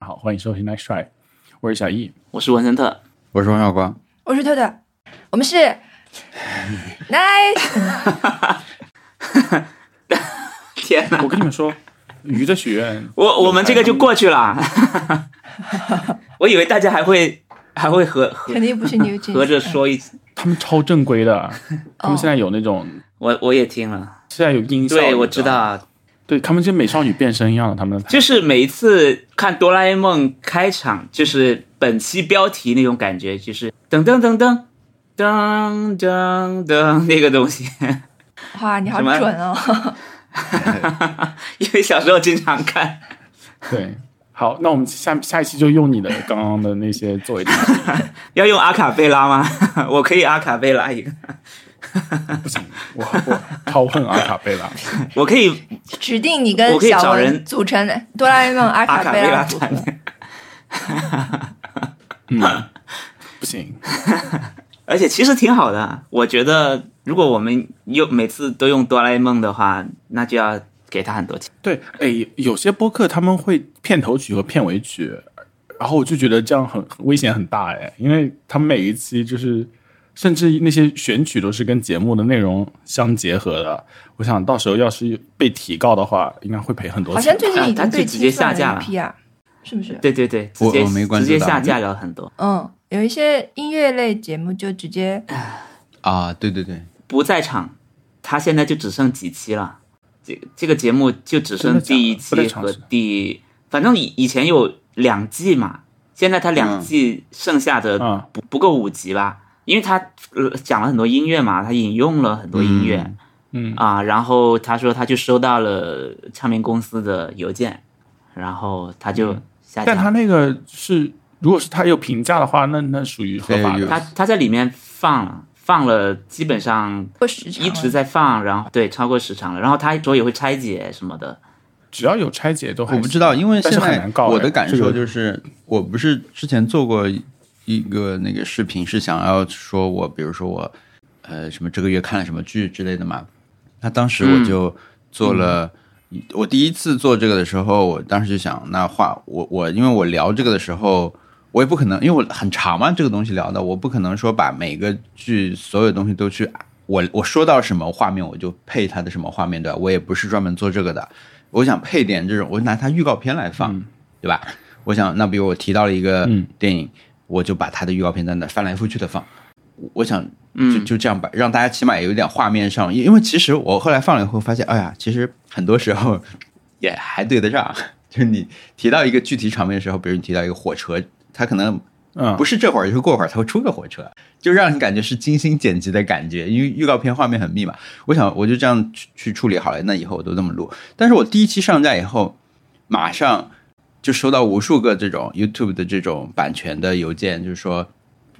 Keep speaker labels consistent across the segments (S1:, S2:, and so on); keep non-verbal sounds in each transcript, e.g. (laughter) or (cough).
S1: 欢迎收听 Next Try，我是小易。
S2: 我是文森特，
S3: 我是王小光，
S4: 我是特特，
S2: (laughs)
S4: 我们是 nice。
S2: 天哪，
S1: 我跟你们说，鱼的许愿，
S2: 我我们这个就过去 (laughs) 了，我以为大家还会还会合合
S4: 肯定不
S2: (laughs)
S4: 是 New Jeans，
S2: 合着说一，
S1: 他们超正规的，他们现在有那种，
S2: 我我也听了，
S1: 现在有音效，
S2: 对
S1: 你
S2: 我知
S1: 吗，
S2: 道，
S1: 对他们跟美少女变身一样的，他们的
S2: 就是每一次看《哆啦 A 梦》开场，就是本期标题那种感觉，就是噔噔噔噔噔噔噔那个东西， (laughs)
S4: 哇，你好
S2: 什么
S4: 准哦！
S2: 因为小时候经常看，
S1: 对。好，那我们下下一期就用你的刚刚的那些作为题，
S2: 要用阿卡贝拉吗？ (laughs) 我可以阿卡贝拉一个，
S1: 我我超恨阿卡贝拉，
S2: 我可以
S4: 指定你
S2: 我
S4: 跟
S2: 可以
S4: 小
S2: 找人
S4: 文组成哆啦 A 梦阿
S2: 阿
S4: 卡
S2: 卡
S4: 贝
S2: 贝拉
S4: 拉组合
S2: 团。
S1: 嗯不行，
S2: 而且其实挺好的，我觉得如果我们用每次都用哆啦 A 梦的话，那就要给他很多钱。
S1: 对，哎，有些播客他们会片头曲和片尾曲，然后我就觉得这样很危险很大哎，因为他们每一期就是，甚至那些选曲都是跟节目的内容相结合的。我想到时候要是被提告的话，应该会赔很多
S4: 好
S1: 钱
S4: 像。最近
S2: 啊
S4: 已
S2: 他
S4: 经
S2: 就
S4: 对
S2: 直接
S4: 清算
S2: 下架了
S4: UP 啊，是不是？
S2: 对对对，直
S3: 我
S2: 接
S3: 我没关
S2: 直
S3: 注
S2: 接
S3: 到
S2: 下架了很多，
S4: 嗯，有一些音乐类节目就直接
S2: 哎
S3: 啊，对对对，
S2: 不在场，他现在就只剩几期了。这个这个节目就只
S1: 真的假的
S2: 剩第一
S1: 不在
S2: 期
S1: 场
S2: 和
S1: 是吧
S2: 第，反正以以前有两季嘛，现在他两
S3: 嗯
S2: 季剩下的
S1: 啊、
S2: 不不够五集吧，因为他、呃、讲了很多音乐嘛，他引用了很多音乐，
S1: 嗯
S2: 啊，然后他说他就收到了唱片公司的邮件，然后他就下架。
S1: 嗯但他那个是，如果是他有评价的话，那那属于合法
S3: 对
S1: 的
S3: 有。
S2: 他他在里面放了放了，基本上
S4: 过时长了，
S2: 一直在放，然后对超过时长了，然后他说也会拆解什么的。
S1: 只要有拆解都还
S3: 我不知道，因为
S1: 但
S3: 现
S1: 是很
S3: 在
S1: 难告哎
S3: 我的感
S1: 这
S3: 受
S1: 个
S3: 就是，我不是之前做过一个那个视频，是想要说我，比如说我，呃，什么这个月看了什么剧之类的嘛。那当时我就做了，我第一次做这个的时候，我当时就想，那话我我因为我聊这个的时候，我也不可能，因为我很长嘛，这个东西聊的，我不可能说把每个剧所有东西都去，我我说到什么画面我就配它的什么画面，对吧？我也不是专门做这个的，我想配点这种，我拿它预告片来放，对吧？我想，那比如我提到了一个
S1: 嗯
S3: 电影，我就把它的预告片在那翻来覆去的放，我我想就
S2: 嗯，
S3: 就这样吧，让大家起码有一点画面上，因因为其实我后来放了以后发现，哎呀，其实很多时候 (laughs) 也还对得上。 (laughs) 就是你提到一个具体场面的时候，比如你提到一个火车，它可能
S1: 嗯，
S3: 不是这会儿，就是过会儿它会出个火车，就让你感觉是精心剪辑的感觉，因为预告片画面很密嘛。我想我就这样去去处理好了，那以后我都这么录。但是我第一期上架以后，马上就收到无数个这种 YouTube 的这种版权的邮件，就是说，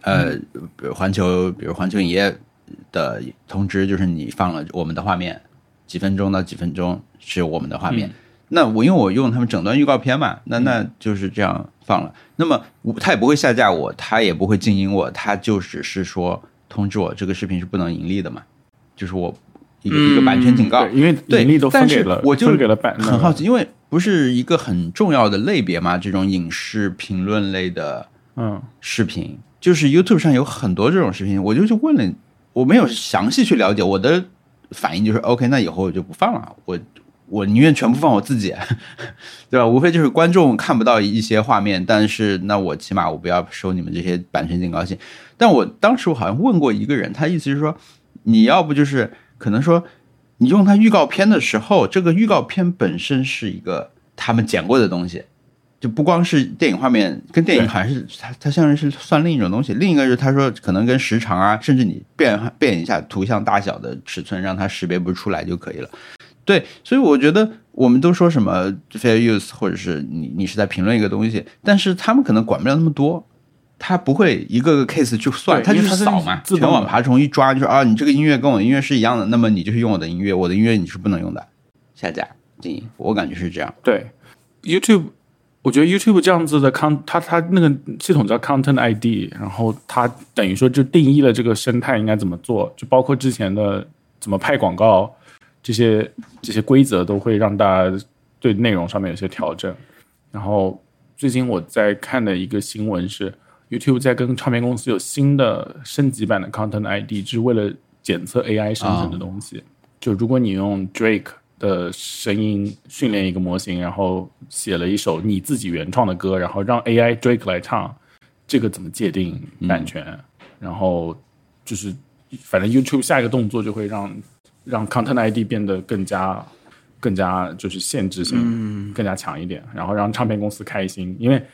S3: 呃，比如环球，比如环球影业的通知，就是你放了我们的画面，几分钟到几分钟是我们的画面。那我因为我用他们整段预告片嘛，那那就是这样放了。那么我他也不会下架我，他也不会静音我，他就只是说通知我这个视频是不能盈利的嘛，就是我一个、一个版权警告
S1: 对，。因为
S3: 对，
S1: 盈利都分
S3: 但
S1: 给
S3: 是
S1: 了，
S3: 我就
S1: 分给了版，
S3: 很好奇，因为不是一个很重要的类别嘛，这种影视评论类的
S1: 嗯，
S3: 视频，就是 YouTube 上有很多这种视频，我就去问了，我没有详细去了解，我的反应就是 OK，那以后我就不放了，我我宁愿全部放我自己， (laughs) 对吧？无非就是观众看不到一些画面，但是那我起码我不要收你们这些版权警告信。但我当时我好像问过一个人，他意思是说，你要不就是可能说你用它预告片的时候，这个预告片本身是一个他们剪过的东西，就不光是电影画面，跟电影好像是它它像是算另一种东西。另一个是他说可能跟时长啊，甚至你变变一下图像大小的尺寸，让它识别不出来就可以了。对，所以我觉得我们都说什么 fair use，或者是你你是在评论一个东西，但是他们可能管不了那么多，他不会一个个 case 去算，
S1: 对
S3: 他就
S1: 因为它是
S3: 扫嘛，
S1: 自
S3: 全
S1: 动的
S3: 网爬虫一抓就是啊，你这个音乐跟我的音乐是一样的，那么你就是用我的音乐，我的音乐你是不能用的，下架静音，我感觉是这样。
S1: 对，YouTube，我觉得 YouTube 这样子的 con，它它那个系统叫 Content ID，然后它等于说就定义了这个生态应该怎么做，就包括之前的怎么拍广告这些这些规则都会让大家对内容上面有些调整，然后最近我在看的一个新闻是，YouTube 在跟唱片公司有新的升级版的 Content ID，就是为了检测 AI 生成的东西。就如果你用 Drake 的声音训练一个模型，然后写了一首你自己原创的歌，然后让 AI Drake 来唱，这个怎么界定版权？然后就是反正 YouTube 下一个动作就会让让 Content ID 变得更加更加就是限制性、
S2: 嗯
S1: 更加强一点，然后让唱片公司开心，因为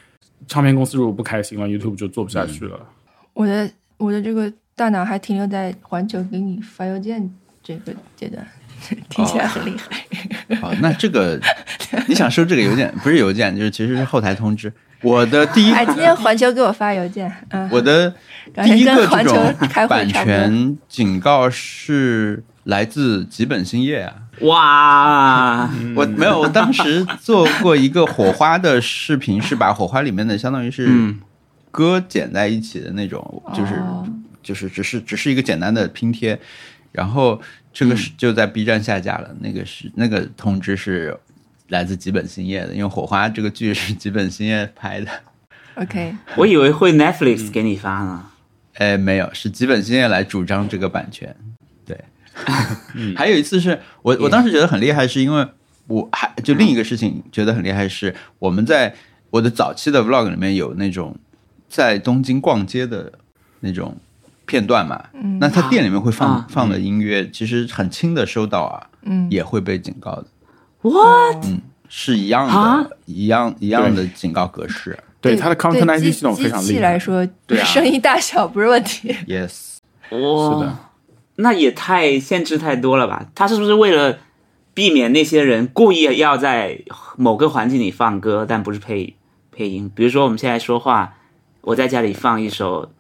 S1: 唱片公司如果不开心了，YouTube 就做不下去了。
S2: 嗯
S4: 我的我的这个大脑还停留在环球给你发邮件这个阶段， (laughs) 听起来很厉害。
S3: 哦，那这个你想收这个邮件不是邮件，就是其实是后台通知。我的第一，
S4: 哎，今天环球给我发邮件，嗯，
S3: 我的
S4: 感觉
S3: 第一个
S4: 跟
S3: 这
S4: 环球
S3: 种
S4: 开会
S3: 版
S4: 差不多。
S3: 权警告是来自吉本兴业啊。
S2: 哇，
S1: 嗯
S3: 我没有，我当时做过一个火花的视频，是把火花里面的相当于是
S2: 嗯
S3: 歌剪在一起的那种，就是
S4: 哦
S3: 就是只是只是一个简单的拼贴，然后这个是就在 B 站下架了，那个是那个通知是来自吉本兴业的，因为火花这个剧是吉本兴业拍的，
S4: OK，
S2: 我以为会
S1: 嗯
S2: Netflix 给你发呢。
S3: 哎，没有，是吉本兴业来主张这个版权。对，还有一次是我我当时觉得很厉害，是因为我还就另一个事情觉得很厉害是，我们在我的早期的 vlog 里面有那种在东京逛街的那种片段嘛，那他店里面会放、
S2: 嗯啊
S3: 放的音乐，其实很轻的收到啊，
S4: 嗯，
S3: 也会被警告的，
S1: 嗯
S2: What？
S3: 是一样的，
S2: 啊
S3: 一样一样的警告格式。
S1: 对它的 Content ID 系统非常
S4: 对机
S1: 厉
S4: 器
S1: 害，
S4: 来说，
S3: 对啊
S4: 声音大小不是问题。
S3: Yes，
S2: 哇，
S1: 嗯是的，
S2: 那也太限制太多了吧？他是不是为了避免那些人故意要在某个环境里放歌，但不是配配音？比如说我们现在说话，我在家里放一首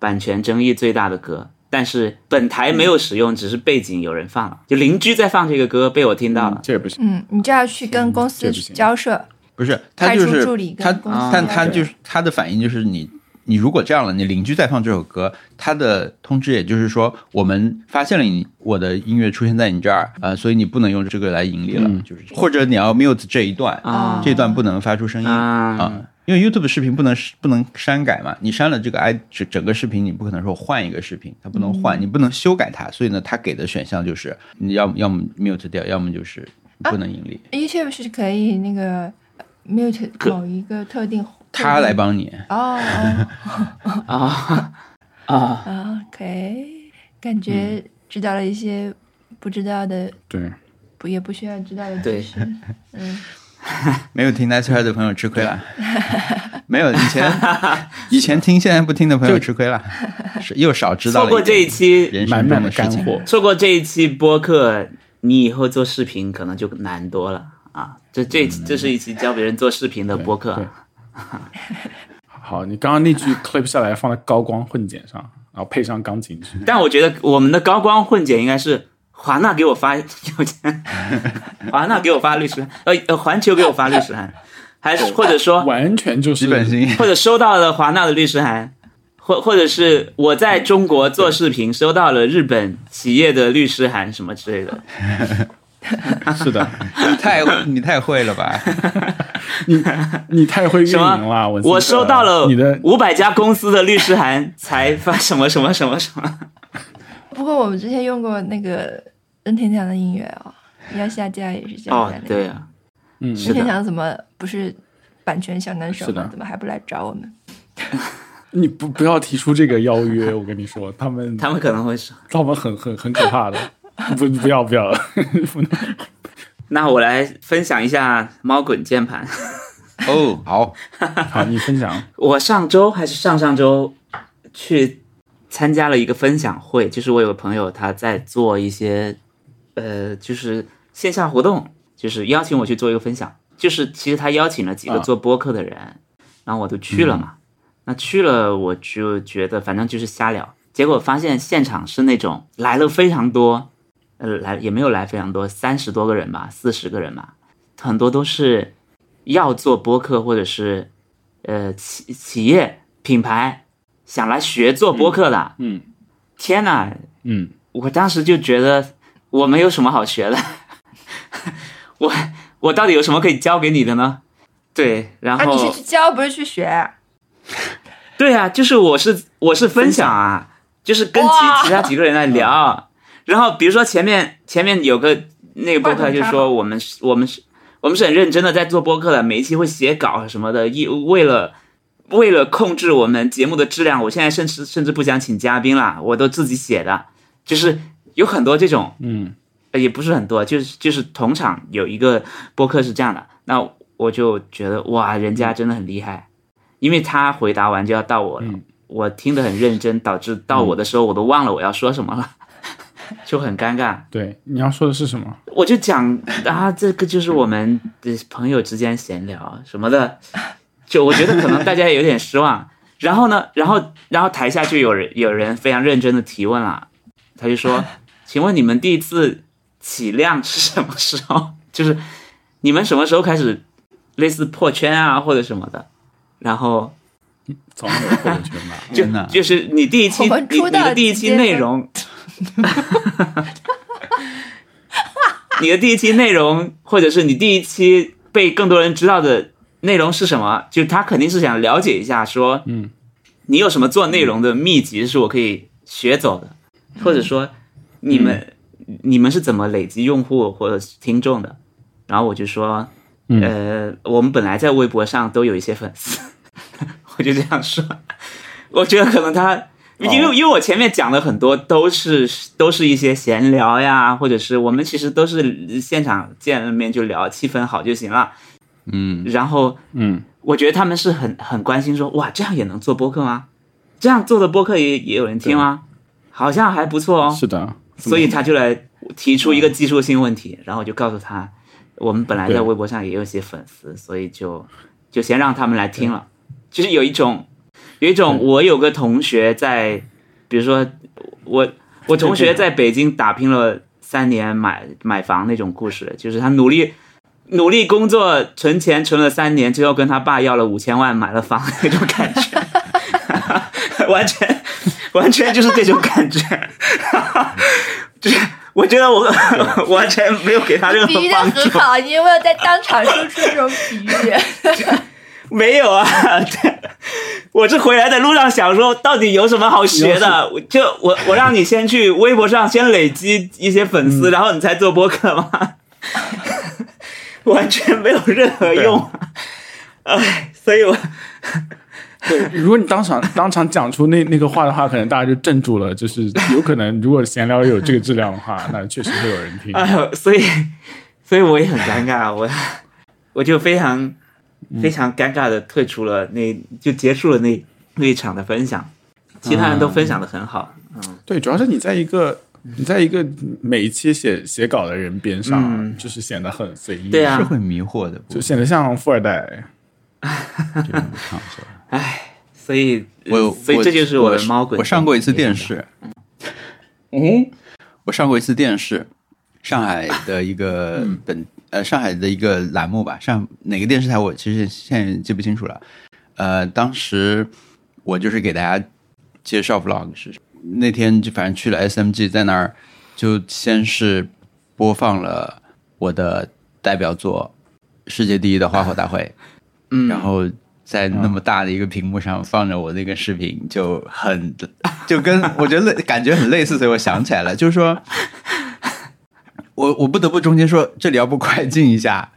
S2: 版权争议最大的歌，但是本台没有
S1: 嗯
S2: 使用，只是背景有人放了，就邻居在放这个歌被我听到了。
S1: 这也不行。
S4: 嗯，你就要去跟公
S1: 这
S4: 司
S1: 不行
S4: 交涉。
S3: 不是，他就
S4: 派出
S3: 是
S4: 助理跟
S3: 他
S4: 公司，
S3: 但
S4: 交
S3: 他
S4: 流
S3: 就是他的反应就是你，你如果这样了，你邻居再放这首歌，他的通知也就是说，我们发现了你我的音乐出现在你这儿，呃，所以你不能用这个来盈利了，
S4: 嗯
S3: 就是这样或者你要 mute 这一段，
S2: 啊
S3: 这一段不能发出声
S1: 嗯
S3: 音
S2: 啊
S3: 因为 YouTube 视频不能不能删改嘛，你删了这个 i 整整个视频，你不可能说换一个视频，它不能
S4: 嗯
S3: 换，你不能修改它，所以呢，它给的选项就是你要么要么 mute 掉，要么就是
S4: 啊
S3: 不能盈利，
S4: YouTube 是可以那个 mute
S2: 可
S4: 某一个特定
S3: 它来帮你。
S4: 哦哦
S2: 啊啊！
S4: 哦，OK，感觉
S1: 嗯
S4: 知道了一些不知道的，
S1: 对，
S4: 不也不需要知道的
S2: 对
S4: 知识。嗯，
S3: 没有听 Nice Try 的朋友吃亏了， (laughs) 没有以前以前听现在不听的朋友吃亏了，是又少知道
S2: 错
S3: 了
S2: 过这一
S3: 一
S2: 期，
S3: 点人
S1: 满
S3: 生
S1: 满
S3: 中
S1: 的
S3: 事
S1: 干
S3: 情
S1: 货。
S2: 错过这一期播客，你以后做视频可能就难多了啊！这
S3: 嗯
S2: 这这是一期教别人做视频的播客
S1: 对。好，你刚刚那句 clip 下来放在高光混剪上，然后配上钢琴曲。
S2: 但我觉得我们的高光混剪应该是华纳给我发邮件，华纳给我发律师函，呃呃，环球给我发律师函，还是或者说
S1: 完全就是
S3: 基本性
S2: 或者收到了华纳的律师函，或或者是我在中国做视频收到了日本企业的律师函什么之类的。
S1: 是的，
S3: 你 (laughs) 太你太会了吧？
S1: 你太会运
S2: 什
S1: 营
S2: 么
S1: 了，文？森特
S2: 我收到了
S1: 你的
S2: 五百家公司的律师函，才发什么什么什么什 (laughs) 么。
S4: 不过我们之前用过那个任天堂的音乐哦，要下架也是这样
S2: 哦
S4: 下，的。
S2: 对啊，
S1: 嗯，
S2: 是
S4: 任天
S2: 的，
S4: 堂怎么不是版权小能手
S1: 是
S4: 吗
S1: 的？
S4: 怎么还不来找我们？
S1: 你不不要提出这个邀约，我跟你说，他们
S2: 他们可能会说。
S1: 他们很很很可怕的， (laughs) 不不要不
S2: (laughs)
S1: 要，不能
S2: 那我来分享一下猫滚键盘。 (laughs)
S3: 哦，好，
S1: 好，你分享，
S2: 我上周还是上上周去参加了一个分享会，就是我有个朋友他在做一些呃，就是线下活动，就是邀请我去做一个分享，就是其实他邀请了几个
S1: 啊
S2: 做播客的人，然后我就去
S1: 嗯
S2: 了嘛。那去了我就觉得反正就是瞎聊，结果发现现场是那种来了非常多，呃，来也没有来非常多，三十多个人吧，四十个人吧，很多都是要做播客或者是呃企企业品牌想来学做播客的。
S1: 嗯
S2: 天哪，
S1: 嗯，
S2: 我当时就觉得我没 (laughs) 有什么好学的，我我到底有什么可以教给你的呢？对，然
S4: 啊，
S2: 后、
S1: 哎
S4: 你是去教，不是去学。
S2: 对啊，就是我是我是分享啊，就是跟其
S4: 哇
S2: 其他几个人来聊，然后比如说前面前面有个那个播客就
S4: 话筒插
S2: 说我们是我们是我们是很认真的在做播客的，每一期会写稿什么的，一为了为了控制我们节目的质量，我现在甚至甚至不想请嘉宾啦，我都自己写的，就是有很多这种
S1: 嗯，
S2: 呃，也不是很多，就是就是同场有一个播客是这样的，那我就觉得哇，人家真的很厉害，因为他回答完就要到我了，
S1: 嗯
S2: 我听得很认真，导致到我的时候我都忘了我要说什么了，就很尴尬。
S1: 对，你要说的是什么？
S2: 我就讲啊，这个就是我们的朋友之间闲聊什么的，就我觉得可能大家有点失望。然后呢，然后然后台下就有人有人非常认真的提问了，他就说：“请问你们第一次起量是什么时候？就是你们什么时候开始类似破圈啊或者什么的？”然后
S1: 早上有朋友圈 (laughs) 吧？
S2: 就
S3: 天哪
S2: 就是你第一期你
S4: 我们
S2: 你
S4: 出道
S2: 的第一
S4: 直
S2: 期
S4: 接
S2: 内
S4: 分 (laughs)
S2: 容，你的第一期内容，或者是你第一期被更多人知道的内容是什么？就他肯定是想了解一下，说，
S1: 嗯，
S2: 你有什么做内容的秘籍是我可以学走的，或者说你们、你们是怎么累积用户或者是听众的？然后我就说，
S1: 嗯
S2: 呃，我们本来在微博上都有一些粉丝， (laughs) 我就这样说。我觉得可能他，因
S1: 哦
S2: 为、因为我前面讲了很多都是都是一些闲聊呀，或者是我们其实都是现场见了面就聊，气氛好就行了。
S3: 嗯，
S2: 然后
S1: 嗯，
S2: 我觉得他们是很很关心说，哇，这样也能做播客吗？这样做的播客也也有人听吗？好像还不错哦。
S1: 是的，
S2: 所以他就来提出一个技术性问题，然后我就告诉他，我们本来在微博上也有一些粉丝，所以就就先让他们来听了，就是有一种有一种我有个同学在，比如说我我同学在北京打拼了三年买买房那种故事，就是他努力。努力工作存钱存了三年，最后跟他爸要了五千万买了房那种感觉， (laughs) 完全完全就是这种感觉，就是我觉得我 (laughs) 完全没有 (laughs) 给他任何
S4: 比喻的
S2: 帮助
S4: 很，好，你有没有在当场说出这种比
S2: (laughs)
S4: 喻？
S2: 没有啊，对我这回来的路上想说，到底有什么好学的？我就我我让你先去微博上先累积一些粉丝，然后你才做播客吗？ (laughs) 完全没有任何用啊，哎，所以我
S1: 对，如果你当场 (laughs) 当场讲出那那个话的话，可能大家就镇住了。就是有可能，如果闲聊有这个质量的话， (laughs) 那确实会有人听。
S2: (laughs) 哎呦，所以所以我也很尴尬，我我就非常
S3: 嗯
S2: 非常尴尬的退出了那，就结束了那那一场的分享，其他人都分享的很好，
S1: 对，主要是你在一个你在一个每一期写写稿的人边上，就是显得很随意，
S2: 嗯对啊
S3: 是会迷惑的，不
S1: 就显得像富二代。
S3: 这种场所。
S2: 所以
S3: 嗯我
S2: 呃所以
S3: 我
S2: 这就是
S3: 我
S2: 的猫滚。
S3: 我上过一次电，视，
S1: 嗯，
S3: 我上过一次电视，上海的一个
S2: 嗯
S3: 本呃上海的一个栏目吧，上哪个电视台我其实现在记不清楚了。呃，当时我就是给大家介绍 vlog 是什么那天就反正去了 SMG，在那儿就先是播放了我的代表作《世界第一的花火大会》，
S2: 嗯，
S3: 然后在那么大的一个屏幕上放着我那个视频，就很就跟我觉得感觉很类似，所以我想起来了，就是说，我我不得不中间说，这里要不快进一下，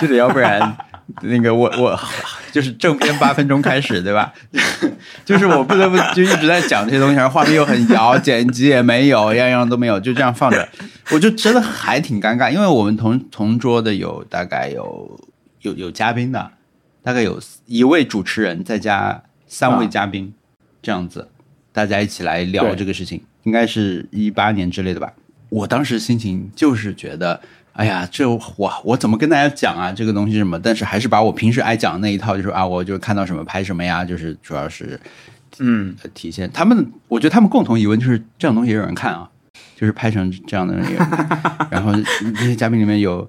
S3: 这里要不然那个我我就是正片八分钟开始，对吧？ (laughs) 就是我不得不就一直在讲这些东西，然后画面又很摇，剪辑也没有，样样都没有，就这样放着，我就真的还挺尴尬，因为我们同同桌的有大概有有有嘉宾的，大概有一位主持人再加三位嘉宾、这样子，大家一起来聊
S1: 对
S3: 这个事情，应该是一八年之类的吧。我当时心情就是觉得，哎呀，这我我怎么跟大家讲啊？这个东西什么？但是还是把我平时爱讲的那一套，就是啊，我就是看到什么拍什么呀，就是主要是
S2: 嗯，
S3: 呃体现他们。我觉得他们共同疑问就是这种东西也有人看啊，就是拍成这样的人也有人看。然后这些嘉宾里面有，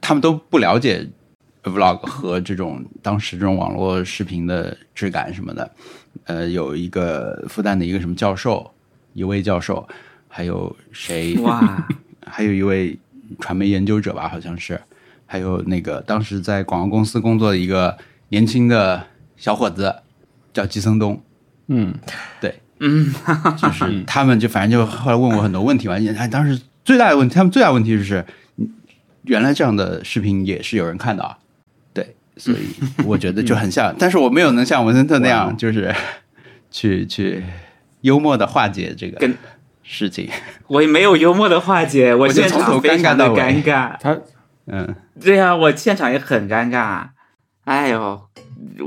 S3: 他们都不了解 vlog 和这种当时这种网络视频的质感什么的。呃，有一个复旦的一个什么教授，一位教授，还有谁？
S2: 哇，
S3: 还有一位传媒研究者吧，好像是，还有那个当时在广告公司工作的一个年轻的小伙子，叫季森东，
S1: 嗯，
S3: 对，嗯，就是他们就反正就后来问我很多问题嘛，哎，当时最大的问题，他们最大的问题就是，原来这样的视频也是有人看的啊，对，所以我觉得就很像，但是我没有能像文森特那样，就是去去幽默的化解这个
S2: 跟
S3: 事情，
S2: 我也没有幽默的化解，我
S3: 就
S2: 现
S3: 从头
S2: 场
S3: 尴尬
S2: 非常的
S3: 到尾
S2: 尴尬。
S1: 他
S3: 嗯，
S2: 对呀、我现场也很尴尬。哎呦，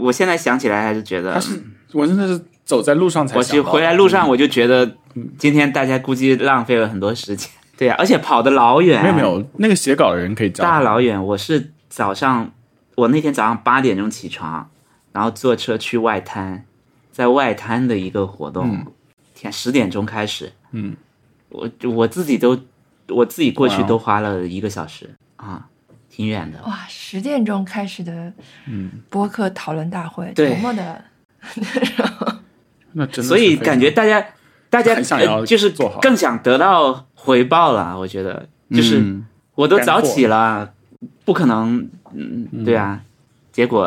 S2: 我现在想起来还是觉得
S1: 他，是我真的是走在路上才
S2: 我
S1: 想
S2: 是
S1: 到嗯
S2: 回来路上我就觉得，今天大家估计浪费了很多时间。对呀、啊而且跑得老远，
S1: 没有没有那个写稿的人可以教
S2: 大
S1: 他
S2: 老远，我是早上，我那天早上八点钟起床，然后坐车去外滩，在外滩的一个活动，天十点钟开始，
S1: 嗯，
S2: 我我自己都我自己过去
S1: 哇哦
S2: 都花了一个小时啊，挺远的。
S4: 哇，十点钟开始的播客讨论大会，
S2: 嗯对
S4: 多么的，
S1: 那真的是
S2: 所以
S1: 非常
S2: 感觉大家大家
S1: 很想要
S2: 呃就是
S1: 做好
S2: 更想得到回报了，我觉得就是、
S3: 嗯
S2: 我都早起了，不可能，嗯，对啊，结果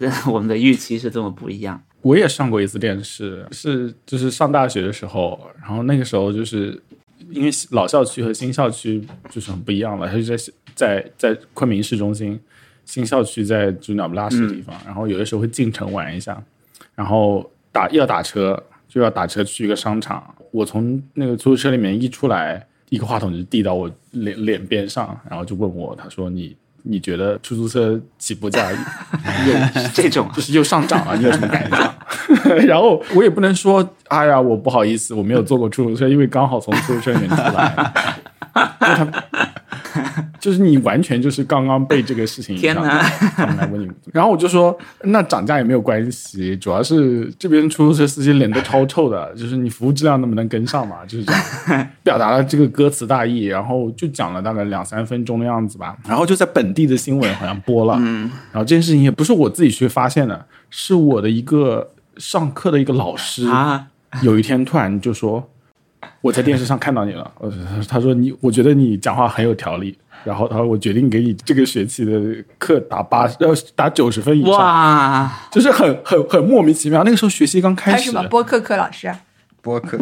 S2: 呃我们的预期是这么不一
S1: (laughs)
S2: 样，
S1: 我也上过一次电视，是就是上大学的时候，然后那个时候就是因为老校区和新校区就是很不一样了，它就在在在昆明市中心，新校区在就鸟不拉屎的地方，然后有的时候会进城玩一下，然后打要打车就要打车去一个商场，我从那个出租车里面一出来，一个话筒就递到我脸脸边上，然后就问我，他说你你觉得出租车起步价
S2: 也是这种啊
S1: 就是又上涨了，你有什么感觉？ (laughs) 然后我也不能说，哎呀，我不好意思，我没有坐过出租车，因为刚好从出租车里面出来。因为他就是你完全就是刚刚被这个事情影响
S2: 天哪
S1: 他们来问你，然后我就说，那涨价也没有关系，主要是这边出租车司机脸都超臭的，就是你服务质量能不能跟上嘛，就是这 (laughs) 样，表达了这个歌词大意，然后就讲了大概两三分钟的样子吧，然后就在本地的新闻好像播了，然后这件事情也不是我自己去发现的，是我的一个上课的一个老师，
S2: 啊，
S1: 有一天突然就说，我在电视上看到你了，呃，他说你，我觉得你讲话很有条理，然后他说我决定给你这个学期的课打八呃打九十分以上，
S2: 哇，啊
S1: 就是很很很莫名其妙。那个时候学习刚
S4: 还
S1: 开
S4: 有什
S1: 始，
S4: 么播客课老师啊？
S3: 播客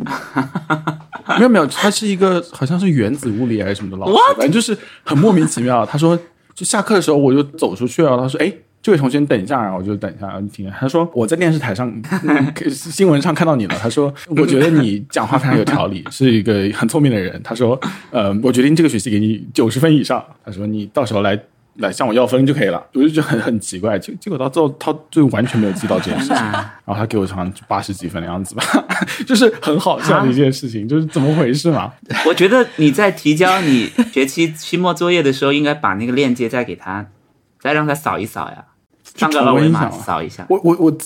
S1: 没有没有，他是一个好像是原子物理还是什么的老师，反正就是很莫名其妙。他说，就下课的时候我就走出去了，他说，哎。这位同学，你等一下，然后啊我就等一下，然后你停。他说我在电视台上、嗯新闻上看到你了。他说，我觉得你讲话非常有条理，是一个很聪明的人。他说，呃，我决定这个学期给你九十分以上。他说，你到时候来来向我要分就可以了。我就觉得很很奇怪，结结果到最后他就完全没有记到这件事情。
S2: 啊，
S1: 然后他给我好像八十几分的样子吧， (laughs) 就是很好笑的一件事
S4: 啊
S1: 情，就是怎么回事嘛？
S2: 我觉得你在提交你学期期末作业的时候，应该把那个链接再给他，再让他扫一扫呀，
S1: 就
S2: 上个二维码
S1: 重温一下嘛
S2: 扫一下。
S1: 我我我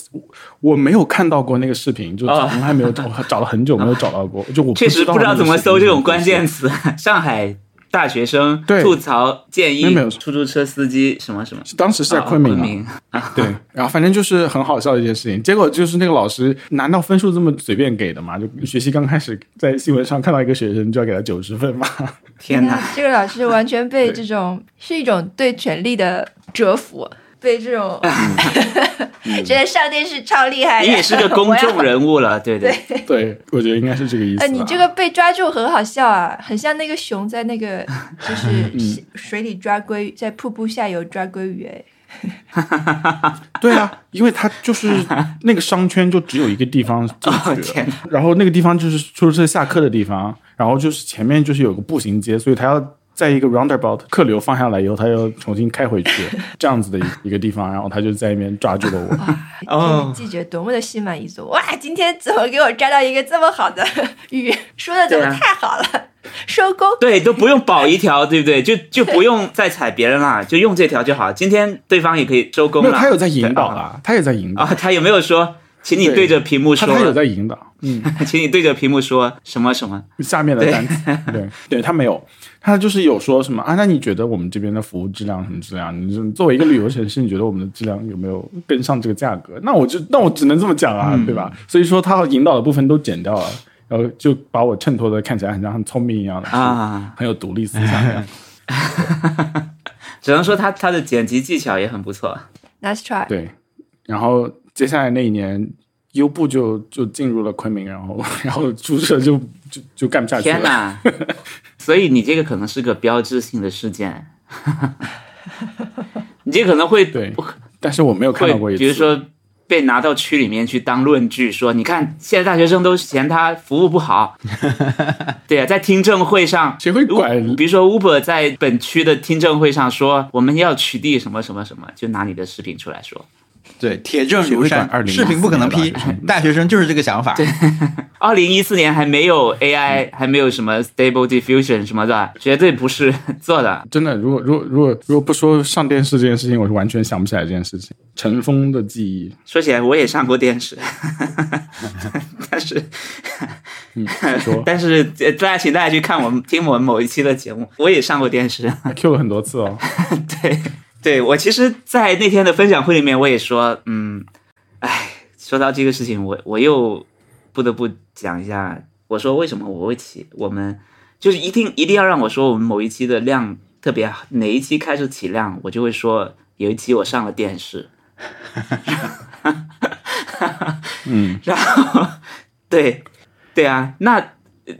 S1: 我没有看到过那个视频，就
S2: 啊
S1: 从来没有找，我 (laughs) 找了很久没有找到过，就我
S2: 确实
S1: 不
S2: 不知道怎么搜这种关键
S1: 词。
S2: 词，上海大学生
S1: 对
S2: 吐槽建
S1: 没有
S2: 议
S1: 没有
S2: 出租车司机什么什么，
S1: 当时是在
S2: 啊
S1: 昆明
S2: 昆
S1: 嘛，
S2: 明
S1: 对，然后反正就是很好笑的一件事情。结果就是那个老师，难道分数这么随便给的吗？就学习刚开始在新闻上看到一个学生就要给他九十分
S4: (laughs)
S1: 吗？
S2: 天
S4: 那
S2: 哪，
S4: 这个老师完全被这种是一种对权力的折服，被这
S2: (laughs)
S4: 种 (laughs) 觉得上电视超厉害
S2: 嗯
S4: 的。
S2: 你也是个公
S4: (laughs)
S2: 众人啊物了，对对，
S1: 对，我觉得应该是这个意思吧。
S4: 哎，你这个被抓住很好笑啊，很像那个熊在那个
S2: 嗯
S4: 就是水里抓鲑鱼，在瀑布下游抓鲑鱼。哎，
S1: (laughs) 对啊，因为它就是
S2: (laughs)
S1: 那个商圈就只有一个地方进去
S2: 哦天哪
S1: 然后那个地方就是出租车下课的地方，然后就是前面就是有个步行街，所以它要在一个 roundabout 客流放下来以后，它要重新开回去
S2: (laughs)
S1: 这样子的一一个地方，然后他就在那边抓住了我。
S2: 哦
S4: 记者多么的心满意足！哇，今天怎么给我抓到一个这么好的鱼？说的怎么
S2: 对啊
S4: 太好了？收工。
S2: 对，都不用保一条，对不对？就就不用再踩别人 (laughs) 了，就用这条就好。今天对方也可以收工
S1: 没有，
S2: 了。
S1: 他有在引导
S2: 对啊
S1: 啦，他也在引导，
S2: 啊，他有没有说，请你对着屏幕
S1: 他
S2: 说，
S1: 他有在引导。
S2: (laughs) 请你对着屏幕说什么什么？
S1: 下面的单词，对 (laughs) 对，他没有，他就是有说什么啊？那你觉得我们这边的服务质量什么质量？你是作为一个旅游城市，你觉得我们的质量有没有跟上这个价格？那我就那我只能这么讲啊，
S2: 嗯
S1: 对吧？所以说他引导的部分都剪掉了，然后就把我衬托的看起来很像很聪明一样的
S2: (laughs) 啊，
S1: 很有独立思想一样。
S2: 只能说他他的剪辑技巧也很不错。
S4: Nice try。
S1: 对，然后接下来那一年，优步就就进入了昆明，然后然后注射就就就干不下去
S2: 天
S1: 了。
S2: 哪！ (laughs) 所以你这个可能是个标志性的事件， (laughs) 你这可能会
S1: 对，但是我没有看到过一
S2: 会，
S1: 次。
S2: 比如说被拿到区里面去当论据，说你看现在大学生都嫌他服务
S1: (laughs)
S2: 不好，对啊，在听证会上，
S1: 谁会管
S2: 比如说 Uber 在本区的听证会上说我们要取缔什么什么什么，就拿你的视频出来说，
S3: 对，铁证
S1: 谁
S3: 如
S1: 会管
S3: 山，
S1: 2014
S3: 视频不可能批
S1: 年的大学生，
S3: 大学生就是这个想法。对，
S2: 二零一四年还没有
S1: 嗯
S2: AI，、还没有什么 Stable Diffusion 什么的，绝对不是做的。
S1: 真的，如果如果如果如果不说上电视这件事情，我是完全想不起来这件事情。尘封的记忆，
S2: 说起来我也上过
S1: (laughs)
S2: 电视，但是
S1: 嗯，说
S2: 但是呃大家请大家去看我们听我们某一期的节目，我也上过电视。
S1: 还 Q 了很多次哦。
S2: 对，对我其实，在那天的分享会里面，我也说，嗯，哎，说到这个事情，我我又不得不讲一下，我说为什么我会起我们就是一定一定要让我说我们某一期的量特别哪一期开始起量，我就会说有一期我上了电视，
S1: (laughs) 嗯，
S2: 然后对对啊，那呃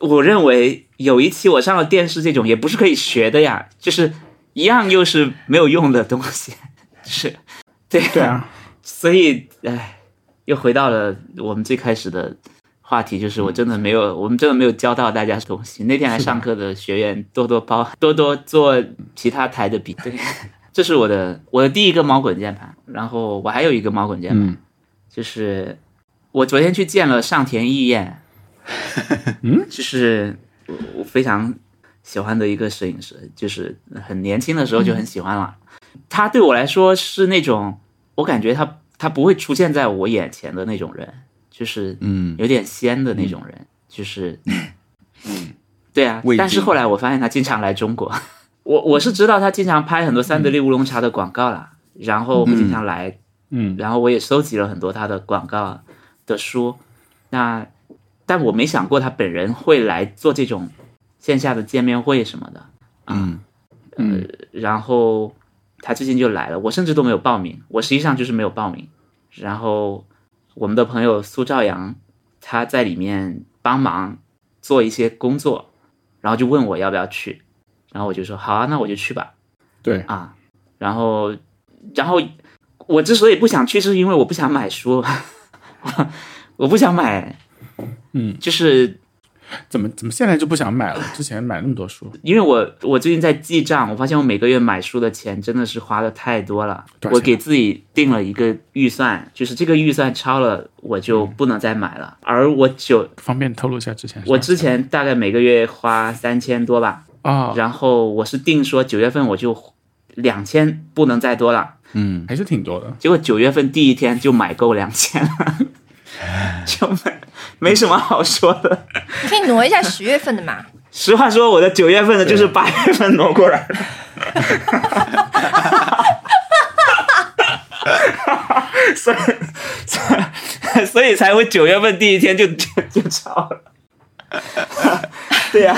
S2: 我认为有一期我上了电视，这种也不是可以学的呀，就是一样又是没有用的东西， (laughs) 是，对
S1: (laughs) 对啊，
S2: 所以唉，又回到了我们最开始的话题，就是我真的没有，我们真的没有教到大家东西。那天来上课的学员多多 (laughs) 包，多多做其他台的比对。 (laughs) 这是我的我的第一个猫滚键盘，然后我还有一个猫滚键盘，
S1: 嗯
S2: 就是我昨天去见了上田义 (laughs) 彦，嗯，就是我我非常喜欢的一个摄影师，就是很年轻的时候就很喜欢了。他对我来说是那种，我感觉他他不会出现在我眼前的那种人，就是
S3: 嗯，
S2: 有点仙的那种人，就是，嗯， (laughs) 对啊
S3: 味。精
S2: 但是后来我发现他经常来中国，我我是知道他经常拍很多三得利乌龙茶的广告啦，然后会经常来
S1: 嗯，
S2: 然后我也收集了很多他的广告的书，那但我没想过他本人会来做这种线下的见面会什么的，啊呃
S3: 嗯，
S1: 嗯
S2: 然后他最近就来了，我甚至都没有报名，我实际上就是没有报名。然后我们的朋友苏兆阳，他在里面帮忙做一些工作，然后就问我要不要去，然后我就说好啊，那我就去吧。
S1: 对，
S2: 啊，然后，然后我之所以不想去，是因为我不想买书， (laughs) 我我不想买，
S1: 嗯，
S2: 就是
S1: 怎么怎么现在就不想买了？之前买那么多书，
S2: 因为我我最近在记账，我发现我每个月买书的钱真的是花的太多了，
S1: 多少
S2: 我
S1: 钱啊
S2: 给自己定了一个预算，就是这个预算超了我就
S1: 嗯
S2: 不能再买了，而我九
S1: 方便透露一下之前是
S2: 我之前大概每个月花三千多吧，
S1: 啊，
S2: 然后我是定说九月份我就两千不能再多了。
S3: 嗯，
S1: 还是挺多的。
S2: 结果九月份第一天就买够两千了， (laughs) 就没没什么好说的。
S4: 可以挪一下十月份的嘛？
S2: 实话说，我的九月份的就是八月份挪过来的。 (laughs) 所以，所以所以才会九月份第一天就就就超了，对呀、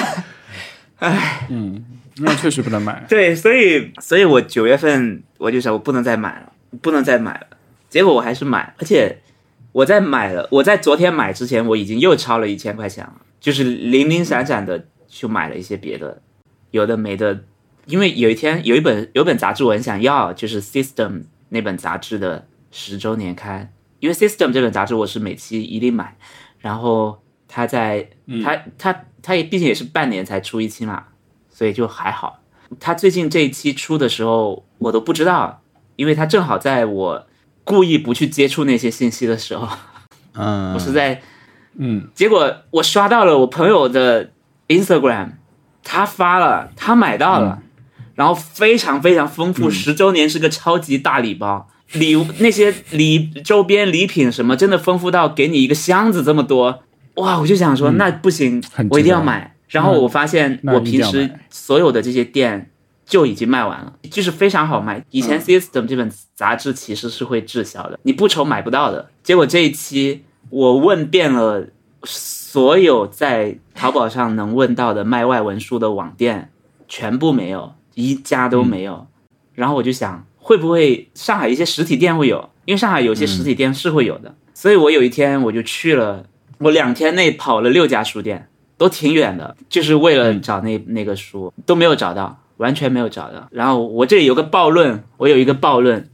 S1: 那确实不能
S2: (laughs)
S1: 买。
S2: 对，所以所以我九月份我就想我不能再买了，不能再买了。结果我还是买，而且我在买了，我在昨天买之前我已经又超了一千块钱了，就是零零散散的去买了一些别的，有的没的。因为有一天有一本有一本杂志我很想要，就是《System》那本杂志的十周年刊，因为《System》这本杂志我是每期一定买，然后它在它它它也毕竟也是半年才出一期嘛，所以就还好。他最近这一期出的时候，我都不知道，因为他正好在我故意不去接触那些信息的时候，
S3: 嗯，
S2: 我是在
S1: 嗯，
S2: 结果我刷到了我朋友的 Instagram，他发了，他买到了，
S1: 嗯
S2: 然后非常非常丰富，十、周年是个超级大礼包，礼物那些礼周边礼品什么，真的丰富到给你一个箱子这么多，哇！我就想说，那不行
S1: 嗯很，
S2: 我一定
S1: 值得
S2: 要买。然后我发现
S1: 那
S2: 我
S1: 一定
S2: 平
S1: 要
S2: 时
S1: 买
S2: 所有的这些店就已经卖完了，就是非常好
S1: 嗯
S2: 卖。以前 System 这本杂志其实是会滞销的，你不愁买不到的。结果这一期我问遍了所有在淘宝上能问到的卖外文书的网店，全部没有，一家都没
S1: 嗯
S2: 有。然后我就想，会不会上海一些实体店会有？因为上海有些实体店是会有
S1: 嗯
S2: 的。所以我有一天我就去了，我两天内跑了六家书店，都挺远的，就是为了找那那个书，都没有找到，完全没有找到。然后我这里有个暴论，我有一个暴论，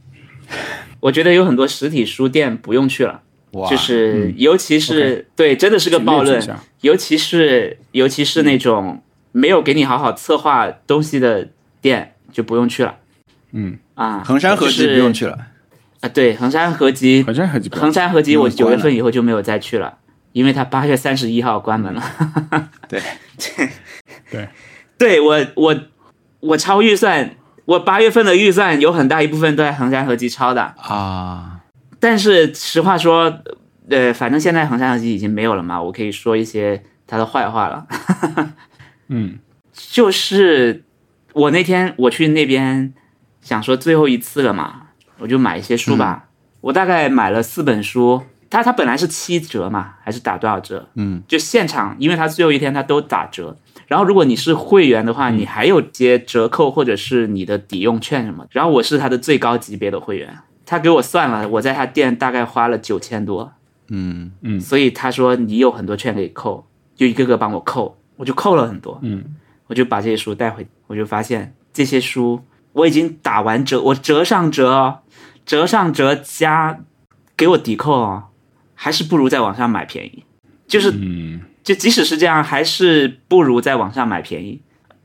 S2: (laughs) 我觉得有很多实体书店不用去了。
S3: 哇，
S2: 就是尤其是对，真的是个
S1: 请列
S2: 暴
S1: 举
S2: 论
S1: 一，下
S2: 尤其是尤其是那种没有给你好好策划东西的店，就不用去了。
S1: 嗯
S2: 啊，
S3: 衡山合集
S2: 就是
S3: 不用去了，
S2: 啊，对，衡山合集，
S1: 好像还是不
S2: 衡山合集我
S3: 嗯关
S2: 九
S3: 了
S2: 月份以后就没有再去了，因为它八月三十一号关门了。
S3: (laughs) 对，
S1: 对，
S2: (laughs) 对我我我超预算，我八月份的预算有很大一部分都在衡山合集超的，
S3: 啊，
S2: 但是实话说，呃，反正现在衡山合集已经没有了嘛，我可以说一些他的坏话了。
S1: 嗯，
S2: 就是我那天我去那边想说最后一次了嘛，我就买一些书吧。我大概买了四本书，它它本来是七折嘛，还是打多少折？
S3: 嗯，
S2: 就现场，因为它最后一天它都打折。然后如果你是会员的话，你还有些折扣或者是你的抵用券什么的。然后我是它的最高级别的会员，他给我算了，我在他店大概花了九千多。
S3: 嗯，
S2: 所以他说你有很多券可以扣，就一个个帮我扣，我就扣了很多，
S1: 嗯，
S2: 我就把这些书带回，我就发现这些书我已经打完折，我折上折哦，折上折加给我抵扣哦，还是不如在网上买便宜，就是
S1: 嗯，
S2: 就即使是这样，还是不如在网上买便宜。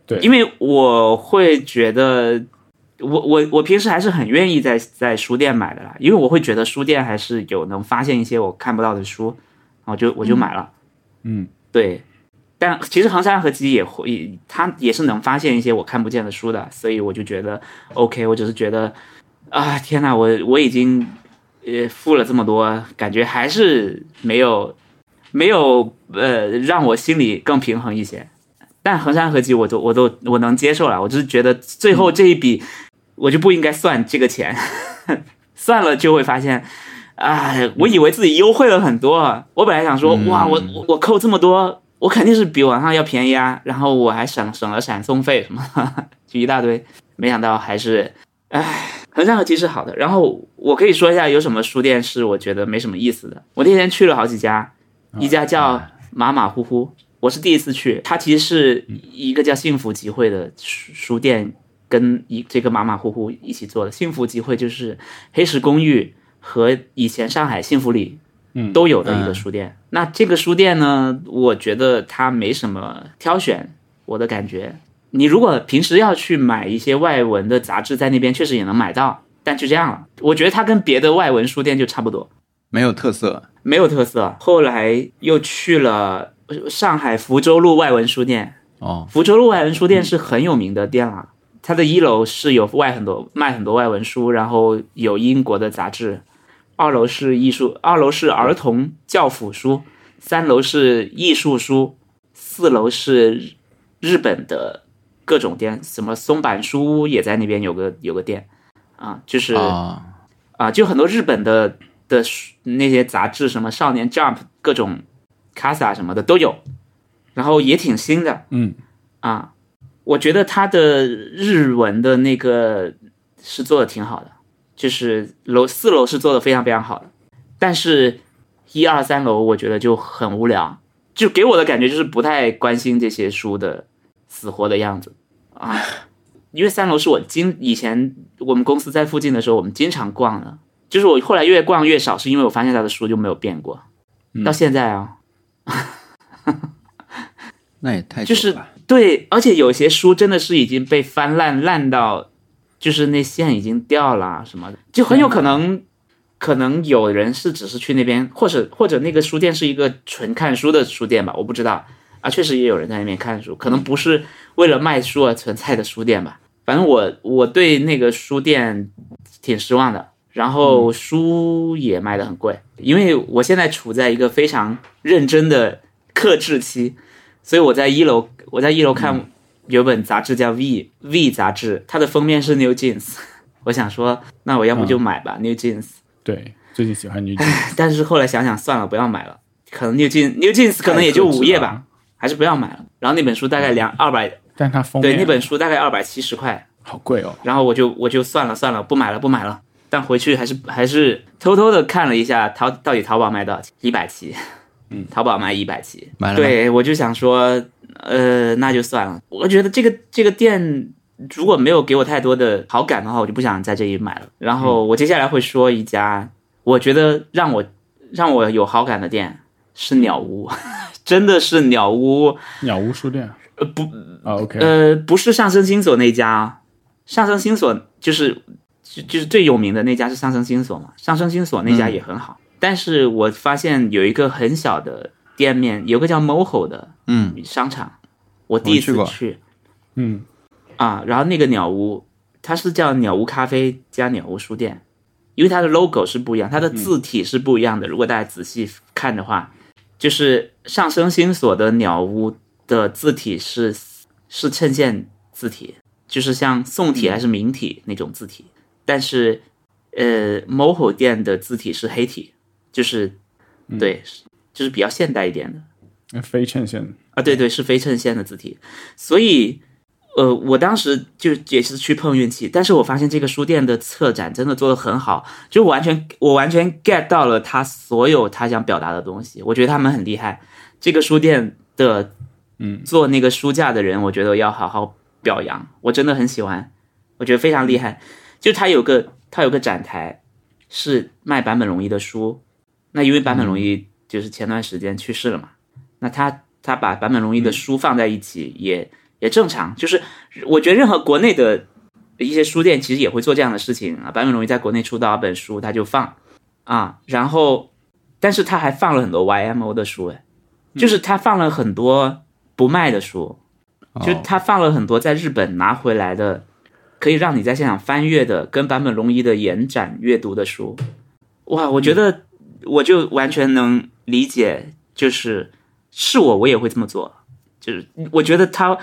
S1: 对
S2: 因为我会觉得，我我我平时还是很愿意在在书店买的啦，因为我会觉得书店还是有能发现一些我看不到的书，我就我就买了。
S1: 嗯，
S2: 对。但其实衡山合集也会，它也是能发现一些我看不见的书的，所以我就觉得 OK。我只是觉得，啊，天哪，我我已经呃付了这么多，感觉还是没有没有呃让我心里更平衡一些。但衡山合集我都我都我能接受了，我只是觉得最后这一笔我就不应该算这个钱， (laughs) 算了就会发现，哎，我以为自己优惠了很多，我本来想说哇，我我我扣这么多，我肯定是比网上要便宜啊，然后我还省省了闪送费什么， (laughs) 就一大堆，没想到还是衡山合集是好的。然后我可以说一下有什么书店是我觉得没什么意思的。我那天去了好几家，一家叫
S1: 啊
S2: 马马虎虎，我是第一次去，它其实是一个叫幸福集会的书书店跟一这个马马虎虎一起做的。幸福集会就是黑石公寓和以前上海幸福里
S1: 嗯
S2: 都有的一个书店。那这个书店呢，我觉得它没什么挑选，我的感觉。你如果平时要去买一些外文的杂志，在那边确实也能买到，但就这样了。我觉得它跟别的外文书店就差不多，
S3: 没有特色，
S2: 没有特色。后来又去了上海福州路外文书店，
S3: 哦，
S2: 福州路外文书店是很有名的店了，它的一楼是有外很多卖很多外文书，然后有英国的杂志，二楼是艺术，二楼是儿童教辅书，三楼是艺术书，四楼是日本的各种店，什么松坂书屋也在那边有个有个店，啊，就是
S3: 啊，
S2: 啊，就很多日本的的书那些杂志，什么《少年 Jump》各种 Casa 什么的都有，然后也挺新的。
S1: 嗯
S2: 啊，我觉得它的日文的那个是做的挺好的，就是楼四楼是做的非常非常好的，但是一二三楼我觉得就很无聊，就给我的感觉就是不太关心这些书的死活的样子啊。因为三楼是我经以前我们公司在附近的时候，我们经常逛的。就是我后来越逛越少，是因为我发现他的书就没有变过，到现在啊、
S3: 那也太
S2: 就
S3: 久
S2: 是
S3: 了
S2: 对，而且有些书真的是已经被翻烂烂到，就是那线已经掉了啊什么的，就很有可能，可能有人是只是去那边，或者或者那个书店是一个纯看书的书店吧，我不知道啊，确实也有人在那边看书，可能不是为了卖书而存在的书店吧。反正我我对那个书店挺失望的，然后书也卖的很贵，因为我现在处在一个非常认真的克制期，所以我在一楼，我在一楼看有本杂志叫 V、V 杂志，它的封面是 New Jeans，我想说，那我要不就买吧、New Jeans，
S1: 对，最近喜欢女主，
S2: 但是后来想想算了，不要买了，可能 New Jeans New Jeans 可能也
S1: 太
S2: 就
S1: 克制
S2: 五页
S1: 了
S2: 吧，还是不要买了。然后那本书大概两二百
S1: 但它封面
S2: 对，那本书大概二百七十块，
S1: 好贵哦。
S2: 然后我就我就算了算了，不买了不买了。但回去还是还是偷偷的看了一下淘到底淘宝卖多少钱，一百七，嗯，淘宝卖一百七，
S3: 买了吗
S2: 对，我就想说，呃，那就算了。我觉得这个这个店如果没有给我太多的好感的话，我就不想在这里买了。然后
S3: 嗯
S2: 我接下来会说一家，我觉得让我让我有好感的店是鸟屋， (laughs) 真的是鸟屋。
S1: 鸟屋书店，呃不啊 OK，
S2: 呃，不是上升星所那家啊，上升星所就是就就是最有名的那家是上升星所嘛，上升星所那
S3: 嗯
S2: 家也很好，但是我发现有一个很小的店面，有个叫 MOHO 的
S3: 嗯，
S2: 商场，我第一次
S3: 我去过
S2: 去
S1: 嗯，
S2: 啊，然后那个鸟屋，它是叫鸟屋咖啡加鸟屋书店，因为它的 logo 是不一样，它的字体是不一样的。如果大家仔细看的话，就是上升星所的鸟屋的字体是是衬线字体，就是像宋
S3: 嗯
S2: 体还是明体那种字体，但是呃，MOHO 店的字体是黑体，就是
S3: 嗯
S2: 对，就是比较现代一点的。
S1: 那非衬线，
S2: 啊，对对，是非衬线的字体，所以，呃，我当时就也是去碰运气，但是我发现这个书店的策展真的做的很好，就完全我完全 get 到了他所有他想表达的东西，我觉得他们很厉害。这个书店的，嗯，做那个书架的人，我觉得要好好表扬，我真的很喜欢，我觉得非常厉害。就他有个他有个展台是卖坂本龙一的书，那因为坂本龙一就是前段时间去世了嘛，那他他把坂本龙一的书放在一起也、也正常，就是我觉得任何国内的一些书店其实也会做这样的事情啊。坂本龙一在国内出到一本书，他就放啊，然后但是他还放了很多 YMO 的书，哎，就是他放了很多不卖的书，就
S3: 哦
S2: 他放了很多在日本拿回来的，可以让你在现场翻阅的，跟坂本龙一的延展阅读的书。哇，我觉得我就完全能理解，就是是我我也会这么做，就是我觉得他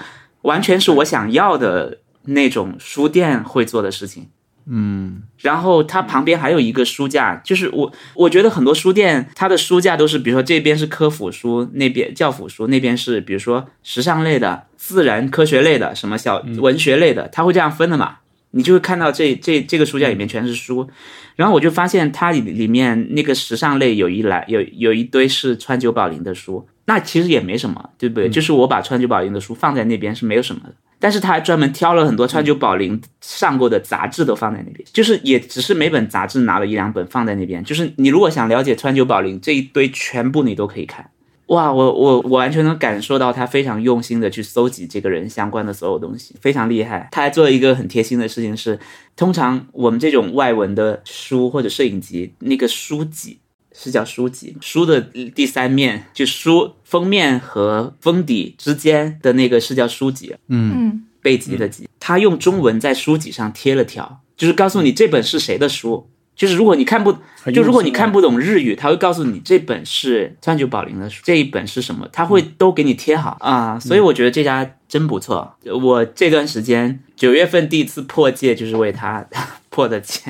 S2: 完全是我想要的那种书店会做的事情。嗯，然后它旁边还有一个书架，就是我我觉得很多书店它的书架都是，比如说这边是科普书，那边教辅书，那边是比如说时尚类的、自然科学类的、什么小文学类的，它会这样分的嘛。你就会看到这这这个书架里面全是书，然后我就发现它里里面那个时尚类有一栏有有一堆是川久保玲的书，那其实也没什么，对不对？就是我把川久保玲的书放在那边是没有什么的，但是他还专门挑了很多川久保玲上过的杂志都放在那边，就是也只是每本杂志拿了一两本放在那边，就是你如果想了解川久保玲这一堆全部你都可以看。哇，我我我完全能感受到他非常用心的去搜集这个人相关的所有东西，非常厉害。他还做了一个很贴心的事情是，通常我们这种外文的书或者摄影集，那个书籍是叫书籍吗，书的第三面就书封面和封底之间的那个是叫书籍，
S4: 嗯，
S2: 背脊的脊，他用中文在书籍上贴了条，就是告诉你这本是谁的书。就是如果你看不，
S1: 很用心
S2: 就如果
S1: 啊
S2: 你看不懂日语，他会告诉你这本是川久保玲的书，这一本是什么，他会都给你贴好
S1: 嗯
S2: 啊。所以我觉得这家真不错。我这段时间九月份第一次破戒，就是为他 (laughs) 破的戒。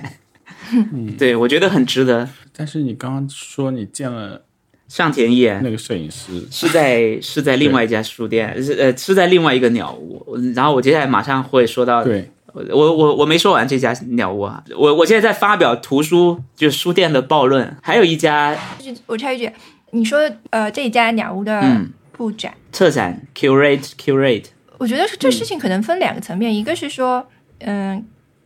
S1: 嗯
S2: 对，我觉得很值得。
S1: 但是你刚刚说你见了
S2: 上田叶
S1: 那个摄影师，
S2: 是在是在另外一家书店，是呃是在另外一个鸟屋。然后我接下来马上会说到
S1: 对，
S2: 我我我没说完这家鸟屋啊，我我现在在发表图书，就是书店的暴论，还有一家
S4: 就是嗯我插一句，你说呃这一家鸟屋的
S2: 嗯
S4: 布展，
S2: 策展 curate curate，
S4: 我觉得是这事情可能分两个层面，一个是说，嗯、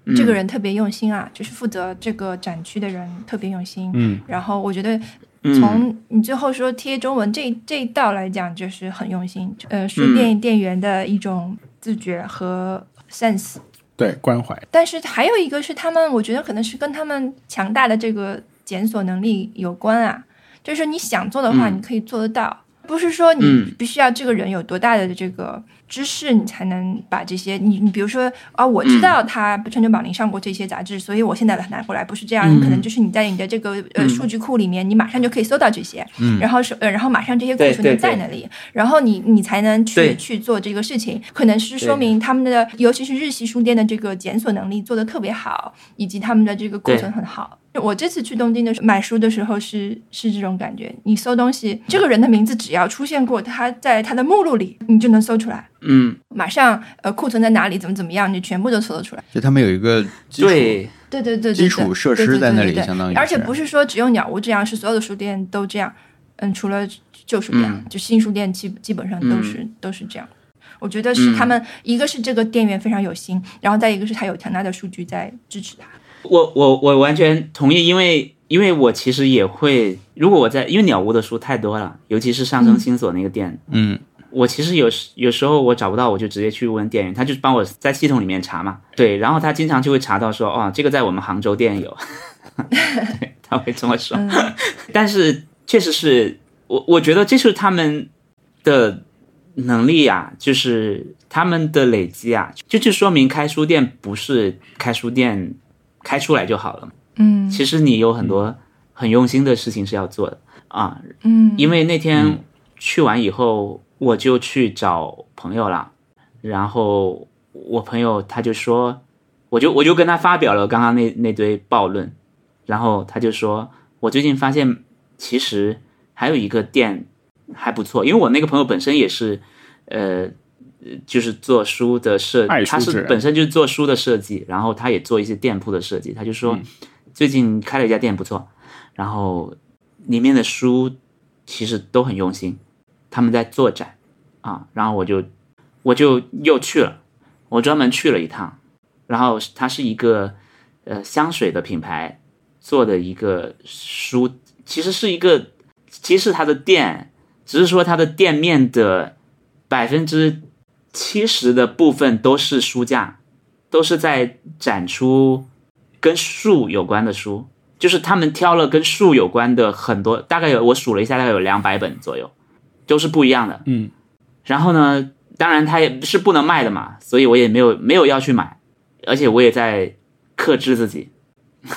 S2: 嗯
S4: 这个人特别用心啊，就是负责这个展区的人特别用心。
S1: 嗯，
S4: 然后我觉得
S2: 嗯
S4: 从你最后说贴中文这这一道来讲，就是很用心，呃，书店店员的一种自觉和 sense。
S1: 对，关怀，
S4: 但是还有一个是他们，我觉得可能是跟他们强大的这个检索能力有关啊。就是你想做的话，
S2: 嗯
S4: 你可以做得到，不是说你
S2: 嗯
S4: 必须要这个人有多大的这个知识，你才能把这些你你比如说啊，我知道他川久保玲上过这些杂志，所以我现在把它拿过来，不是这样，
S2: 嗯
S4: 可能就是你在你的这个呃数据库里面，你马上就可以搜到这些，然后是呃，然后马上这些库
S2: 对
S4: 存
S2: 嗯对
S4: 就在
S2: 对
S4: 那里，然后你你才能去
S2: 对
S4: 去做这个事情，可能是说明他们的，尤其是日系书店的这个检索能力做得特别好，以及他们的这个库
S2: 对
S4: 存很好。我这次去东京的时候买书的时候是是这种感觉，你搜东西，这个人的名字只要出现过，他在他的目录里，你就能搜出来。
S2: 嗯，
S4: 马上呃库存在哪里，怎么怎么样，你全部都搜得出来。
S3: 就他们有一个基础
S2: 对，
S4: 对对对对对，
S3: 基础设施在那里相当于
S4: 对对对对对而且
S3: 是
S4: 不是说只有鸟屋这样，是所有的书店都这样。嗯，除了旧书店，
S2: 嗯
S4: 就新书店基基本上都是、
S3: 嗯
S4: 都是这样。我觉得是他们、一个是这个店员非常有心，然后再一个是他有强大的数据在支持他。
S2: 我我我完全同意，因为因为我其实也会，如果我在，因为鸟屋的书太多了，尤其是上升星所那个店，
S3: 嗯，
S2: 我其实有时有时候我找不到，我就直接去问店员，他就帮我在系统里面查嘛，对，然后他经常就会查到说，哦，这个在我们杭州店有， (laughs) 对，他会这么说，
S4: 嗯，
S2: (laughs) 但是确实是我，我觉得这是他们的能力呀、就是他们的累积啊，就就说明开书店不是开书店开出来就好了。
S4: 嗯
S2: 其实你有很多很用心的事情是要做的啊。
S4: 嗯，
S2: 因为那天去完以后，我就去找朋友了，然后我朋友他就说，我就我就跟他发表了刚刚那那堆暴论，然后他就说，我最近发现其实还有一个店还不错，因为我那个朋友本身也是，呃。就是做书的设，
S1: 爱书
S2: 他
S1: 之
S2: 是
S1: 人
S2: 本身就是做书的设计，然后他也做一些店铺的设计。他就
S1: 嗯
S2: 说，最近开了一家店不错，然后里面的书其实都很用心，他们在做展啊，然后我就我就又去了，我专门去了一趟，然后它是一个呃香水的品牌做的一个书，其实是一个其实是它的店，只是说它的店面的百分之七十的部分都是书架，都是在展出跟树有关的书，就是他们挑了跟树有关的很多，大概有我数了一下，大概有两百本左右，都是不一样的。
S1: 嗯，
S2: 然后呢，当然它也是不能卖的嘛，所以我也没有没有要去买，而且我也在克制自己，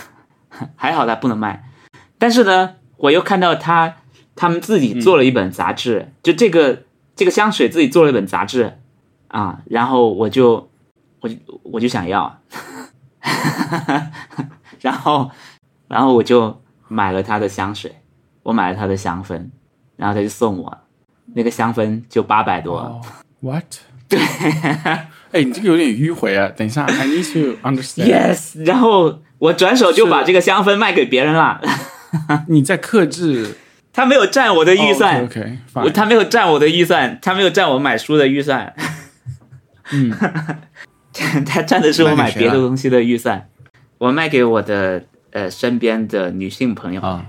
S2: (laughs) 还好它不能卖。但是呢，我又看到他他们自己做了一本杂志，就这个这个香水自己做了一本杂志啊，然后我就我就我就想要， (laughs) 然后然后我就买了他的香水，我买了他的香氛，然后他就送我那个香氛就八百多。
S1: 哦，what？对，哎，你这个有点迂回啊。等一下，I need to understand。
S2: Yes，然后我转手就把这个香氛卖给别人了，
S1: 你在克制
S2: (laughs)
S1: 哦
S2: 他没有占我的预算，
S1: OK，
S2: 我他没有占我的预算，他没有占我买书的预算，
S1: 嗯，
S2: (laughs) 他占的是我买别
S3: 卖
S2: 的
S3: 给谁了
S2: 东西的预算，我卖给我的呃身边的女性朋友，
S3: 啊。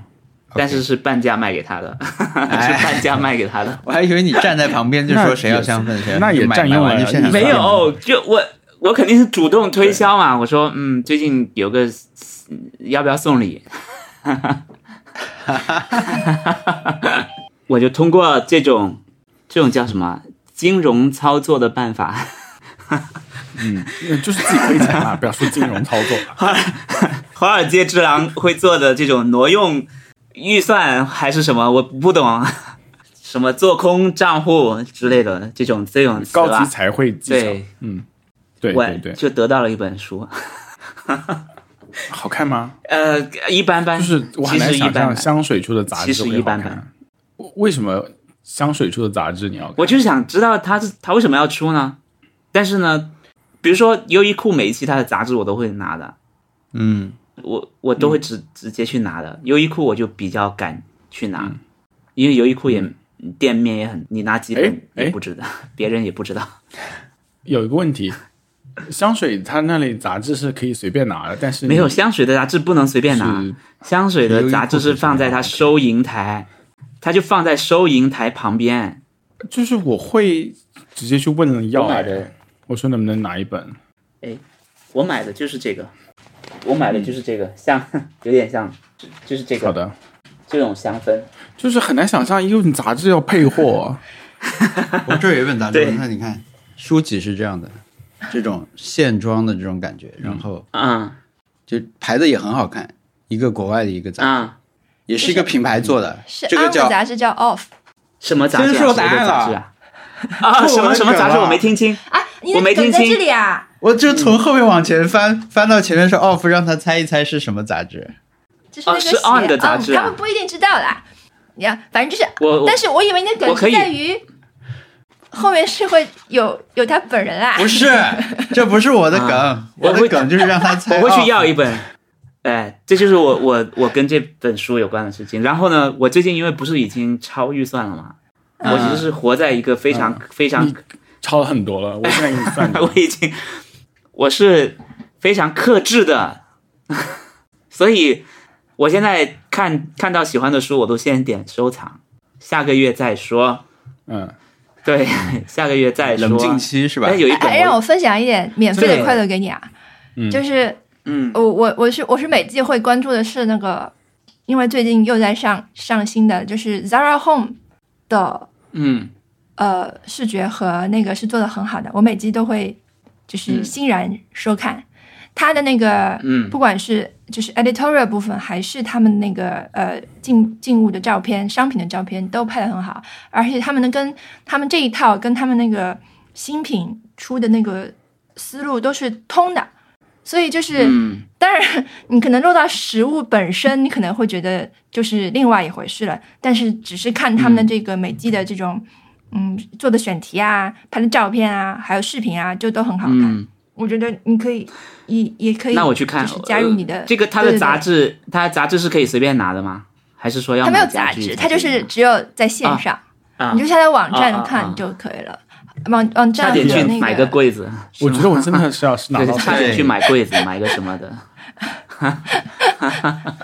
S2: 但是是半价卖给她的， (laughs) 是半价卖给她的，
S3: 我还以为你站在旁边就说谁要香氛，谁要
S1: 那也
S3: 买
S1: 占用
S3: 买
S1: 了
S3: 完就现场
S1: 你
S2: 没
S1: 算
S3: 放
S2: 有，哦就我我肯定是主动推销嘛，我说嗯，最近有个要不要送 (laughs) 礼，我就通过这种这种叫什么啊金融操作的办法。
S1: 就是自己亏钱嘛，啊不要说金融操
S2: (laughs)
S1: 作。
S2: 华尔街之狼会做的这种挪用预算还是什么，我不懂，什么做空账户之类的这种这种词
S1: 高级
S2: 吧。
S1: 才会技巧
S2: 对，，
S1: 嗯，对
S2: 我
S1: 对对，
S2: 就得到了一本书，
S1: 好看吗？
S2: 呃，一般般，
S1: 就是我很难
S2: 其实一
S1: 想
S2: 般
S1: 象
S2: 般。
S1: 香水出的杂
S2: 其
S1: 志
S2: 实
S1: 会
S2: 一
S1: 好
S2: 般
S1: 看。我为什么香水出的杂志你要看？
S2: 我就是想知道他是他为什么要出呢？但是呢，比如说优衣库每一期它的杂志我都会拿的，
S3: 嗯，
S2: 我我都会直、直接去拿的。优衣库我就比较敢去拿，
S1: 嗯
S2: 因为优衣库也、店面也很，你拿几本
S1: 哎
S2: 也不知道，别人也不知道。
S1: 有一个问题，香水它那里杂志是可以随便拿的，但是
S2: 没有
S1: 是
S2: 香水的杂志不能随便拿，香水的杂志是放在它收银台，它就放在收银台旁边。
S1: 就是我会直接去问了要
S2: 我买
S1: 的，我说能不能拿一本？
S2: 我买的就是这个，我买的就是这个，像有点像，就就是这
S1: 好
S2: 个
S1: 的，
S2: 这种香氛。
S1: 就是很难想象一本杂志要配 (laughs) 货，
S3: 我这儿有一本杂志，
S2: 对
S3: 那你看书籍是这样的，这种线装的这种感觉，然后
S2: 嗯
S3: 就牌子也很好看，一个国外的一个杂志，
S2: 嗯，
S3: 也是一个品牌做的，
S4: 是
S3: 这个
S4: on
S3: 叫
S4: 的杂志叫 off
S2: 什么杂志、啊？
S3: 真说答案
S2: 谁
S3: 了
S2: 的杂志 (laughs) 啊！啊，什么什么杂志？我没听清。
S4: 啊，你
S2: 我没
S4: 怎么
S2: 听
S4: 在
S2: 清
S4: 这里啊？
S3: 我就从后面往前翻，翻到前面哦是 off，让他猜一猜是什么杂志。
S4: 就是那
S2: 哦
S4: 个
S2: 是
S4: 写
S2: on 的杂志啊
S4: 他们不一定知道啦。你看，反正就是，
S2: 我我
S4: 但是我以为你的
S2: 我
S4: 梗
S2: 可以
S4: 是在于后面是会有有他本人啊，
S3: 不是，这不是我的梗，
S2: 啊
S3: 我
S2: (laughs) 我
S3: 的
S2: 会
S3: 梗就是让他猜。
S2: 我会
S3: 哦
S2: 去要一本。哎，这就是我我我跟这本书有关的事情。然后呢，我最近因为不是已经超预算了嘛，我其实是活在一个非常、非常，
S1: 超了很多了，我现在给你算
S2: (laughs) 我已经我是非常克制的， (laughs) 所以我现在看看到喜欢的书，我都先点收藏，下个月再说。
S1: (laughs) 嗯，
S2: 对， (laughs) 下个月再说。啊
S3: 冷静期是吧
S2: 但？有一本
S4: 哎，让
S2: 我，
S4: 我分享一点免费
S2: 对
S4: 的快乐给你啊，就是
S2: 嗯，
S4: 我我我是我是每季会关注的是那个，因为最近又在上上新的就是 Zara Home 的
S2: 嗯，
S4: 呃视觉和那个是做的很好的，我每季都会就是
S2: 嗯
S4: 欣然收看。它的那个，
S2: 嗯
S4: 不管是就是 editorial 部分，还是他们那个呃进进物的照片、商品的照片，都拍的很好。而且他们的跟他们这一套跟他们那个新品出的那个思路都是通的，所以就是，
S2: 嗯
S4: 当然你可能落到实物本身，你可能会觉得就是另外一回事了。但是只是看他们
S2: 嗯
S4: 的这个每季的这种，嗯，做的选题啊、拍的照片啊，还有视频啊，就都很好看。
S2: 嗯。
S4: 我觉得你可以，也也可以，
S2: 那我去看，
S4: 就是加入你的、
S2: 呃这个它的
S4: 对对
S2: 杂
S4: 对
S2: 志，它杂志是可以随便拿的吗？还是说要
S4: 它没有
S2: 买家
S4: 杂
S2: 具
S4: 志，
S2: 才
S4: 它就
S2: 可以
S4: 是只有在线
S2: 啊
S4: 上，
S2: 拿
S4: 你就下载网
S2: 啊啊
S4: 站
S2: 啊
S4: 看就可以了。网网
S2: 差
S4: 站有
S2: 点去
S4: 那
S2: 买个柜子，
S1: 我觉得我真的是要 (laughs) 是拿
S2: 对，
S1: 到
S2: 差
S1: 这
S2: 点
S1: 个，
S2: 去买柜子，买个什么的。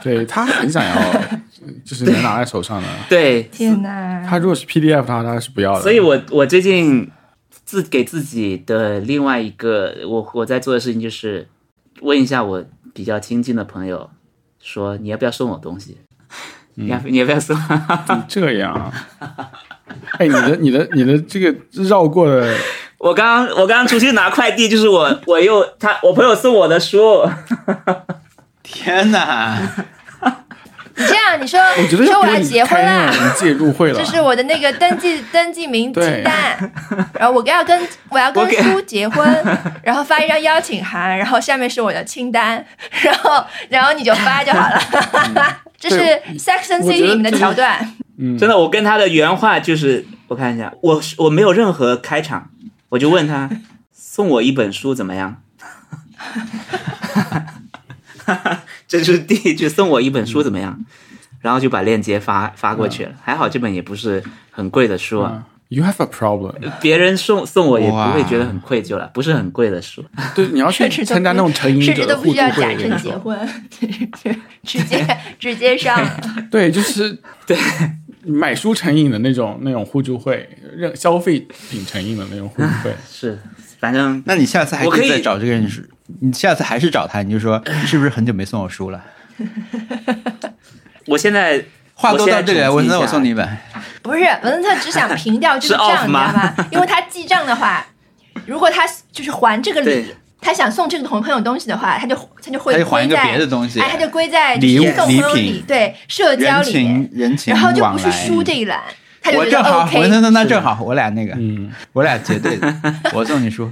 S1: 对他很想要， (laughs) 就是能拿在手上 (laughs) 的。
S2: 对，
S4: 天哪！
S1: 他如果是 PDF 的话，他是不要的。
S2: 所以我我最近自给自己的另外一个我我在做的事情就是问一下我比较亲近的朋友，说你要不要送我东西？你要你要不要送？ (laughs)
S1: 这样 (laughs) 啊，哎，你的你的你的这个绕过了，
S2: 我刚我刚出去拿快递，就是我我又他我朋友送我的书，
S3: 天哪！
S4: 你这样，你说，
S1: 我觉得
S4: 你说
S1: 要
S4: 我
S1: 不
S4: 要
S1: 然你
S4: 结婚
S1: 开那
S4: 啦，
S1: 种介入会了
S4: 这。是我的那个
S1: (laughs)
S4: 登记登记名
S1: 对
S4: 清单，然后我要跟我要
S2: 我
S4: 跟
S2: 给
S4: 苏结
S2: (laughs)
S4: 婚，然后发一张邀请函，然后下面是我的清单，然后然后你就发就好了。
S2: 嗯
S4: (laughs) 这是
S1: 对
S4: Sex and
S1: 我觉
S4: City
S1: 得
S4: 里面的
S1: 就是
S4: 桥段，
S2: 真的，我跟他的原话就是，我看一下，我是我没有任何开场，我就问他送我一本书怎么样？ (laughs) 这是第一句，送我一本书怎么样？然后就把链接发发过去了。还好这本也不是很贵的书啊，
S1: 嗯 You have a
S4: (laughs)
S1: problem。
S2: 别人送送我也不会
S3: 哇
S2: 觉得很愧疚了，不是很贵的书。
S1: 对，你要去
S4: 甚至都
S1: 参加那种成瘾
S4: 甚
S1: 者
S4: 至都
S1: 的
S4: 不
S1: 互
S4: 需
S1: 助
S4: 要
S1: 会
S4: 假
S1: 我跟
S4: 证
S1: 你
S4: 结
S1: 说，
S4: 婚，直接直接上。
S1: 对，就是对买书成瘾的那种那种互助会，让消费品成瘾的那种互助会。
S2: 是，反正
S3: (laughs) 那你下次还
S2: 我可以
S3: 再找这个人是，你下次还是找他，你就说你是不是很久没送我书了？
S2: 我现在
S3: 话多到这里来，
S2: 我
S3: 文
S2: 现在统计一下
S3: 森，我送你一本。
S4: 不是文森特只想平掉这
S2: 是
S4: 个账，
S2: off
S4: 你知
S2: 吗
S4: 道吗？因为他记账的话，如果他就是还这个礼
S2: 对，
S4: 他想送这个朋友东西的话，他就他就会
S3: 他就还一个
S4: 归在
S3: 别的东西
S4: 哎，他就归在
S3: 礼物
S4: 就是送朋友
S3: 礼
S4: 礼
S3: 品
S4: 对社
S3: 人
S4: 交里面
S3: 情，人情
S4: 然后就
S3: 往
S4: 不是
S3: 来。
S4: 书这一栏，他就
S3: 我
S4: 觉
S3: 正
S4: 得
S3: 好，文森
S4: OK。
S3: 特那正好，我俩那个，
S1: 嗯，
S3: (laughs) 我俩结对的，
S4: (laughs)
S3: 我送你书，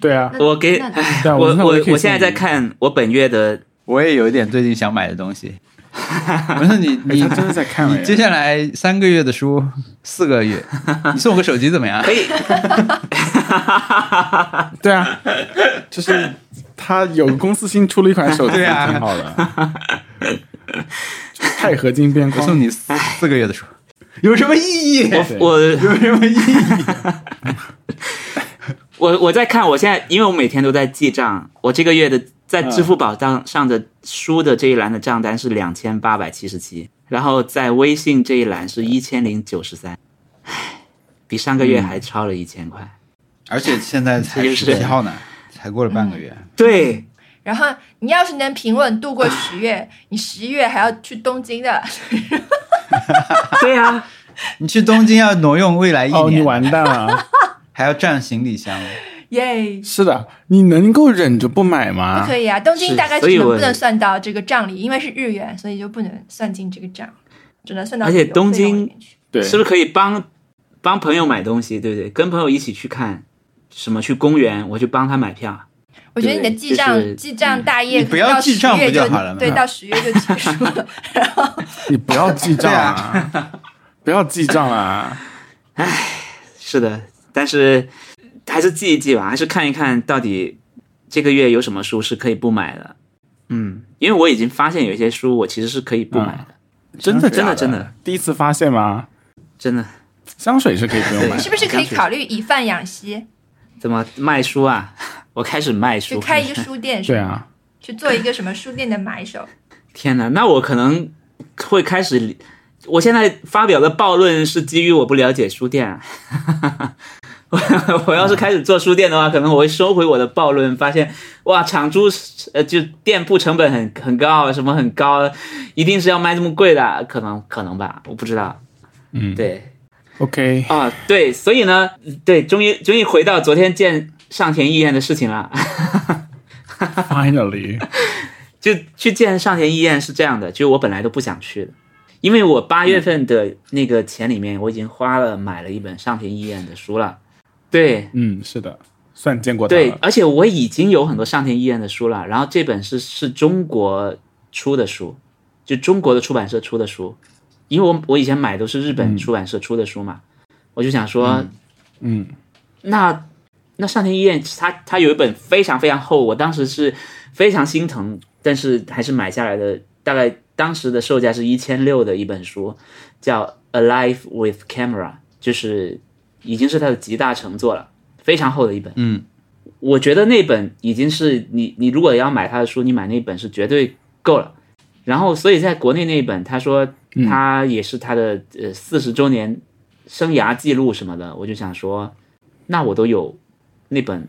S1: 对啊，
S2: 我给，
S4: 那
S2: 唉
S1: 对啊
S2: 我
S1: 我
S2: 我
S1: 我可以
S2: 我现在
S1: 送
S2: 在
S1: 你
S2: 看我本月的
S3: 我也有一点最近想买的东
S4: (laughs)
S3: 西。文森，你
S1: 哎
S3: 你
S1: 他真的在看了耶
S3: 你接下来三个月的书，四个月，你送我个手机怎么样
S2: 可？以。
S1: 对啊，就是他有公司新出了一款手机，
S3: 对啊
S1: 挺好的，钛合金边
S3: 我
S1: 框
S3: 送。你四四个月的书，有什么意义？
S1: 对
S2: 我
S3: (laughs) 有什么意义？
S2: (laughs) 我我在看，我现在因为我每天都在记账，我这个月的在支付宝账上的书的这一栏的账单是两千八百七十
S3: 嗯
S2: 七，然后在微信这一栏是一千零九十三，唉，比上个月还超了一千块。
S3: 而且现在才
S2: 这就
S3: 十
S2: 是
S3: 七号呢，才过了半个
S1: 嗯
S3: 月，
S2: 对，
S4: 然后你要是能平稳度过十月，你十一月还要去东京的， (laughs)
S2: 对 (laughs) 啊，
S3: 你去东京要挪用未来一
S1: 哦，你
S3: 年，
S1: 完蛋了！
S3: 还要占行李箱。
S4: 耶！
S1: 是的，你能够忍着不买吗
S4: 不？可以啊，东京
S2: 是
S4: 大概
S2: 所
S4: 只
S2: 以
S4: 能
S2: 我
S4: 不能算到这个账里，因为是日元，所以就不能算进这个账，只能算到
S2: 而且
S4: 旅游
S2: 东
S4: 费用里
S2: 京
S4: 面去
S1: 对，
S2: 是不是可以帮帮朋友买东西？对不对？跟朋友一起去看什么？去公园，我去帮他买票。
S4: 我觉得你的
S2: 对
S4: 记
S2: 就
S4: 账、
S2: 是嗯
S4: 记账大业
S3: 你不要
S4: 到
S3: 记账
S4: 10月
S3: 不就好了吗
S4: 对，到十月就结束
S3: (laughs)
S4: 了。然后
S1: 你不要记账啊！不要记账啊！
S2: 是的，但是还是记一记吧，还是看一看到底这个月有什么书是可以不买的。嗯，因为我已经发现有一些书我其实是可以不买的，
S1: 嗯真的
S2: 真
S1: 假
S2: 的
S1: 的
S2: 真的
S1: 第一次发现吗？
S2: 真的
S1: 香水是可以不用买
S2: 对
S1: 的，
S4: 是不是可以考虑以贩养吸，
S2: 怎么卖书啊？ (laughs) 我开始卖
S4: 就
S2: 书，
S4: 开一个书店，
S1: 对啊，
S4: 去做一个什么书店的买手？
S2: 天哪，那我可能会开始。我现在发表的暴论是基于我不了解书店、 (laughs) 啊。我我要是开始做书店的话，可能我会收回我的暴论，发现哇，场租呃就店铺成本很很高，啊什么很高，一定是要卖这么贵的，啊可能可能吧，我不知道。
S1: 嗯，
S2: 对，
S1: ，OK，
S2: 啊，对，所以呢，对，终于终于回到昨天见上田义彦的事情了。
S1: Finally，
S2: 就去见上田医院是这样的，就我本来都不想去的，因为我八
S1: 嗯
S2: 月份的那个钱里面，我已经花了买了一本上田医院的书了。对
S1: (laughs) 嗯，是的，算见过他
S2: 对
S1: 了，，
S2: 而且我已经有很多上田医院的书了，然后这本是是中国出的书，就中国的出版社出的书，因为我我以前买都是日本出版社出的书嘛，我就想说，
S1: 嗯，
S2: 那那上田医院它它有一本非常非常厚，我当时是非常心疼，但是还是买下来的。大概当时的售价是一千六的一本书，叫《Alive with Camera》，就是已经是它的集大成作了，非常厚的一本。
S3: 嗯，
S2: 我觉得那本已经是你你如果要买他的书，你买那本是绝对够了。然后，所以在国内那一本，他说他也是他的、呃四十周年生涯记录什么的，我就想说，那我都有那本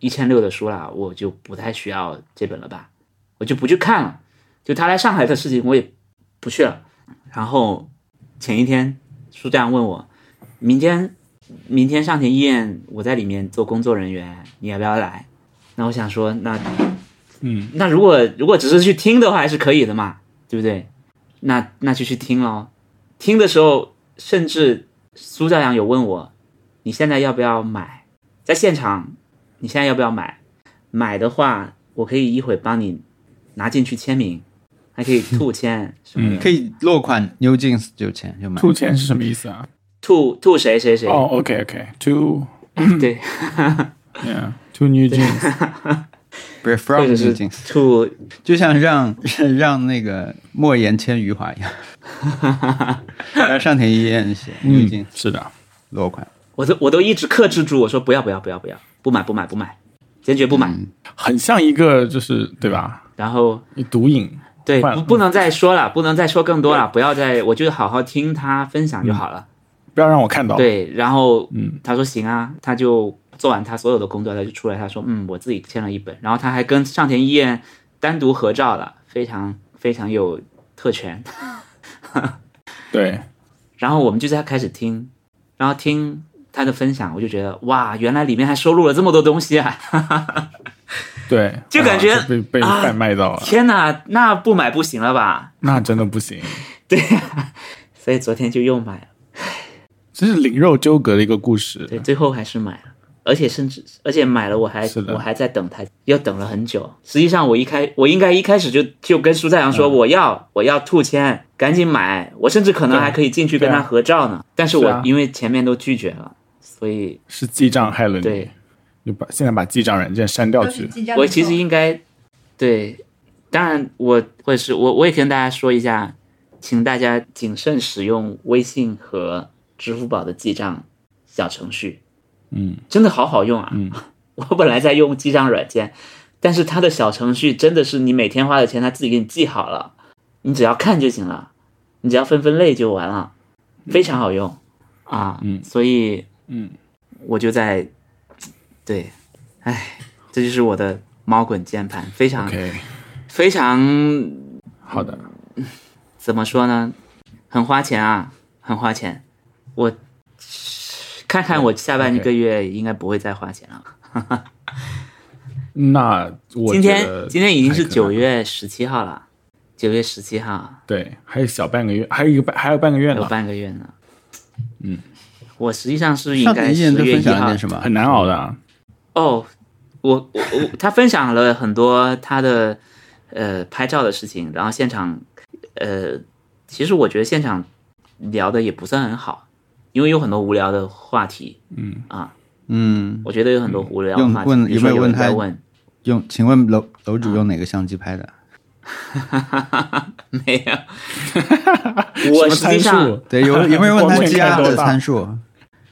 S2: 一千六的书啦，我就不太需要这本了吧，我就不去看了。就他来上海的事情，我也不去了。然后前一天书站问我，明天明天上田医院我在里面做工作人员，你要不要来？那我想说，那
S1: 嗯，
S2: 那如果如果只是去听的话，还是可以的嘛，对不对？那那就去听咯。听的时候，甚至苏兆阳有问我，你现在要不要买？在现场，你现在要不要买？买的话，我可以一会帮你拿进去签名，还可以吐签什么的。
S3: 嗯可以落款 New Jeans 就钱就买。
S1: 吐钱是什么意思啊？
S2: 吐吐谁谁谁？
S1: 哦，OK，OK，Two，
S2: 对，
S1: Yeah，Two New Jeans，
S3: 不是 from
S2: 或者
S3: New
S2: 是
S3: Jeans，
S2: 吐
S3: 就像让让那个莫言签余华
S2: (laughs)
S3: 一样，让上田一彦写 New
S1: 嗯
S3: Jeans，
S1: 是的，
S3: 落款。
S2: 我都我都一直克制住，我说不要不要不要不要，不买不买不买，坚决不买。
S1: 很像一个就是对吧？
S2: 然后
S1: 你毒瘾，
S2: 对，
S1: 换
S2: 不不能再说了，不能再说更多了，不要再，我就好好听他分享就好了。
S1: 不要让我看到，
S2: 对，然后
S1: 嗯
S2: 他说行啊，他就做完他所有的工作，他就出来，他说嗯，我自己签了一本，然后他还跟上田医院单独合照了，非常非常有特权。
S1: 对，
S2: 然后我们就在开始听，然后听他的分享，我就觉得哇，原来里面还收录了这么多东西啊！ (laughs)
S1: 对，
S2: 就感觉
S1: 哇被被
S2: 啊
S1: 贩卖到了，
S2: 天哪，那不买不行了吧？ (laughs)
S1: 那真的不行，
S2: 对呀、所以昨天就又买了，
S1: 这是灵肉纠葛的一个故事，
S2: 对，最后还是买了。而且甚至，而且买了，我还
S1: 是的
S2: 我还在等他，要等了很久。实际上，我一开我应该一开始就就跟舒赞阳
S1: 嗯
S2: 说，我要我要兔签，赶紧买。我甚至可能
S1: 对
S2: 还可以进去跟
S1: 对啊
S2: 他合照呢。但是
S1: 是
S2: 我
S1: 啊
S2: 因为前面都拒绝了，所以
S1: 是记账害了你
S2: 对，
S1: 你把现在把记账软件删掉
S4: 都是
S1: 去，
S4: 记账的
S2: 我其实嗯
S4: 时候
S2: 应该，对，当然我会是我我也跟大家说一下，请大家谨慎使用微信和支付宝的记账小程序，
S1: 嗯
S2: 真的好好用啊！
S1: 嗯，
S2: (laughs) 我本来在用记账软件，但是它的小程序真的是你每天花的钱，它自己给你记好了，你只要看就行了，你只要分分类就完了，非常好用啊！
S1: 嗯
S2: 所以
S1: 嗯，
S2: 我就在，对，哎，这就是我的猫滚键盘，非常
S1: OK，
S2: 非常
S1: 好的，
S2: 怎么说呢，很花钱啊，很花钱。我看看我下半
S1: OK
S2: 一个月应该不会再花钱了。
S1: 那我
S2: 今
S1: 觉
S2: 天
S1: 得
S2: 今天已经是
S1: 还可以
S2: 九月十七号了，九月十七号啊
S1: 对，还有小半个月，还有一个半还有半个月
S2: 还有
S1: 呢，
S2: 半个月呢。
S1: 嗯，
S2: 我实际上是应
S3: 上
S2: 该
S3: 田一
S2: 十
S3: 彦都
S2: 月
S3: 分
S2: 一
S3: 享了
S2: 号
S3: 点什么？
S1: 很难熬的
S3: 嗯
S1: 啊，
S2: 哦，我我我，他分享了很多他的呃拍照的事情，然后现场呃，其实我觉得现场聊的也不算很好，因为有很多无聊的话题，
S1: 嗯
S2: 啊，
S3: 嗯，
S2: 我觉得有很多无聊的
S3: 用
S2: 话题。
S3: 问
S2: 比如
S3: 有
S2: 说
S3: 没有
S2: 有
S3: 问
S2: 人在
S3: 他 (laughs)
S2: 问？
S3: 用请问楼楼主用哪个相机拍的？
S2: 没有，
S3: (laughs)
S2: (laughs) 我实
S1: 什么参
S2: 际上
S1: 数
S3: 对，有有没有人问
S1: (laughs) 光
S3: 他
S1: 圈
S3: GR
S1: 开多
S3: 的
S1: 大
S3: 参数？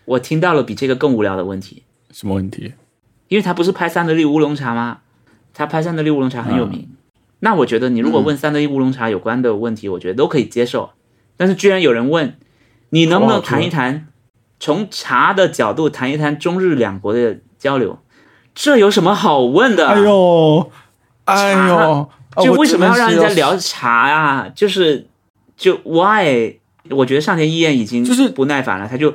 S2: 我听到了比这个更无聊的问题，
S1: 什么问题？
S2: 因为他不是拍三得利乌龙茶吗？他拍三得利乌龙茶很有名。那我觉得你如果问三得利乌龙茶有关的问题，我觉得都可以接受。但是居然有人问，你能不
S1: 好
S2: 能
S1: 不好喝
S2: 谈一谈，从茶的角度谈一谈中日两国的交流？这有什么好问的？
S1: 哎呦，哎呦，啊
S2: 就
S1: 我
S2: 啊为什么要
S1: 真的
S2: 让
S1: 是
S2: 人家聊茶啊？就是就 why？我觉得上田一彦已经
S1: 就是
S2: 不耐烦了，他就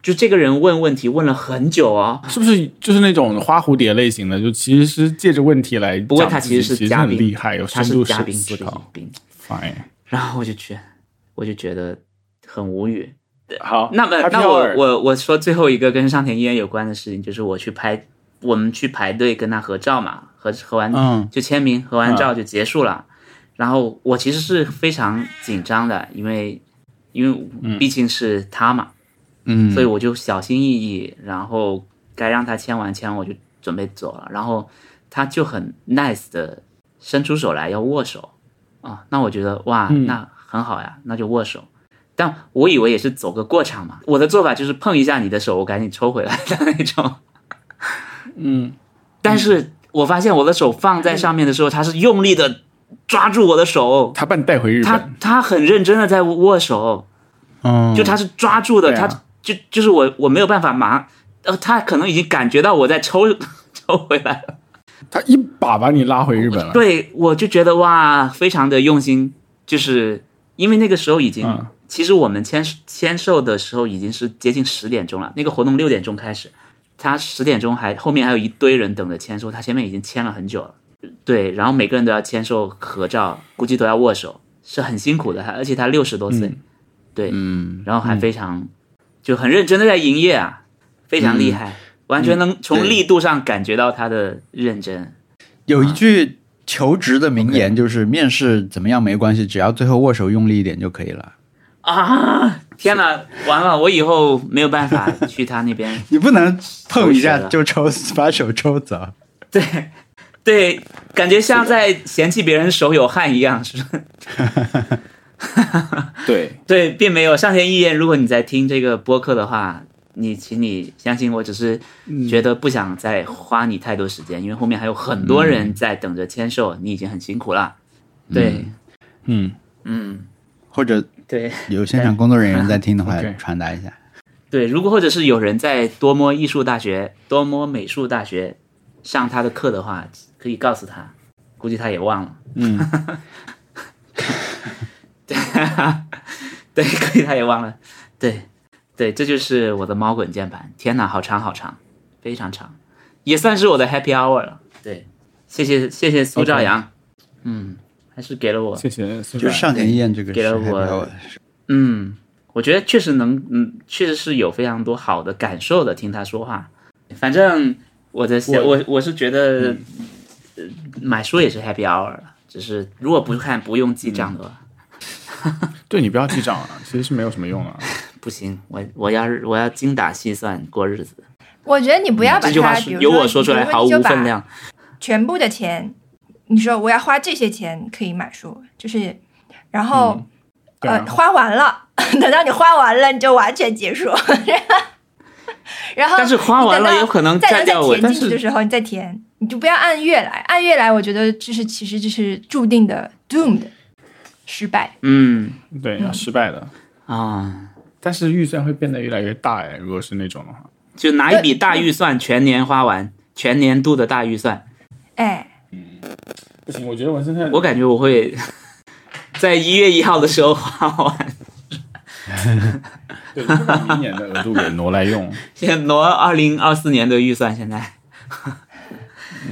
S2: 就这个人问问题问了很久哦。
S1: 是不是就是那种花蝴蝶类型的？就其实是借着问题来讲自己，
S2: 不过他其实是嘉
S1: 很
S2: 宾，
S1: 厉害，有
S2: 他
S1: 深
S2: 是
S1: 度
S2: 嘉
S1: 思
S2: 宾不
S1: 思
S2: 是迎
S1: 考。
S2: 宾。
S1: Fine，
S2: 然后我就觉我就觉得很无语。
S1: 好，
S2: 那么
S1: Happy
S2: 那我
S1: hour
S2: 我我说最后一个跟上田一彦有关的事情，就是我去拍，我们去排队跟他合照嘛，合合完、
S3: 嗯
S2: 就签名，合完照就结束了。然后我其实是非常紧张的，因为因为毕竟是他嘛，
S3: 嗯，
S2: 所以我就小心翼翼，然后该让他签完签，我就准备走了。然后他就很 nice 的伸出手来要握手，啊，那我觉得哇，
S1: 嗯
S2: 那很好呀，那就握手。但我以为也是走个过场嘛，我的做法就是碰一下你的手，我赶紧抽回来的那种。
S1: 嗯，
S2: 但是我发现我的手放在上面的时候，他是用力的抓住我的手，
S1: 他把你带回日
S2: 他
S1: 本，
S2: 他很认真的在握手。
S3: 嗯，
S2: 就他是抓住的，
S1: 对啊
S2: 他就就是我我没有办法马，呃，他可能已经感觉到我在抽 (laughs) 抽回来了，
S1: 他一把把你拉回日本了。
S2: 对我就觉得哇，非常的用心，就是因为那个时候已经，
S1: 嗯
S2: 其实我们签签售的时候已经是接近十点钟了，那个活动六点钟开始，他十点钟还后面还有一堆人等着签售，他前面已经签了很久了，对，然后每个人都要签售合照，估计都要握手，是很辛苦的，他而且他六十多岁，
S1: 嗯
S2: 对，
S3: 嗯，
S2: 然后还非常、就很认真的在营业啊，非
S1: 嗯
S2: 常厉害，完全能从
S3: 对
S2: 力度上感觉到他的认真。
S3: 有一句求职的名言就是面试怎么样没关系，只要最后握手用力一点就可以了。
S2: 啊！天哪，完了，我以后没有办法去他那边。
S3: 你不能碰一下
S2: 求职啊
S3: 就抽，把手抽走。
S2: 对，对，感觉像在嫌弃别人手有汗一样，是吧？ (laughs)
S1: 对，
S2: 对，并没有上天意愿。如果你在听这个播客的话，你请你相信我，只是觉得不想再花你太多时间，因为后面还有很多人在等着签售，你已经很辛苦了。对，
S1: 嗯，
S2: 嗯，
S3: 或者
S2: 对。
S3: 有现场工作人员在听的话
S1: OK，
S3: 传达一下。
S2: 对，如果或者是有人在多摩艺术大学、多摩美术大学上他的课的话，可以告诉他，估计他也忘了。
S1: 嗯，
S2: 对， (laughs) 对，估计他也忘了。对，对，这就是我的猫滚键盘。天哪，好长好长，非常长，也算是我的 Happy Hour 了。对，谢谢谢谢苏兆阳嗯，还是给了我
S1: 谢谢苏
S3: 就
S1: 然。
S3: 是上田医院这个
S2: 给
S3: 是
S2: 了
S3: 还比较
S2: 我嗯，我觉得确实能，嗯，确实是有非常多好的感受的。听他说话，反正我的我我我是觉得、
S4: 嗯
S2: 呃，买书也是 happy hour 了，只是如果不看不用记账
S4: 嗯
S2: 的话，
S1: 对你不要记账啊，其实是没有什么用啊。
S2: 不行，我我要是我要精打细算过日子。
S4: 我觉得你不要把
S2: 这句话
S4: 它，
S2: 是
S4: 比如
S2: 由我说出来
S4: 比如
S2: 毫无
S4: 你就把
S2: 分量。
S4: 全部的钱，你说我要花这些钱可以买书，就是，然后、
S2: 嗯
S3: 嗯
S1: 对啊
S4: 呃花完了， (laughs) 等到你花完了你就完全结束， (laughs) 然后
S2: 但是花完了
S4: 你等到
S2: 有可能
S4: 再
S2: 占掉我
S4: 再填
S2: 但
S4: 进去
S2: 是
S4: 的时候你再填，你就不要按月来，按月来我觉得这是其实这是注定的 doomed 失败，
S2: 嗯
S1: 对，要失败的。
S2: 啊，
S1: 但是预算会变得越来越大哎，如果是那种的话，
S2: 就拿一笔大预算全年花完，全年度的大预算。
S4: 哎，
S1: 不行，我觉得我现在
S2: 我感觉我会 (laughs) 在一月一号的时候花完，
S1: 对，就把明年的额度给挪来用。
S2: 现在挪二零二四年的预算。现在
S1: (laughs)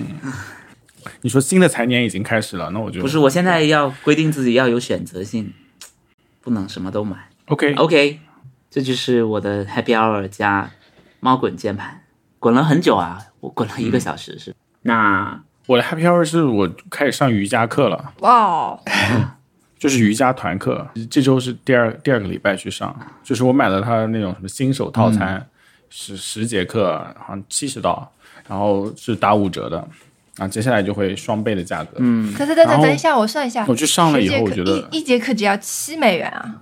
S1: 你说新的财年已经开始了，那我就
S2: 不是，我现在要规定自己要有选择性，不能什么都买。
S1: OK
S2: OK，这就是我的 Happy Hour 加猫滚键盘，滚了很久啊，我滚了一个小时、
S1: 嗯
S2: 是。那
S1: 我的 Happy Hour 是我开始上瑜伽课了，
S4: 哇哦，
S1: 就是瑜伽团课，这周是第二第二个礼拜去上，就是我买了他那种什么新手套餐，十十节课，好像七十刀，然后是打五折的，啊，接下来就会双倍的价格。嗯，
S4: 等等等
S1: 然
S4: 等，
S1: 后
S4: 等一下，我算一下，
S1: 我去上了以后
S4: 十节
S1: 我
S4: 课
S1: 觉得
S4: 一一节课只要七美元啊，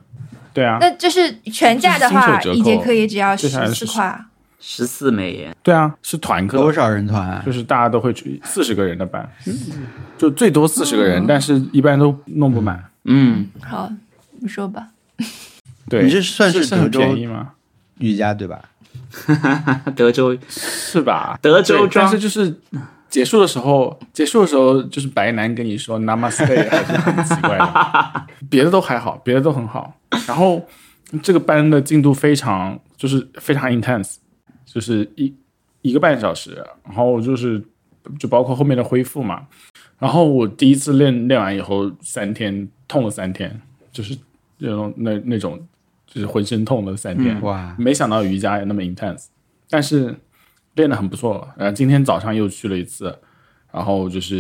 S1: 对啊，
S4: 那就是全价的话，
S1: 就是
S4: 一
S1: 新手折扣
S4: 节课也只要
S1: 接
S4: 十
S1: 下来是
S4: 四块啊。
S2: 十四美元，
S1: 对啊，是团课，
S3: 多少人团啊？
S1: 就是大家都会去四十个人的班，就最多四十个人，但是一般都弄不满。
S2: 嗯，
S4: 好，你说吧。
S1: 对，
S3: 你是算是
S1: 是很
S3: 德州
S1: 便宜吗？
S3: 瑜伽对吧？
S2: 德州
S1: 是吧？
S2: 德州
S1: 对
S2: 庄
S1: 但是就是结束的时候，结束的时候就是白男跟你说 Namaste，还是很奇怪的。呃别的都还好，别的都很好。然后这个班的进度非常就是非常 intense，就是一一个半小时，然后就是就包括后面的恢复嘛。然后我第一次练练完以后，三天痛了三天，就是那种那那种就是浑身痛了三天。
S3: 哇，
S1: 没想到瑜伽也那么 intense，但是练得很不错了。然后今天早上又去了一次，然后就是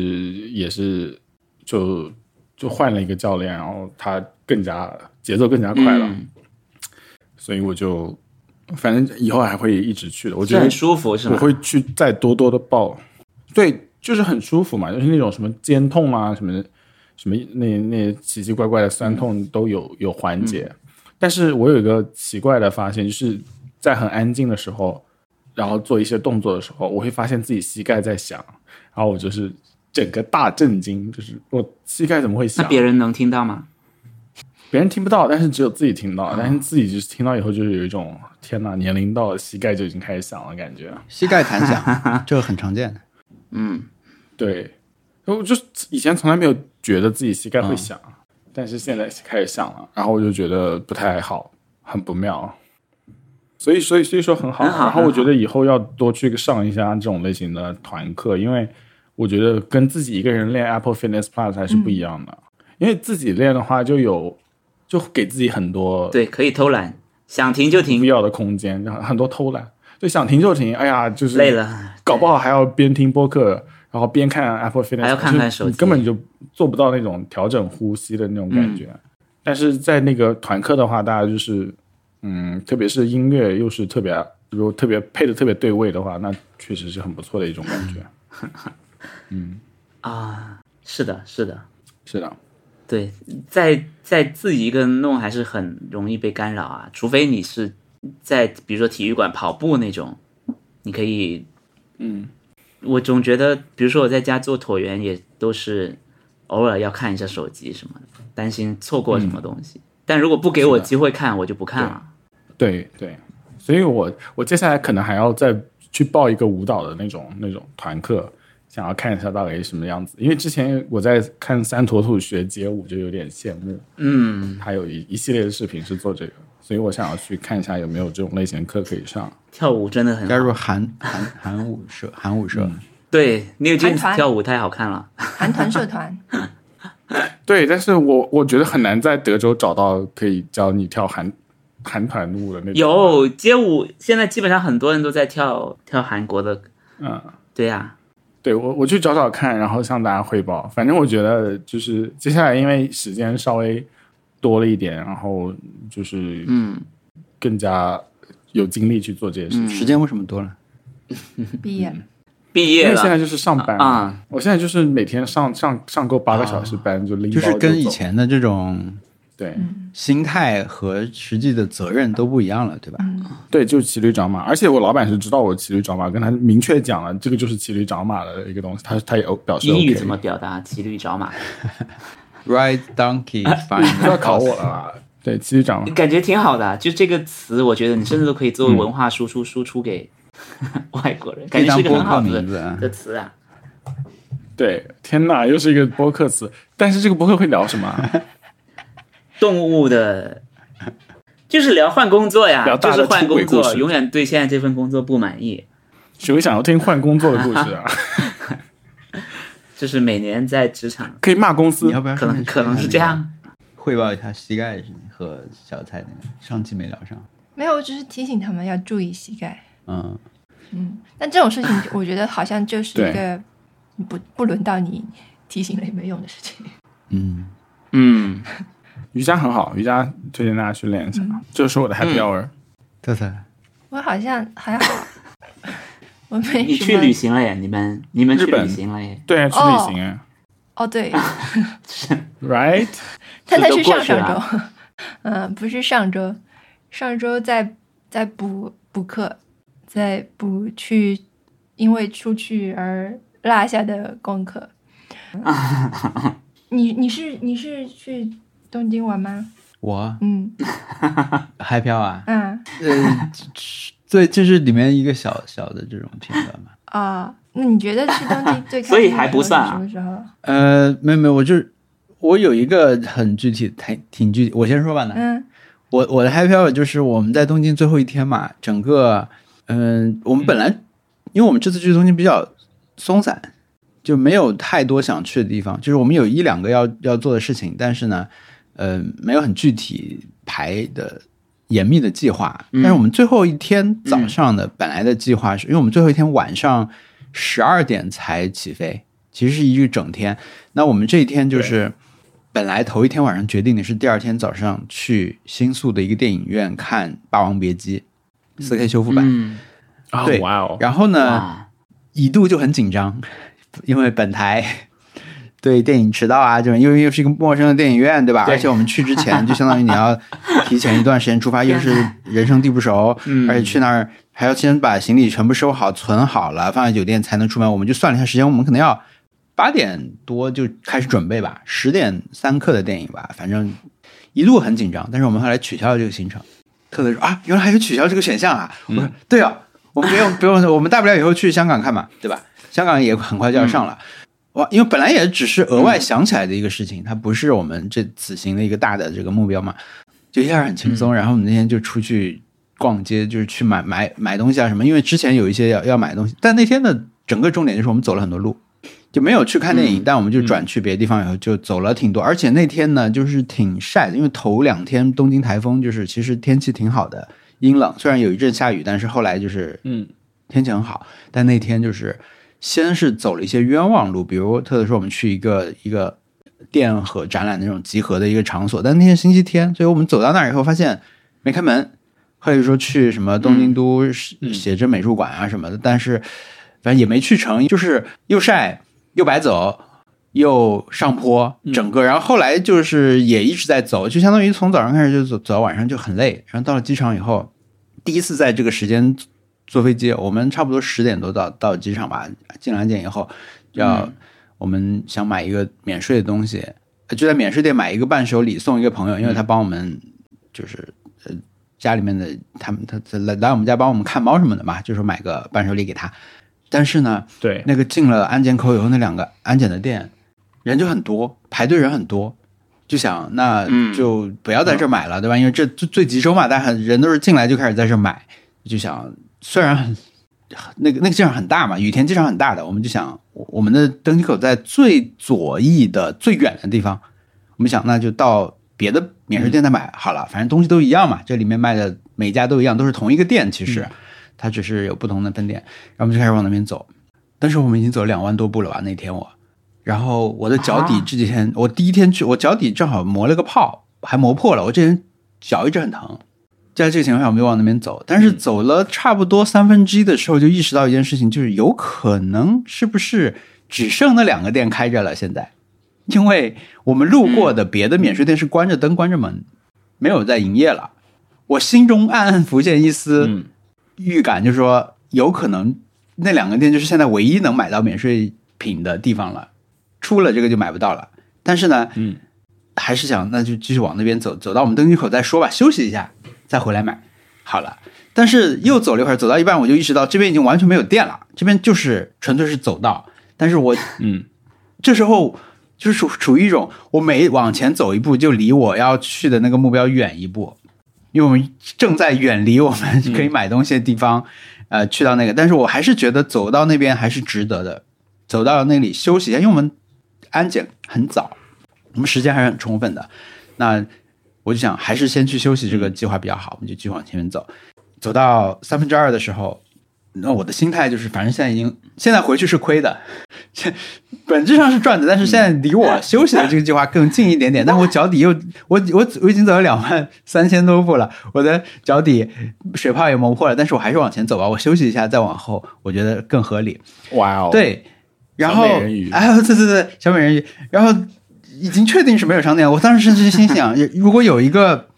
S1: 也是就就换了一个教练，然后他更加节奏更加快了，
S2: 嗯
S1: 所以我就反正以后还会一直去的。我觉
S2: 是
S1: 得
S2: 很舒服是
S1: 我
S2: 吗？
S1: 会去再多多的报，对，就是很舒服嘛，就是那种什么肩痛啊，什么什么那那奇奇怪怪的酸痛都有有缓解。
S2: 嗯
S1: 但是我有一个奇怪的发现，就是在很安静的时候，然后做一些动作的时候，我会发现自己膝盖在响，然后我就是整个大震惊，就是我膝盖怎么会响
S2: 那？别人能听到吗？
S1: 别人听不到，但是只有自己听
S2: 啊
S1: 到，但是自己就是听到以后，就是有一种天呐，年龄到了，膝盖就已经开始响了感觉。
S3: 膝盖弹 (laughs) 响，这个很常见。
S2: 嗯，
S1: 对，然后我就以前从来没有觉得自己膝盖
S2: 嗯
S1: 会响，但是现在开始响了，然后我就觉得不太好，很不妙。所以，所以，所以说很好。啊
S2: 很好
S1: 然后我
S2: 很好
S1: 觉得以后要多去上一下这种类型的团课，因为我觉得跟自己一个人练 Apple Fitness Plus 还是
S2: 嗯
S1: 不一样的。因为自己练的话，就有就给自己很多
S2: 对，可以偷懒，想停就
S1: 不
S2: 停，
S1: 要的空间，然后很多偷懒，就想停就停。哎呀，就是
S2: 累了
S1: 搞不好还要边听播客，然后边看 Apple Fitness，
S2: 还要看看
S1: 就是
S2: 手机
S1: 你根本就做不到那种调整呼吸的那种感
S2: 嗯
S1: 觉。但是在那个团课的话，大家就是，嗯，特别是音乐又是特别，如果特别配的特别对位的话，那确实是很不错的一种感觉。
S2: 嗯啊，是的，是的，
S1: 是的，
S2: 对，在在自己一个人弄还是很容易被干扰啊，除非你是在比如说体育馆跑步那种，你可以，嗯，我总觉得，比如说我在家做椭圆也都是偶尔要看一下手机什么的，担心错过什么东
S1: 嗯
S2: 西。但如果不给我机会看，我就不看了。
S1: 对对，所以我我接下来可能还要再去报一个舞蹈的那种那种团课，想要看一下到底是什么样子。因为之前我在看三坨兔学街舞，就有点羡慕。嗯，他有一一系列的视频是做这个，所以我想要去看一下有没有这种类型的课可以上。
S2: 跳舞真的很
S3: 加
S2: 好，
S3: 入韩韩韩舞社，韩舞社，
S2: 对，New
S4: 韩
S2: Jeans
S4: 团
S2: 跳舞太好看了。
S4: 韩团社
S1: (laughs)
S4: 团，
S1: 对，但是我我觉得很难在德州找到可以教你跳韩韩团舞的那种。，
S2: 有街舞，现在基本上很多人都在跳跳韩国的，
S1: 嗯。
S2: 对呀、
S1: 对我，我去找找看，然后向大家汇报。反正我觉得就是接下来，因为时间稍微多了一点，然后就是
S2: 嗯，
S1: 更加有精力去做这些事情。
S3: 时间为什么多了？
S4: 毕业了。
S1: 嗯
S2: 毕
S1: 因
S2: 业
S1: 为
S2: 了
S1: 现在就是上班嘛
S2: 啊
S1: 我现在就是每天上上上够八个小时班，就拎包
S3: 就是跟以
S1: 走
S3: 前的这种
S1: 对、
S3: 心态和实际的责任都不一样了，对吧？
S1: 对，就是骑驴找马。而且我老板是知道我骑驴找马，跟他明确讲了，这个就是骑驴找马的一个东西，他他也哦表示 OK。
S2: 英语怎么表达？骑驴找马，
S3: Ride donkey
S1: (laughs) 不
S3: find
S1: 要考我了啊？对，骑驴找马。
S2: 感觉挺好的啊。就这个词，我觉得你甚至都可以作为文化输出输出给 (laughs) 外国人，感觉是一个很好
S3: 可以当播客
S2: 的
S3: 名字啊
S2: 的词啊。
S1: 对，天哪，又是一个播客词。但是这个播客会聊什么啊？
S2: 动物的，就是聊换工作呀，
S1: 聊
S2: 就
S1: 大
S2: 是
S1: 的
S2: 换
S1: 出轨
S2: 工
S1: 故事
S2: 作，永远对现在这份工作不满意。
S1: 谁会想要听换工作的故事
S3: (laughs)
S1: 啊？
S2: 就是每年在职场，
S1: 可以骂公
S3: 你
S1: 司
S3: 要，不要
S2: 可 (laughs) 能可能是这样。
S3: 汇报一下膝盖和小蔡那个上期没聊上，
S4: 没有，我只是提醒他们要注意膝盖。
S3: 嗯，
S4: 但这种事情，我觉得好像就是
S1: 对
S4: 一个不不轮到你提醒了也没用的事情。
S3: 嗯，
S2: 嗯，
S3: 嗯
S1: 瑜伽很好，瑜伽推荐大家去练一下，这是我的 happy hour。
S3: 特特，
S4: 我好像
S2: (laughs)
S4: 还好，我没
S2: 你
S4: 什
S2: 去
S4: 么
S2: 旅行了耶，你们你们去
S1: 日本
S2: 旅行了耶，
S1: 对啊，去
S4: 哦
S1: 旅行啊
S4: 哦，对，
S3: 哦
S1: ，right？
S4: 但
S2: 这
S4: 那
S2: 都
S4: 是
S2: 过
S4: 上
S2: 去
S4: 上
S2: 了啊
S4: 周，嗯，不是上周，上周在在补补课，在补去因为出去而落下的功
S2: (laughs)
S4: 课。你你是你是去东京玩吗？
S3: 我
S4: 嗯
S3: 嗨飘啊，
S4: 嗯
S3: 呃，对，就是里面一个小小的这种片段嘛。
S4: 啊，那你觉得去东
S2: (laughs)
S4: 京最开
S2: 所以
S4: 心的
S2: 还不
S4: 时候是
S2: 算啊
S4: 什么时候？
S3: 呃，没有没有，我就是我有一个很具体，挺挺具体，我先说吧呢。
S4: 嗯
S3: 我我的 happy hour 就是我们在东京最后一天嘛，整个嗯、我们本来因为我们这次去东京比较松散，就没有太多想去的地方，就是我们有一两个要要做的事情，但是呢，呃，没有很具体排的严密的计划。但是我们最后一天早上的本来的计划是，因为我们最后一天晚上十二点才起飞，其实是一个整天。那我们这一天就是本来头一天晚上决定的是第二天早上去新宿的一个电影院看《霸王别姬》四 K 修复版，
S2: 嗯，呃
S1: 啊
S3: 对，
S1: 哇哦，
S3: 然后呢？
S2: 哇，
S3: 一度就很紧张， (laughs) 因为本台 (laughs) 对电影迟到啊，就是因为又是一个陌生的电影院，对吧？
S2: 对
S3: 而且我们去之前就相当于你要提前一段时间出发，又是人生地不熟，而且去那儿还要先把行李全部收好、存好了，放在酒店才能出门。我们就算了一下时间，我们可能要八点多就开始准备吧，十点三刻的电影吧，反正一度很紧张。但是我们后来取消了这个行程。特特说啊，原来还有取消这个选项啊！我说对啊，我们不用不用，我们大不了以后去香港看嘛，对吧？香港也很快就要上了。哇，因为本来也只是额外想起来的一个事情，它不是我们这此行的一个大的这个目标嘛，就一下很轻松。然后我们那天就出去逛街，就是去买买买东西啊什么，因为之前有一些要要买东西，但那天的整个重点就是我们走了很多路，就没有去看电影，但我们就转去别的地方以后就走了挺多，而且那天呢就是挺晒的，因为头两天东京台风就是其实天气挺好的，阴冷，虽然有一阵下雨，但是后来就是
S1: 嗯，
S3: 天气很好，但那天就是先是走了一些冤枉路，比如特特说我们去一个一个店和展览那种集合的一个场所，但那天星期天，所以我们走到那儿以后发现没开门，或者说去什么东京都写写真美术馆啊什么的，但是反正也没去成，就是又晒又白走。又上坡，整个，然后后来就是也一直在走，就相当于从早上开始就走，走到晚上就很累。然后到了机场以后，第一次在这个时间坐飞机，我们差不多十点多到到机场吧，进了安检以后，要、我们想买一个免税的东西，呃就在免税店买一个伴手礼送一个朋友，因为他帮我们就是呃家里面的他们他他来来我们家帮我们看猫什么的嘛，就说买个伴手礼给他。但是呢，
S1: 对，
S3: 那个进了安检口以后，那两个安检的店人就很多，排队人很多，就想那
S2: 嗯
S3: 就不要在这儿买了，对吧？因为这最最集中嘛，大家很人都是进来就开始在这儿买，就想虽然很 (laughs) 那个那个机场很大嘛，羽田机场很大的，我们就想我我们的登机口在最左翼的最远的地方，我们想那就到别的免税店再买好了，反正东西都一样嘛，这里面卖的每家都一样，都是同一个店，其实、它只是有不同的分店，然后我们就开始往那边走。但是我们已经走两万多步了吧？那天我，然后我的脚底
S2: 啊
S3: 这几天，我第一天去，我脚底正好磨了个泡，还磨破了，我这人脚一直很疼。在这个情况下，我们就往那边走，但是走了差不多三分之一的时候，就意识到一件事情，就是有可能是不是只剩那两个店开着了？现在，因为我们路过的别的免税店是关着灯、关着门，没有在营业了。我心中暗暗浮现一丝
S1: 嗯
S3: 预感，就是说有可能那两个店就是现在唯一能买到免税品的地方了，出了这个就买不到了。但是呢，
S1: 嗯，
S3: 还是想那就继续往那边走，走到我们登机口再说吧，休息一下再回来买好了。但是又走了一会儿，走到一半我就意识到这边已经完全没有店了，这边就是纯粹是走道。但是我
S1: 嗯，
S3: 这时候就是处处于一种我每往前走一步，就离我要去的那个目标远一步，因为我们正在远离我们可以买东西的地方，呃，去到那个，但是我还是觉得走到那边还是值得的，走到那里休息一下，因为我们安检很早，我们时间还是很充分的，那我就想还是先去休息这个计划比较好，我们就继续往前面走，走到三分之二的时候，那我的心态就是，反正现在已经现在回去是亏的，现本质上是赚的，但是现在离我休息的这个计划更近一点点。但我脚底又我我我已经走了两万三千多步了，我的脚底水泡也磨破了，但是我还是往前走吧，我休息一下再往后，我觉得更合理。
S1: 哇哦，，
S3: 对，然后
S1: 小美人鱼
S3: 哎，对对对，小美人鱼，然后已经确定是没有商店。我当时甚至心想，如果有一个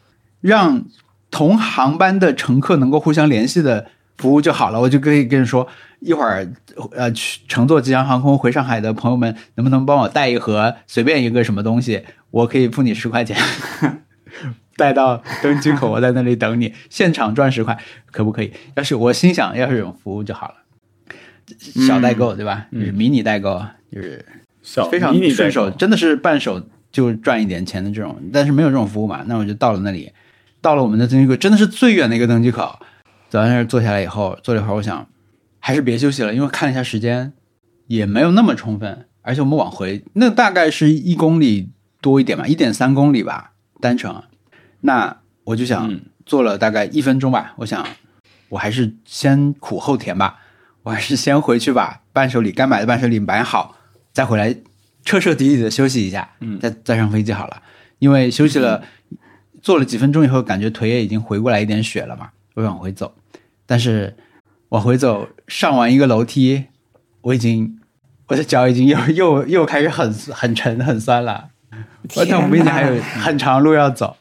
S3: 让同航班的乘客能够互相联系的服务就好了，我就可以跟你说，一会儿呃去乘坐吉祥航空回上海的朋友们，能不能帮我带一盒随便一个什么东西，我可以付你十块钱。 (laughs) 带到登机口，我在那里等你，现场赚十块，可不可以？要是我心想，要是有服务就好了。小代购对吧？就是迷你代购，就是
S1: 小
S3: 非常
S1: 迷你代
S3: 顺手，
S1: 购
S3: 真的是半手就赚一点钱的这种，但是没有这种服务嘛。那我就到了那里，到了我们的登机口，真的是最远的一个登机口。走到那儿坐下来以后，坐了一会儿，我想还是别休息了，因为看了一下时间，也没有那么充分，而且我们往回那大概是一公里多一点吧，一点三公里吧，单程。那我就想
S1: 嗯
S3: 坐了大概一分钟吧，我想我还是先苦后甜吧，我还是先回去把伴手礼该买的伴手礼买好，再回来彻彻底底的休息一下，
S1: 嗯
S3: 再再上飞机好了。因为休息了，坐了几分钟以后，感觉腿也已经回过来一点血了嘛，我就往回走。但是往回走，上完一个楼梯，我已经我的脚已经又 (laughs) 又又开始很很沉很酸了。我但我们已经还有很长路要走，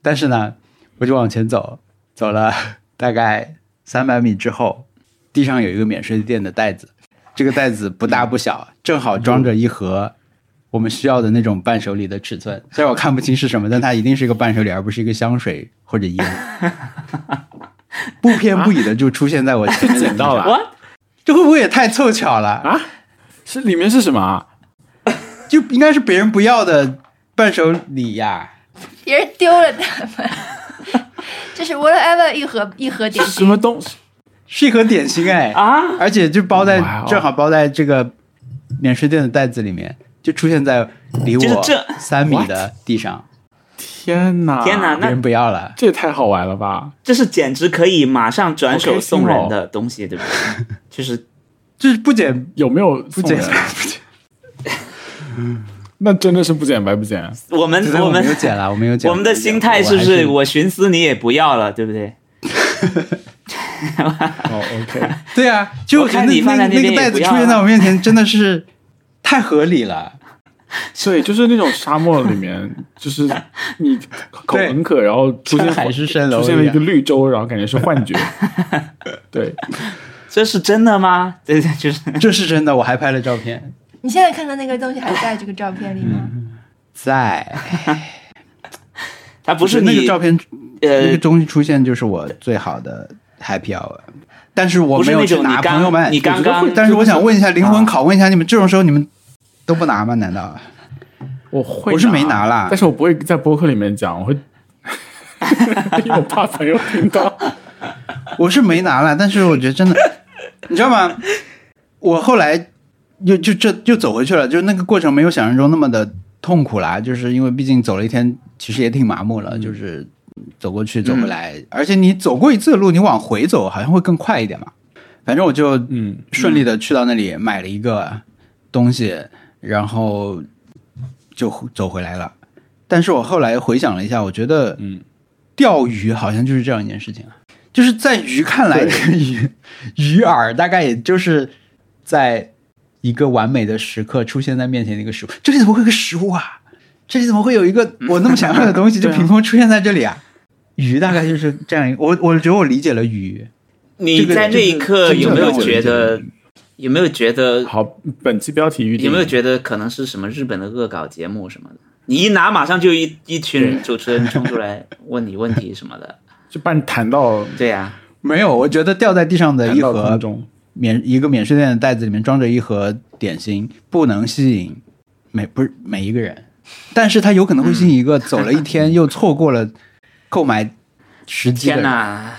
S3: 但是呢，我就往前走，走了 (laughs) 大概三百米之后，地上有一个免税店的袋子，这个袋子不大不小，正好装着一盒我们需要的那种伴手礼的尺
S2: (laughs)
S3: 寸。虽然我看不清是什么，但它一定是一个伴手礼，而不是一个香水或者
S2: (laughs)
S3: 烟。不偏不倚的就出现在我
S2: 啊 (laughs)
S3: 前面，
S1: 捡到了，
S2: What？
S3: 这会不会也太凑巧了？
S1: 是里面是什么啊？
S3: 就应该是别人不要的伴手礼呀。
S4: 别人丢了他们。 (laughs) 这是 whatever 一盒一盒点
S1: 什
S4: 心，
S1: 么东西？
S3: 是一盒点心哎
S2: 啊！
S3: 而且就包在、
S1: 哇哦
S3: 正好包在这个免税店的袋子里面，就出现在离
S2: 就是
S3: 我
S2: 这
S3: 三米的地上，
S1: 天哪！
S2: 天哪
S1: 哪！
S3: 别人不要了。
S1: 这也太好玩了吧！
S2: 这是简直可以马上转手
S1: OK，
S2: 送
S1: 送
S2: 人
S1: 哦
S2: 的东西，对不对？ (laughs) 就是
S3: 就是不减
S1: 有没有
S3: 不
S1: 送
S3: 减
S1: 人？， (laughs) 那真的是不减白不减。
S2: 我们
S3: 对
S2: 我
S3: 我
S2: 们
S3: 没有减了，我没有减。
S2: 我们的心态是不是我寻思你也不要了，对不对？
S1: 哦，OK，
S3: 还是？ (laughs) 对啊，就
S2: 我看
S3: 那
S2: 你放在那
S3: 那那
S2: 边
S3: 个
S2: 也
S3: 袋子
S2: 不要
S3: 出现在
S2: 了
S3: 我面前，真的是太合理了。
S1: 对，就是那种沙漠里面，就是你口
S3: 对
S1: 很渴，然后出现
S3: 像海市蜃楼
S1: 出现了
S3: 一
S1: 一
S3: 样
S1: 个绿洲，然后感觉是 (laughs) 幻觉。对，
S2: 这是真的吗？对对，就是
S3: 这是真的，我还拍了照片，
S4: 你现在看到那个东西还在这个照片里吗？
S3: 在
S2: 它 (laughs) 不是
S3: 那个
S2: 你
S3: 照片，那个
S2: 呃，
S3: 东西出现就是我最好的 happy hour。但是我没有
S2: 不是那
S3: 去
S2: 种
S3: 拿
S2: 你刚
S3: 朋友们，
S2: 你刚刚啊
S3: 我觉得会但是我想问一下，灵魂拷问一下你们，这种时候你们都不拿吗？难道？
S1: 我会，
S3: 我是没拿啦
S1: 但是我不会在播客里面讲，我 (laughs) 会，因为我怕朋友听 (laughs) 到。
S3: (laughs) 我是没拿了，但是我觉得真的，你知道吗？我后来又就这又走回去了，就是那个过程没有想象中那么的痛苦啦，就是因为毕竟走了一天，其实也挺麻木了，就是走过去走回来，而且你走过一次的路，你往回走好像会更快一点嘛。反正我就
S1: 嗯，
S3: 顺利的去到那里买了一个东西，然后就走回来了。但是我后来回想了一下，我觉得，
S1: 嗯，
S3: 钓鱼好像就是这样一件事情啊，就是在鱼看来，这个鱼鱼饵大概也就是在一个完美的时刻出现在面前的一个食物。这里怎么会有个食物啊？这里怎么会有一个我那么想要的 (laughs) 东西就
S1: 对啊
S3: 凭空出现在这里啊？鱼大概就是这样一个，我我觉得我理解了鱼，
S2: 你在那一刻有没有觉得有没有觉得
S1: 好，本期标题预定
S2: 有没有觉得可能是什么日本的恶搞节目什么的？你一拿，马上就一一群主持人冲出来问你问题什么
S3: (laughs)
S2: 的。
S1: 就把你弹到
S2: 对呀、
S3: 没有，我觉得掉在地上的
S1: 弹
S3: 一
S1: 到
S3: 盒
S1: 空
S3: (laughs)
S1: 中？
S3: 免一个免税店的袋子里面装着一盒点心，不能吸引每不是每一个人，但是它有可能会吸引一个走了一天又错过了购买时机的
S2: 天
S3: 人，
S2: 哪，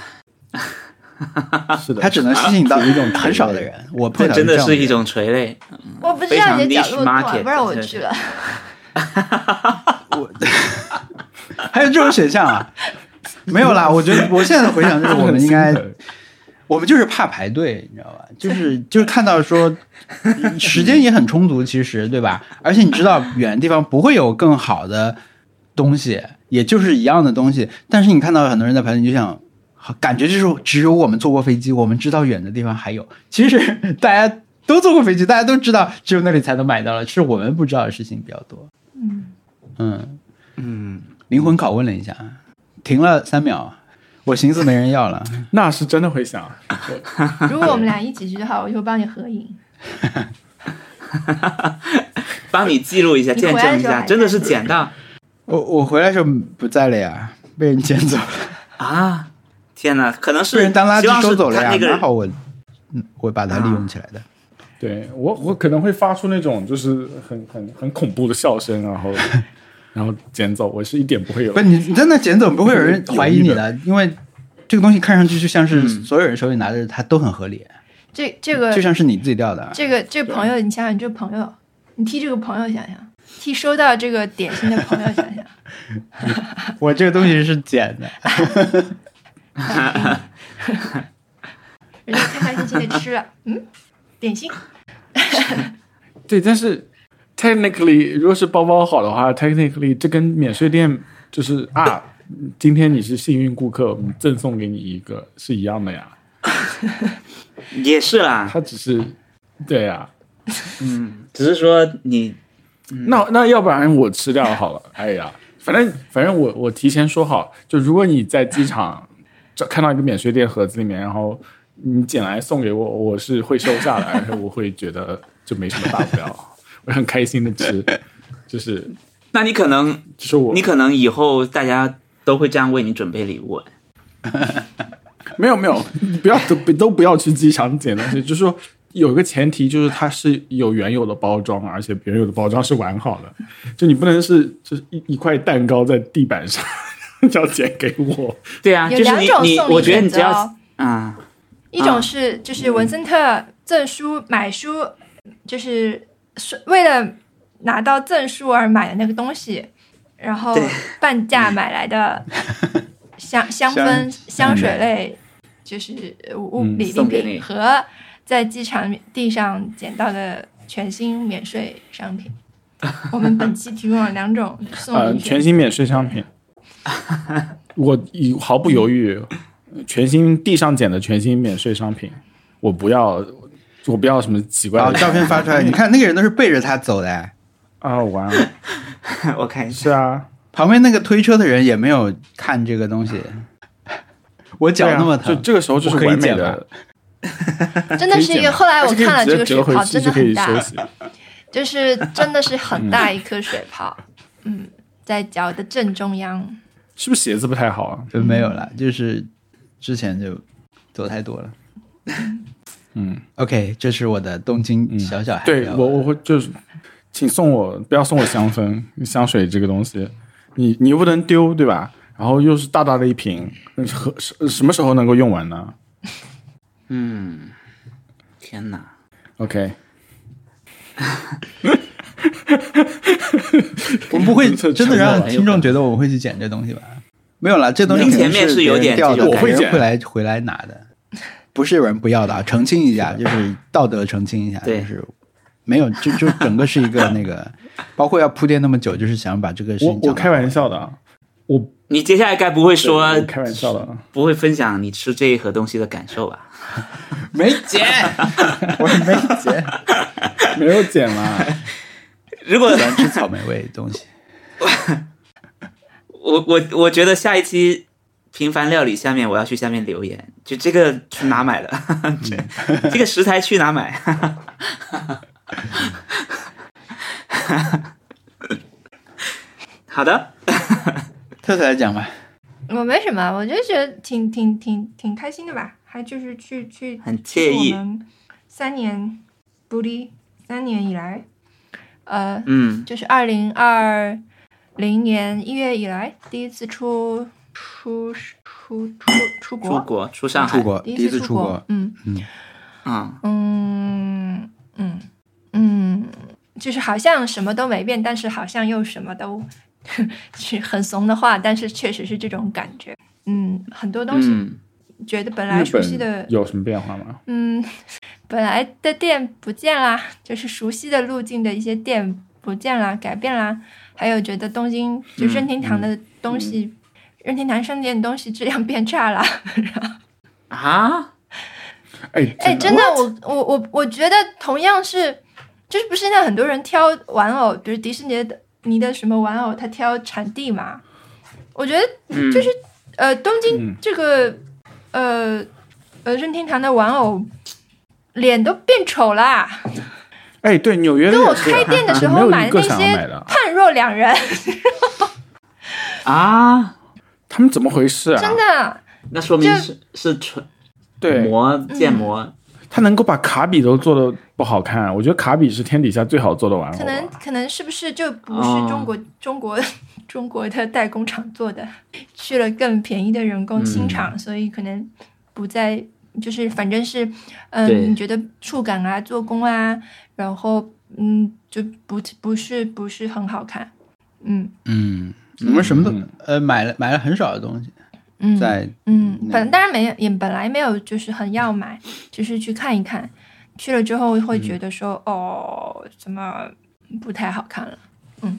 S1: 是的，
S3: 它只能吸引到一种很少的人。我碰
S2: 这
S3: 到
S2: 真的
S3: 这样
S2: 是一
S3: 人
S2: 种垂泪。
S4: 我不知道你的角落
S2: 非常 niche
S4: 段，
S2: market，
S4: 不让我去了。
S3: 还有这种选项啊？没有啦，我觉得我现在的回想就是我们应该
S1: 很新的
S3: 我们就是怕排队，你知道吧？就是 (laughs) 就是看到说时间也很充足，其实对吧？而且你知道远的地方不会有更好的东西，也就是一样的东西。但是你看到很多人在排队，你就想，好感觉就是只有我们坐过飞机，我们知道远的地方还有。其实大家都坐过飞机，大家都知道只有那里才能买到了，是我们不知道的事情比较多。
S4: 嗯，
S3: 嗯，
S2: 嗯，
S3: 灵魂拷问了一下，停了三秒，我寻思没人要了。
S1: 那是真的会想，
S4: 如果我们俩一起去的话，我就会帮你合影。
S2: 帮你记录一下，
S4: 你回
S2: 见证一
S4: 来的时候
S2: 下，
S4: 还
S2: 真的是捡到
S3: 我我回来的时候不在了呀，被人捡走了，
S2: 啊！天哪，可能是
S3: 被人当垃
S2: 希望
S3: 圾
S2: 是
S3: 收走了
S2: 他
S3: 呀。
S2: 那
S3: 还
S2: 个啊
S3: 好我，嗯，我把它利用起来的。
S1: 对我我可能会发出那种就是很很很恐怖的笑声，然
S3: (laughs)
S1: 后然后捡走，我是一点不会有
S3: 不，。你你在那捡走，不会有人
S1: 有
S3: 怀疑
S1: 有
S3: 你
S1: 有
S3: 的，因为这个东西看上去就像是
S1: 嗯
S3: 所有人手里拿着，它都很合理，
S4: 这这个
S3: 就像是你自己掉的。
S4: 这个这个朋友，你想想这个朋友，你替这个朋友想想，替收到这个点心的朋友想想。
S3: 我这个东西是
S2: (laughs)
S3: 捡的，
S4: 人家开开心心的吃了，嗯，点心。
S1: 对，但是 technically 如果是包包好的话，technically 这跟免税店就是啊，今天你是幸运顾客，我们赠送给你一个是一样的呀。
S2: 也是啦，
S1: 他只是，对呀、
S2: 嗯，只是说你
S1: 那那要不然我吃掉好了。哎呀，反正反正我我提前说好，就如果你在机场找看到一个免税店盒子里面，然后你捡来送给我，我是会收下来，而且我会觉得就没什么大不了， (laughs) 我很开心的吃，就是
S2: 那你可能
S1: 就是我
S2: 你可能以后大家都会这样为你准备礼物，
S1: (laughs) 没有没有，你不要都都不要去机场捡东西，就是说有一个前提，就是它是有原有的包装，而且原有的包装是完好的，就你不能是就是一一块蛋糕在地板上 (laughs) 要捡给我，
S2: 对啊，
S4: 有
S2: 就是
S4: 两
S2: 你
S4: 种
S2: 你，
S4: 送礼
S2: 我觉得你
S4: 选
S2: 只
S4: 择
S2: 要
S4: 哦，
S2: 啊， (laughs)
S4: 一种是就是文森特赠书买书，就是是为了拿到赠书而买的那个东西，然后
S2: 对
S4: 半价买来的香香氛、香水类，就是物
S1: 嗯
S4: 礼
S2: 送
S4: 礼
S2: 给
S4: 品
S2: 你
S4: 和在机场地上捡到的全新免税商品。我们本期提供了两种送
S1: 呃，
S4: 礼
S1: 全
S4: 选择，
S1: 新免税商品，我以毫不犹豫，全新地上捡的全新免税商品，我不要，我不要什么奇怪
S3: 把
S1: 的
S3: 照片发出来，你看那个人都是背着他走的哎，
S1: 啊，完了，
S2: 我看一下，
S1: 是啊，
S3: 旁边那个推车的人也没有看这个东西。 (laughs) 我脚
S1: 对啊
S3: 那么
S1: 就
S3: 疼，
S1: 这个时候就是
S3: 我可以
S1: 完美
S3: 捡吧
S1: 的，
S4: 真的是一个。后哎来我看了这个水
S1: 水
S4: 泡，
S1: 泡
S4: 真的
S1: 就可以
S4: 很大。
S1: 休息。
S4: 就是真的是很大一颗水泡，嗯，在脚的正中央。
S1: 是不是鞋子不太好啊？
S3: 就没有了，就是之前就走太 (laughs) 多了。
S1: 嗯，
S3: OK，这是我的东京小
S4: 哎
S3: 小孩。
S1: 对我我会就是，请送我不要送我香氛 (laughs) 香水这个东西，你你又不能丢对吧？然后又是大大的一瓶，何什什么时候能够用完呢
S2: 嗯，天哪，
S1: ？OK，
S3: 我们不 (laughs) 会真的让
S1: 承
S3: 听众觉得我们会去捡这东西吧？没有啦，这东西
S2: 您前面
S3: 是
S2: 是有点
S3: 掉
S2: 这
S3: 的，
S2: 种
S1: 我会
S3: 捡，
S1: 捡
S3: 会来回来拿的，不是有人不要的啊，澄清一下，就是道德澄清一下，就
S2: 对
S3: 是没有，就就整个是一个那个，包括要铺垫那么久，就是想把这个事
S1: 我
S3: 情
S1: 我
S3: 讲
S1: 开
S3: 到。
S1: 玩笑的啊，我
S2: 你接下来该不会说
S1: 我开玩笑的啊， (laughs)
S2: 不会分享你吃这一盒东西的感受吧？
S3: 没捡， (laughs) 我没捡，
S1: 没有捡啦。
S2: (laughs) 如果
S3: 喜欢吃草莓味的东西。
S2: 我我我觉得下一期平凡料理下面我要去下面留言，就这个去哪买的？ (laughs) 这这个食材去哪 (laughs) 买？好的，
S3: (laughs) 特特来讲吧，
S4: 我没什么，我就觉得挺挺挺挺开心的吧，还就是去去
S2: 很惬
S4: 去
S2: 意
S4: 我们三年不离三年以来，呃，
S2: 嗯，
S4: 就是二零二零年一月以来第一次出出出出出
S2: 出
S4: 国，
S2: 国出上海，
S3: 出国第一次
S4: 出
S3: 出国，
S4: 嗯。
S2: 嗯，
S4: 嗯嗯嗯，就是好像什么都没变，但是好像又什么都 (laughs) 是很怂的话，但是确实是这种感觉。嗯，很多东西
S2: 嗯
S4: 觉得本来熟悉的
S1: 有什么变化吗？
S4: 嗯，本来的店不见啦，就是熟悉的路径的一些店不见啦，改变啦。还有觉得东京就任天堂的东西，任天堂商店的东西质量变差啦。
S2: 啊，
S1: 哎
S4: 哎，真的，我我我我觉得同样是，就是不是现在很多人挑玩偶，比如迪士尼的你的什么玩偶，他挑产地嘛。我觉得
S2: 嗯，
S4: 就是呃，东
S1: 嗯
S4: 京这个、呃呃任天堂的玩偶脸都变丑啦，
S1: 哎，对，纽约
S4: 跟我
S1: 也是
S4: 开店的时
S1: 没
S4: 候
S1: 有
S4: 买
S1: 一
S4: 的
S1: 个
S4: 那
S1: 想
S4: 些
S1: 要买的，
S4: 判若两人，
S2: 啊，
S1: 他们怎么回事啊？
S4: 真的
S2: 那说明
S4: 这
S2: 是是纯
S1: 对
S2: 磨建模，
S1: 他能够把卡比都做的不好看，我觉得卡比是天底下最好做的玩偶
S4: 可能
S1: 了。
S4: 可能是不是就不是
S5: 嗯
S2: 哦
S4: 中国、中国中国的代工厂做的，去了更便宜的人
S5: 嗯
S4: 工清厂，所以可能不再就是反正是嗯、
S2: 对
S4: 你觉得触感啊、做工啊，然后嗯就不不是不是很好看，嗯
S5: 嗯，我们什么都
S1: 嗯
S5: 呃买了买了很少的东西，
S4: 嗯，
S5: 在
S4: 嗯，
S5: 那
S4: 本当然没有，也本来没有，就是很要买，就是去看一看。去了之后
S5: 嗯
S4: 会觉得说，哦，怎么不太好看了？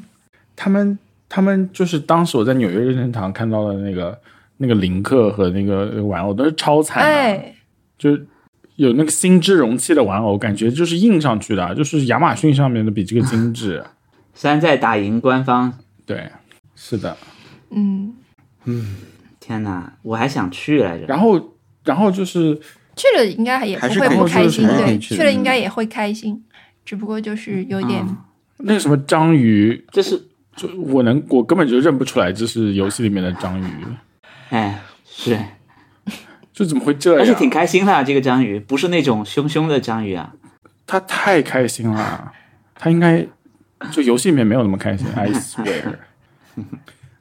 S1: 他们他们就是当时我在纽约任天堂看到的那个那个林克和那个玩偶都是超惨的，
S4: 哎，
S1: 就是有那个心之容器的玩偶，感觉就是印上去的，啊就是亚马逊上面的比这个精致。啊
S2: (laughs) 山寨打赢官方，
S1: 对，是的。
S4: 嗯，
S2: 天哪，我还想去来着。
S1: 然后然后就是
S4: 去了应该也不
S5: 还是
S4: 会
S5: 可以
S4: 不
S1: 去
S4: 开
S1: 的
S4: 心，
S1: 还是可
S4: 对，
S5: 以去的嗯
S4: 去了应该也会开心，只不过就是有点，
S2: 嗯
S1: 那个什么章鱼，
S2: 这是
S1: 就我能我根本就认不出来这是游戏里面的章鱼，
S2: 哎是，
S1: 就怎么会这
S2: 而且
S1: 样？
S2: 挺开心的、啊、这个章鱼，不是那种凶凶的章鱼啊。
S1: 他太开心了，啊他应该就游戏里面没有那么开心，I
S2: (laughs)
S1: swear。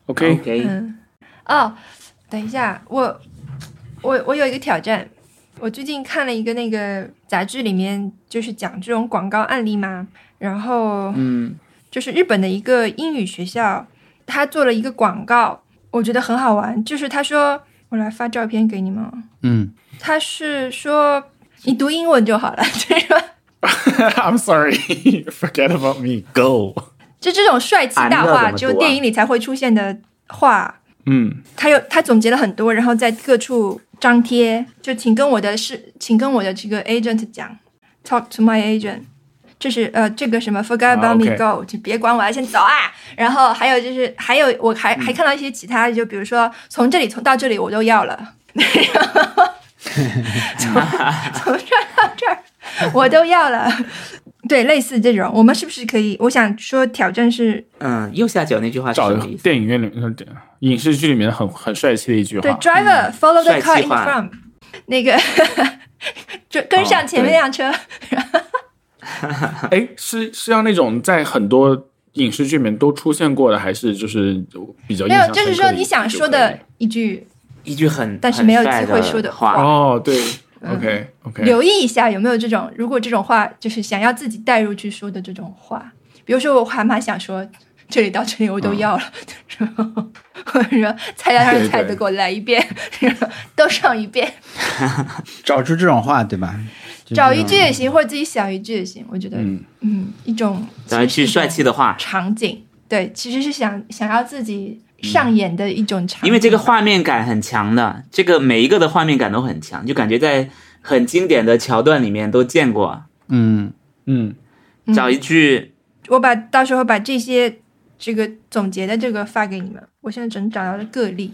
S1: OK，
S2: OK，
S4: 嗯，哦，等一下，我我我有一个挑战，我最近看了一个那个杂志，里面就是讲这种广告案例嘛，然后
S2: 嗯，
S4: 就是日本的一个英语学校，他做了一个广告，我觉得很好玩。就是他说，我来发照片给你们哦。
S5: 嗯，
S4: 他是说你读英文就好了， (laughs) 就是说
S1: (laughs) I'm sorry, forget about me, go。
S4: 就这种帅气大话，
S2: 啊你知道怎么读啊
S4: 只有电影里才会出现的话。
S1: 嗯，
S4: 他有他总结了很多，然后在各处张贴，就请跟我的是，请跟我的这个 agent 讲，talk to my agent。这是呃，这个什么 forget
S1: 啊
S4: about me
S1: ，OK
S4: go，、就别管我啊，先走啊。然后还有就是，还有我还
S2: 嗯
S4: 还看到一些其他的，就比如说从这里从到这里我都要
S2: (laughs)
S4: 了，然后从从这儿到这儿我都要了，对，类似这种，我们是不是可以？我想说挑战是
S2: 嗯，右下角那句话是
S1: 找
S2: 什么意思？
S1: 电影院里面、影视剧里面很很帅气的一句
S4: 对
S1: 话。
S4: ，driver follow the
S2: 帅
S4: car
S2: 气
S4: in
S2: 化
S4: front，那个
S1: 哦
S4: 就跟上前面那辆车。
S1: 哎，是是要那种在很多影视剧里面都出现过的，还是就是比较印
S4: 没有
S1: 象，
S4: 就是
S1: 深刻
S4: 说
S1: 的
S4: 你想
S1: 一句
S4: 说
S1: 就可
S4: 的
S1: 以
S4: 一句，
S2: 一句很
S4: 但是没有
S2: 很帅
S4: 机会说
S2: 的
S4: 的
S2: 话。
S1: 哦，对，OK OK，
S4: 留意一嗯下有没有这种，如果这种话就是想要自己带入去说的这种话，比如说我还蛮想说。这里到这里我都要了，然后 (laughs) 或者说菜单
S1: 嗯对
S4: 上
S1: 对
S4: 菜的给我来一遍，都上一遍，
S5: 找出这种话对吧？就
S4: 找
S5: 这
S4: 一
S5: 种
S4: 句也行，或者自己想一句也行。我觉得，
S1: 嗯
S4: 嗯一种
S2: 找一句帅气的话，
S4: 场景，对，其实是想想要自己上演的一种场
S2: 嗯
S4: 景，
S2: 因为这个画面感很强的，这个每一个的画面感都很强，就感觉在很经典的桥段里面都见过。
S5: 嗯，
S1: 嗯，
S4: 嗯
S2: 找一句，
S4: 我把到时候把这些这个总结的这个发给你们。我现在只能找到了个例，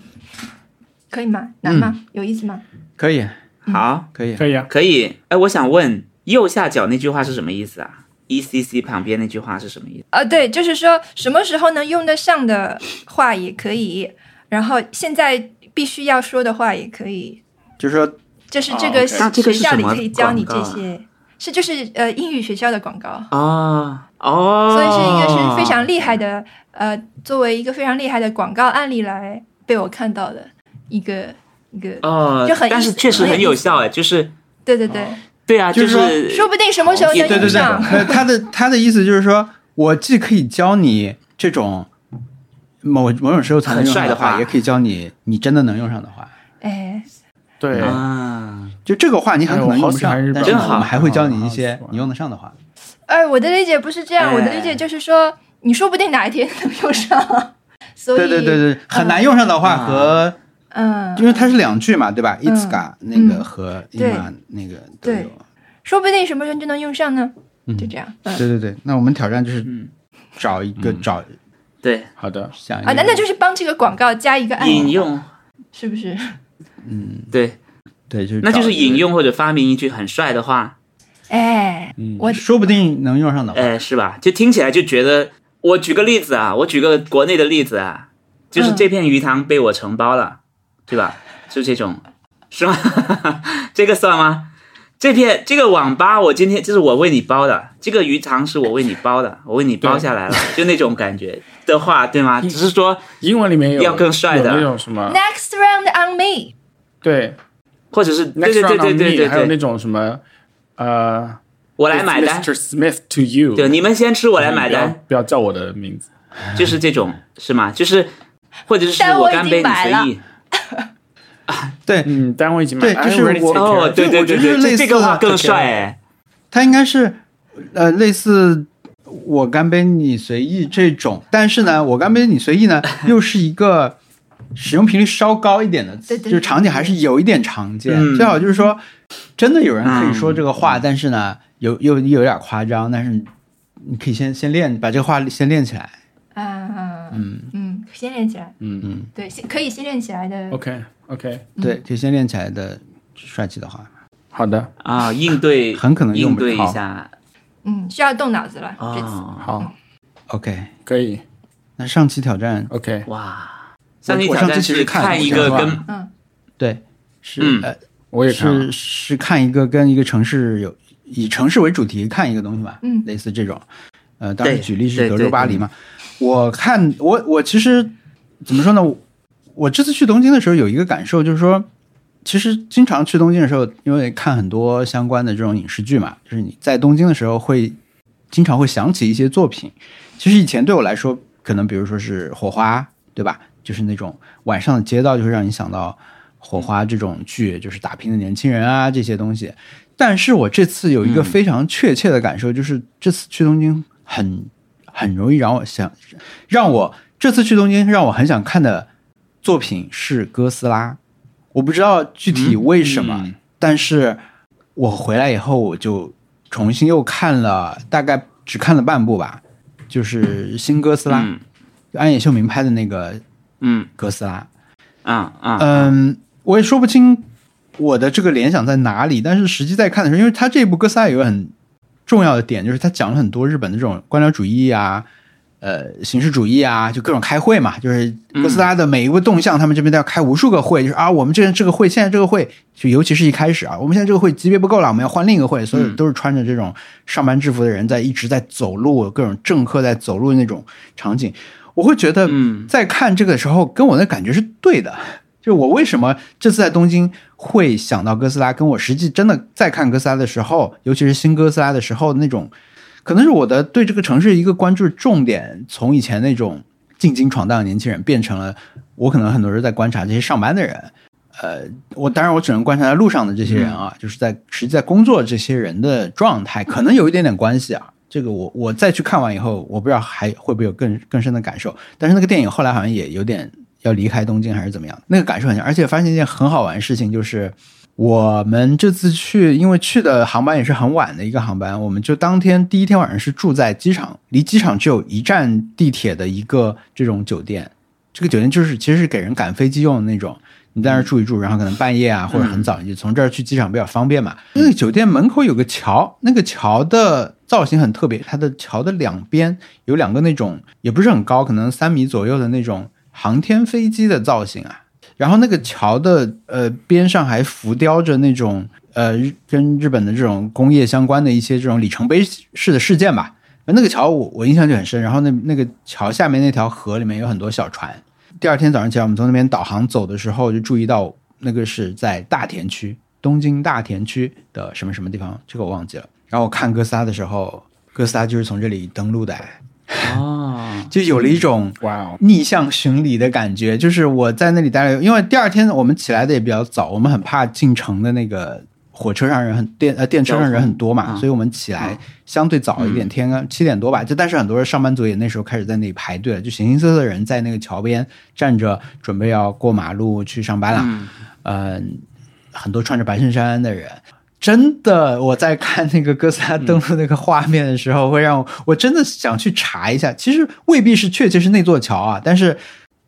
S4: 可以吗？难吗？
S2: 嗯
S4: 有意思吗？
S5: 可以
S2: 好，
S5: 可以，
S1: 可以啊。
S2: 可以。哎，我想问右下角那句话是什么意思啊？E C C 旁边那句话是什么意思？
S4: 啊，对，就是说什么时候能用得上的话也可以，然后现在必须要说的话也可以，
S5: 就是说
S4: 就是这
S1: 啊
S4: 个
S1: ，OK
S2: 那这个
S4: 学
S2: 是
S4: 校
S2: 什
S4: 里
S2: 么
S4: 可以教你这
S2: 广告啊
S4: 些，是就是呃英语学校的广告。
S2: 哦哦，
S4: 所以是一个是非常厉害的，呃，作为一个非常厉害的广告案例来被我看到的一个一个，
S2: 哦，
S4: 就很
S2: 但
S4: 意
S2: 是
S4: 思
S2: 确实
S4: 很有
S2: 很有
S4: 意思
S2: 效哎，就是
S4: 对对对，
S2: 对啊，
S5: 就是说
S2: 是
S4: 说不定什么时候能
S5: 对
S4: 用
S5: 对对，
S4: 上。
S5: 呃，他的他的意思就是说，我既可以教你这种某某种时候才能用上
S2: 很帅的
S5: 话，
S2: 话
S5: 也可以教你你真的能用上的话。
S4: 哎，
S1: 对，
S2: 啊，
S3: 就这个话你很可能用不上
S1: 哎我好喜欢日，本
S3: 但是
S2: 真
S3: 我
S2: 好
S3: 们还会教你一
S1: 好
S3: 些
S1: 喜欢
S3: 你用得上的话。
S4: 哎，我的理解不是这样，
S2: 哎
S4: 我的理解就是说，你说不定哪一天能用上啊，所以
S3: 对对对，对，很难用上的话和，
S4: 嗯，
S3: 因为它是两句嘛，对吧
S4: 嗯
S3: ？itsuka 那个和 ima 那个都有
S4: 对。说不定什么人就能用上呢，就这样，嗯
S3: 对对对，那我们挑战就是
S2: 嗯
S3: 找一个找
S2: 对，
S1: 好的，
S3: 想一个
S4: 啊，那那就是帮这个广告加一个按
S2: 引
S4: 钮，
S2: 用，
S4: 是不是？
S2: 对，
S3: 嗯对，就是
S2: 那就
S3: 找
S2: 是
S3: 一个
S2: 引，用或者发明一句很帅的话，
S4: 哎，我
S3: 说不定能用上的话。
S2: 呃，是吧？就听起来就觉得，我举个例子啊，我举个国内的例子啊，就是
S4: 嗯
S2: 这片鱼汤被我承包了，对吧？就这种，是吗？ (laughs) 这个算吗？这片这个网吧，我今天这是我为你包的，这个鱼塘是我为你包的，我为你包下来了，就那种感觉的话，对吗？只是说，
S1: 英文里面有
S2: 要更帅的
S1: 有那种什么，
S4: next round on me，
S1: 对
S2: 或者是对
S1: ，next
S2: 对对
S1: round
S2: 对
S1: on
S2: 对
S1: me，还有那
S2: 对对，
S1: 种什么，呃，
S2: 我来买单
S1: it's，，Mr. Smith to you，
S2: 对，你们先吃，我来买单，，
S1: 不要叫我的名字，
S2: 就是这种，是吗？就是，或者是
S4: 但我已
S2: 干
S4: 经
S2: 杯，你
S4: 买了
S2: 随意。
S1: (laughs) 嗯，单位已经买
S3: 对
S1: 了，
S3: 就是
S1: I'm ready to
S3: 我
S1: take care
S2: 哦，对对
S3: 我觉
S2: 对
S3: 得
S2: 对，
S3: 是类
S2: 这
S3: 似
S2: 这个话
S3: 的
S2: 更帅哎，
S3: 它应该是呃类似我干杯你随意这种，但是
S4: 嗯
S3: 呢，我干杯你随意
S4: (laughs)
S3: 呢又是一个使用频率稍高一点的词，
S4: 对对
S3: 就是场景还是有一点常见。
S2: 嗯
S3: 最好就是说，真的有人可以说这个
S4: 嗯
S3: 话，但是呢，有又又有点夸张，但是你可以先先练，把这个话先练起来。
S4: 啊，嗯嗯，先练起来，
S1: 嗯嗯
S4: 对，先可以先练起来的，
S2: 哦
S1: ，OK OK，
S3: 对，
S4: 嗯
S3: 可以先练起来的帅气的话。
S1: 好的，
S2: 啊，应对
S3: (laughs) 很可能用
S2: 应
S3: 不着
S2: 对一下
S4: 嗯，需要动脑子了，这次
S2: 哦，
S1: 好，
S3: OK，
S1: 可以
S3: 那上期挑战
S1: ，OK，
S2: 哇，上期
S3: 我
S2: 挑
S3: 上
S2: 战
S3: 次其
S2: 是
S3: 实看
S2: 看一
S3: 了
S2: 个
S3: 是吧
S2: 跟
S4: 嗯
S3: 对是、
S2: 嗯
S3: 呃
S1: 我也看了
S3: 是是看一个跟一个城市有以城市为主题看一个东西吧，
S4: 嗯
S3: 类似这种。呃，当时
S2: 对
S3: 举例是
S2: 对
S3: 德
S2: 对
S3: 州巴黎嘛。我看我我其实怎么说呢？我我这次去东京的时候有一个感受，就是说，其实经常去东京的时候，因为看很多相关的这种影视剧嘛，就是你在东京的时候会经常会想起一些作品。其实以前对我来说，可能比如说是火花，对吧？就是那种晚上的街道，就会让你想到火花这种剧，就是打拼的年轻人啊这些东西。但是我这次有
S1: 嗯
S3: 一个非常确切的感受，就是这次去东京很很容易让我想，让我这次去东京让我很想看的作品是哥斯拉。我不知道具体为什么，
S1: 嗯
S3: 但是我回来以后我就重新又看了，大概只看了半部吧，就是新哥斯拉，
S2: 嗯
S3: 安野秀明拍的那个
S2: 嗯
S3: 哥斯拉。
S2: 啊啊
S3: 嗯，我也说不清我的这个联想在哪里，但是实际在看的时候，因为他这部哥斯拉有一个很重要的点，就是他讲了很多日本的这种官僚主义啊。呃，形式主义啊，就各种开会嘛，就是哥斯拉的每一个动向，他们这边都要开无数个会，就是啊，我们这这个会，现在这个会，就尤其是一开始啊，我们现在这个会级别不够了，我们要换另一个会，所以都是穿着这种上班制服的人在一直在走路，各种政客在走路的那种场景，我会觉得
S2: 嗯
S3: 在看这个的时候，跟我的感觉是对的。就是我为什么这次在东京会想到哥斯拉，跟我实际真的在看哥斯拉的时候，尤其是新哥斯拉的时候，那种可能是我的对这个城市一个关注重点，从以前那种进京闯荡的年轻人，变成了我可能很多人在观察这些上班的人。呃，我当然我只能观察在路上的这些人啊，就是在实际在工作这些人的状态，可能有一点点关系啊。这个我我再去看完以后，我不知道还会不会有更更深的感受。但是那个电影后来好像也有点要离开东京还是怎么样，那个感受很像。而且发现一件很好玩的事情，就是我们这次去，因为去的航班也是很晚的一个航班，我们就当天第一天晚上是住在机场，离机场只有一站地铁的一个这种酒店。这个酒店就是其实是给人赶飞机用的那种，你在那儿住一住，然后可能半夜啊或者很早，你就从这儿去机场比较方便嘛。那个酒店门口有个桥，那个桥的造型很特别，它的桥的两边有两个那种呃也不是很高，可能三米左右的那种航天飞机的造型啊。然后那个桥的呃边上还浮雕着那种呃日跟日本的这种工业相关的一些这种里程碑式的事件吧。那个桥我我印象就很深。然后那那个桥下面那条河里面有很多小船。第二天早上起来，我们从那边导航走的时候，就注意到那个是在大田区，东京大田区的什么什么地方，这个我忘记了。然后我看哥斯拉的时候，哥斯拉就是从这里登陆的哎。 (laughs)
S2: 哦，
S3: 就有了一种
S1: 哇哦，
S3: 逆向巡礼的感觉，就是我在那里待了，因为第二天我们起来的也比较早，我们很怕进城的那个火车上人很电呃电车上人很多嘛，
S2: 嗯
S3: 所以我们起来相对早一点，天刚七点多吧，就但是很多人上班族也那时候开始在那里排队了，就形形色色的人在那个桥边站着，准备要过马路去上班了，
S2: 嗯
S3: 嗯、很多穿着白衬衫的人。真的，我在看那个哥斯拉登陆那个画面的时候，会让我我真的想去查一下。其实未必是确切是那座桥啊，但是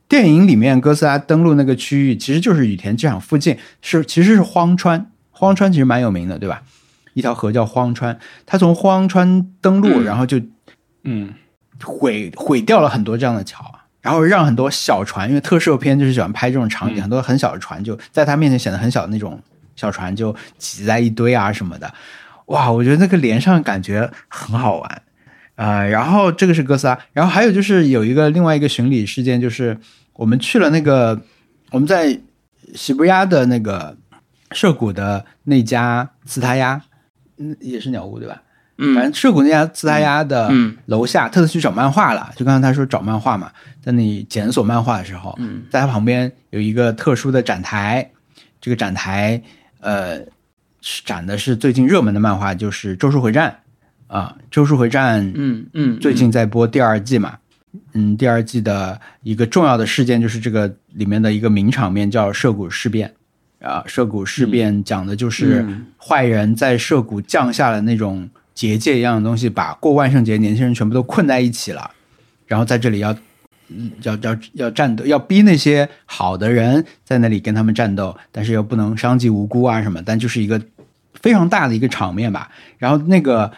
S3: 电影里面哥斯拉登陆那个区域，其实就是羽田机场附近，是其实是荒川。荒川其实蛮有名的，对吧？一条河叫荒川，它从荒川登陆，然后就
S1: 嗯，
S3: 毁毁掉了很多这样的桥啊，然后让很多小船，因为特摄片就是喜欢拍这种场景，很多很小的船就在他面前显得很小的那种小船就挤在一堆啊什么的，哇，我觉得那个连上感觉很好玩，呃，然后这个是哥斯拉，然后还有就是有一个另外一个巡礼事件，就是我们去了那个我们在喜布亚的那个涉谷的那家茨塔鸭，嗯，也是鸟屋对吧？反
S2: 嗯
S3: 正涉谷那家自他鸭的
S2: 嗯
S3: 楼下，特地去找漫画了。就刚才他说找漫画嘛，在你检索漫画的时候，
S2: 嗯
S3: 在他旁边有一个特殊的展台，这个展台呃是展的是最近热门的漫画，就是《咒术回战》啊，《咒术回战》
S2: 嗯嗯，
S3: 最近在播第二季嘛，嗯，第二季的一个重要的事件就是这个里面的一个名场面叫涉谷事变，啊，涉谷事变讲的就是
S2: 嗯
S3: 坏人在涉谷降下了那种结界一样的东西，把过万圣节年轻人全部都困在一起了，然后在这里要。嗯要要要战斗，要逼那些好的人在那里跟他们战斗，但是又不能伤及无辜啊什么，但就是一个非常大的一个场面吧。然后那个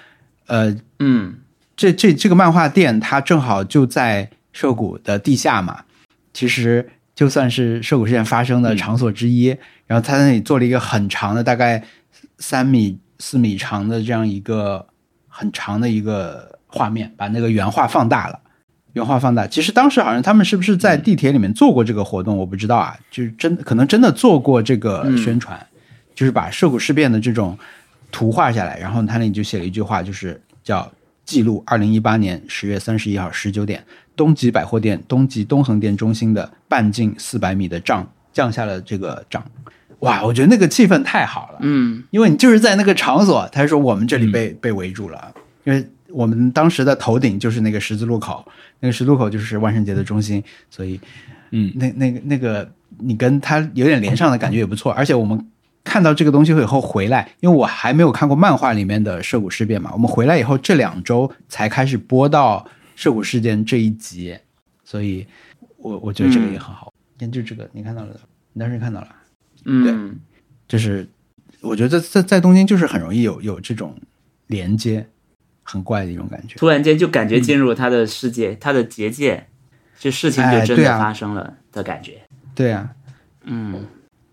S3: 呃，
S2: 嗯
S3: 这这这个漫画店，它正好就在涉谷的地下嘛，其实就算是涉谷事件发生的场所之一。然后他在那里做了一个很长的，大概三米四米长的这样一个很长的一个画面，把那个原画放大了。原画放大，其实当时好像他们是不是在地铁里面做过这个活动，我不知道啊，就是真可能真的做过这个宣传，就是把涉谷事变的这种图画下来，然后他那里就写了一句话，就是叫记录二零一八年十月三十一号十九点，东极百货店东极东横店中心的半径四百米的账降下了这个账。哇，我觉得那个气氛太好了，
S2: 嗯
S3: 因为你就是在那个场所，他说我们这里被、被围住了，因为我们当时的头顶就是那个十字路口，那个十字路口就是万圣节的中心，所以，
S1: 嗯
S3: 那那个那个你跟他有点连上的感觉也不错，而且我们。看到这个东西以后回来，因为我还没有看过漫画里面的涉谷事变嘛，我们回来以后这两周才开始播到涉谷事件这一集，所以我我觉得这个也很好。研究这个你看到了，你当时看到了。
S2: 嗯，
S3: 就是我觉得在在东京就是很容易有有这种连接，很怪的一种感觉。
S2: 突然间就
S3: 嗯
S2: 感觉进入他的世界，他的结界，就事情就
S3: 哎
S2: 真
S3: 对
S2: 的
S3: 啊
S2: 发生了的感觉。
S3: 对啊，
S2: 嗯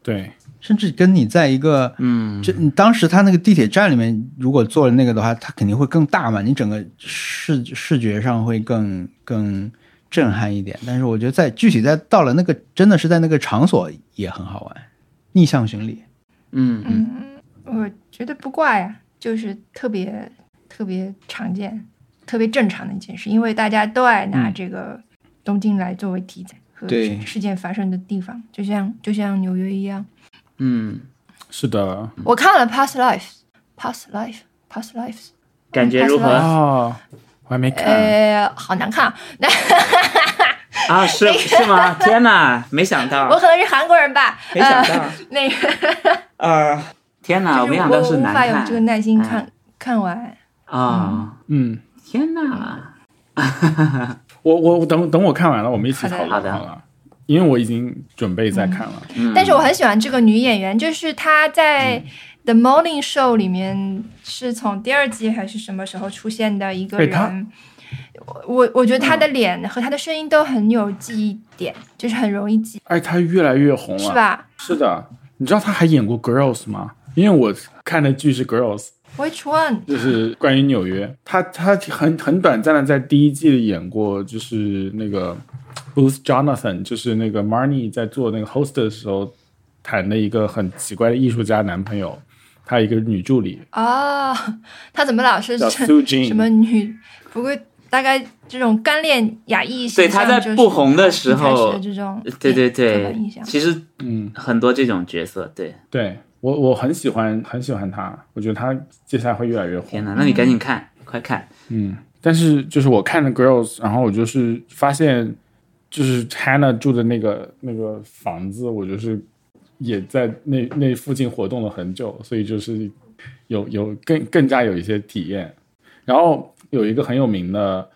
S1: 对，
S3: 甚至跟你在一个
S2: 嗯，
S3: 这你当时他那个地铁站里面，如果做了那个的话，它肯定会更大嘛，你整个视视觉上会更更震撼一点。但是我觉得在具体在到了那个真的是在那个场所也很好玩，逆向巡礼。
S2: 嗯嗯
S4: 嗯，我觉得不怪呀、就是特别特别常见、特别正常的一件事，因为大家都爱拿这个东京来作为题材和
S3: 对
S4: 事件发生的地方，就像就像纽约一样。
S2: 嗯，
S1: 是的，
S4: 我看了《Past Life》，《Past Life》，《Past Lives》，
S2: 感觉如何
S1: 哦，我还没看，
S4: 呃，好难看啊。那
S2: 啊？是是
S4: (laughs)
S2: 吗？天哪，没想
S4: 我
S2: 到，
S4: 可能是韩国人吧，
S2: 没想
S4: 呃、
S2: 到，
S4: 那个
S2: 呃，天哪，
S4: 就是
S2: 没想到
S4: 我
S2: 是
S4: 无
S2: 难
S4: 法有
S2: 看
S4: 这个耐心看、
S2: 哎
S4: 看完。
S2: 啊！
S1: 嗯，
S2: 天哪，
S1: 我我我等等我看完了，我们一起
S4: 好的
S1: 讨论
S2: 好的
S1: 了，因为我已经准备在看了，
S2: 嗯
S4: 但是我很喜欢这个女演员，就是她在《The Morning Show》里面是从第二季还是什么时候出现的一个
S1: 对她
S4: 人。我我我觉
S2: 嗯
S4: 得她的脸和她的声音都很有记忆点，就是很容易记，
S1: 哎，他越来越红了，
S4: 是吧
S1: 是的，你知道他还演过 Girls 吗？因为我看的剧是 Girls，
S4: ？Which one？
S1: 就是关于纽约，他他很很短暂的在第一季里演过，就是那个 Booth Jonathan，就是那个 Marnie 在做那个 host 的时候谈的一个很奇怪的艺术家男朋友，他有一个女助理
S4: 哦，她怎么老是
S1: 叫
S4: 什
S1: Sue Jean，
S4: 么女？不过大概这种干练雅逸
S2: 对，
S4: 形
S2: 他
S4: 象
S2: 在
S4: 就是
S2: 不红的时
S4: 一开始
S2: 候
S4: 的，这种
S2: 对对
S4: 刻
S2: 对
S4: 板印，象
S2: 其实
S1: 嗯，
S2: 很多这种角色，对，
S1: 对我我很喜欢很喜欢他，我觉得他接下来会越来越红。
S2: 天哪，那你赶紧看，快看，
S1: 嗯，但是就是我看了 Girls，然后我就是发现，就是 Hannah 住的那个那个房子，我就是也在那那附近活动了很久，所以就是有有更更加有一些体验。然后有一个很有名的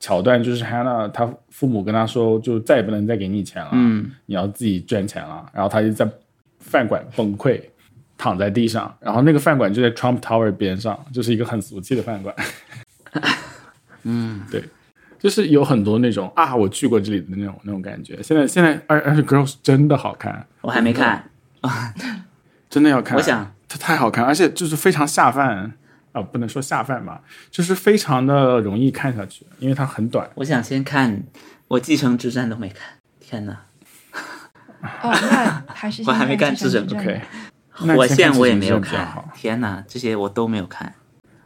S1: 桥段，就是 Hannah 她父母跟她说，就再也不能再给你钱了，
S2: 嗯，
S1: 你要自己赚钱了。然后她就在饭馆崩溃，躺在地上。然后那个饭馆就在 Trump Tower 边上，就是一个很俗气的饭馆。嗯，对，就是有很多那种啊，我去过这里的那种那种感觉。现在现在而而且 Girls 真的好看，
S2: 我还没看，
S1: 真的要嗯看。
S2: 我想
S1: 它太好看，而且就是非常下饭啊、不能说下饭吧，就是非常的容易看下去，因为它很短。
S2: 我想先看，我《继承之战》都没看，天哪，
S4: 哦，那还是
S2: (laughs) 我还没干
S4: 智
S2: 智
S4: 者
S2: 者
S1: OK，那
S2: 火
S1: 你先
S2: 线
S1: 看
S2: 我也
S1: 剧情
S2: 没有
S1: 比较
S2: 看
S1: 好，
S2: 天哪，这些我都没有看，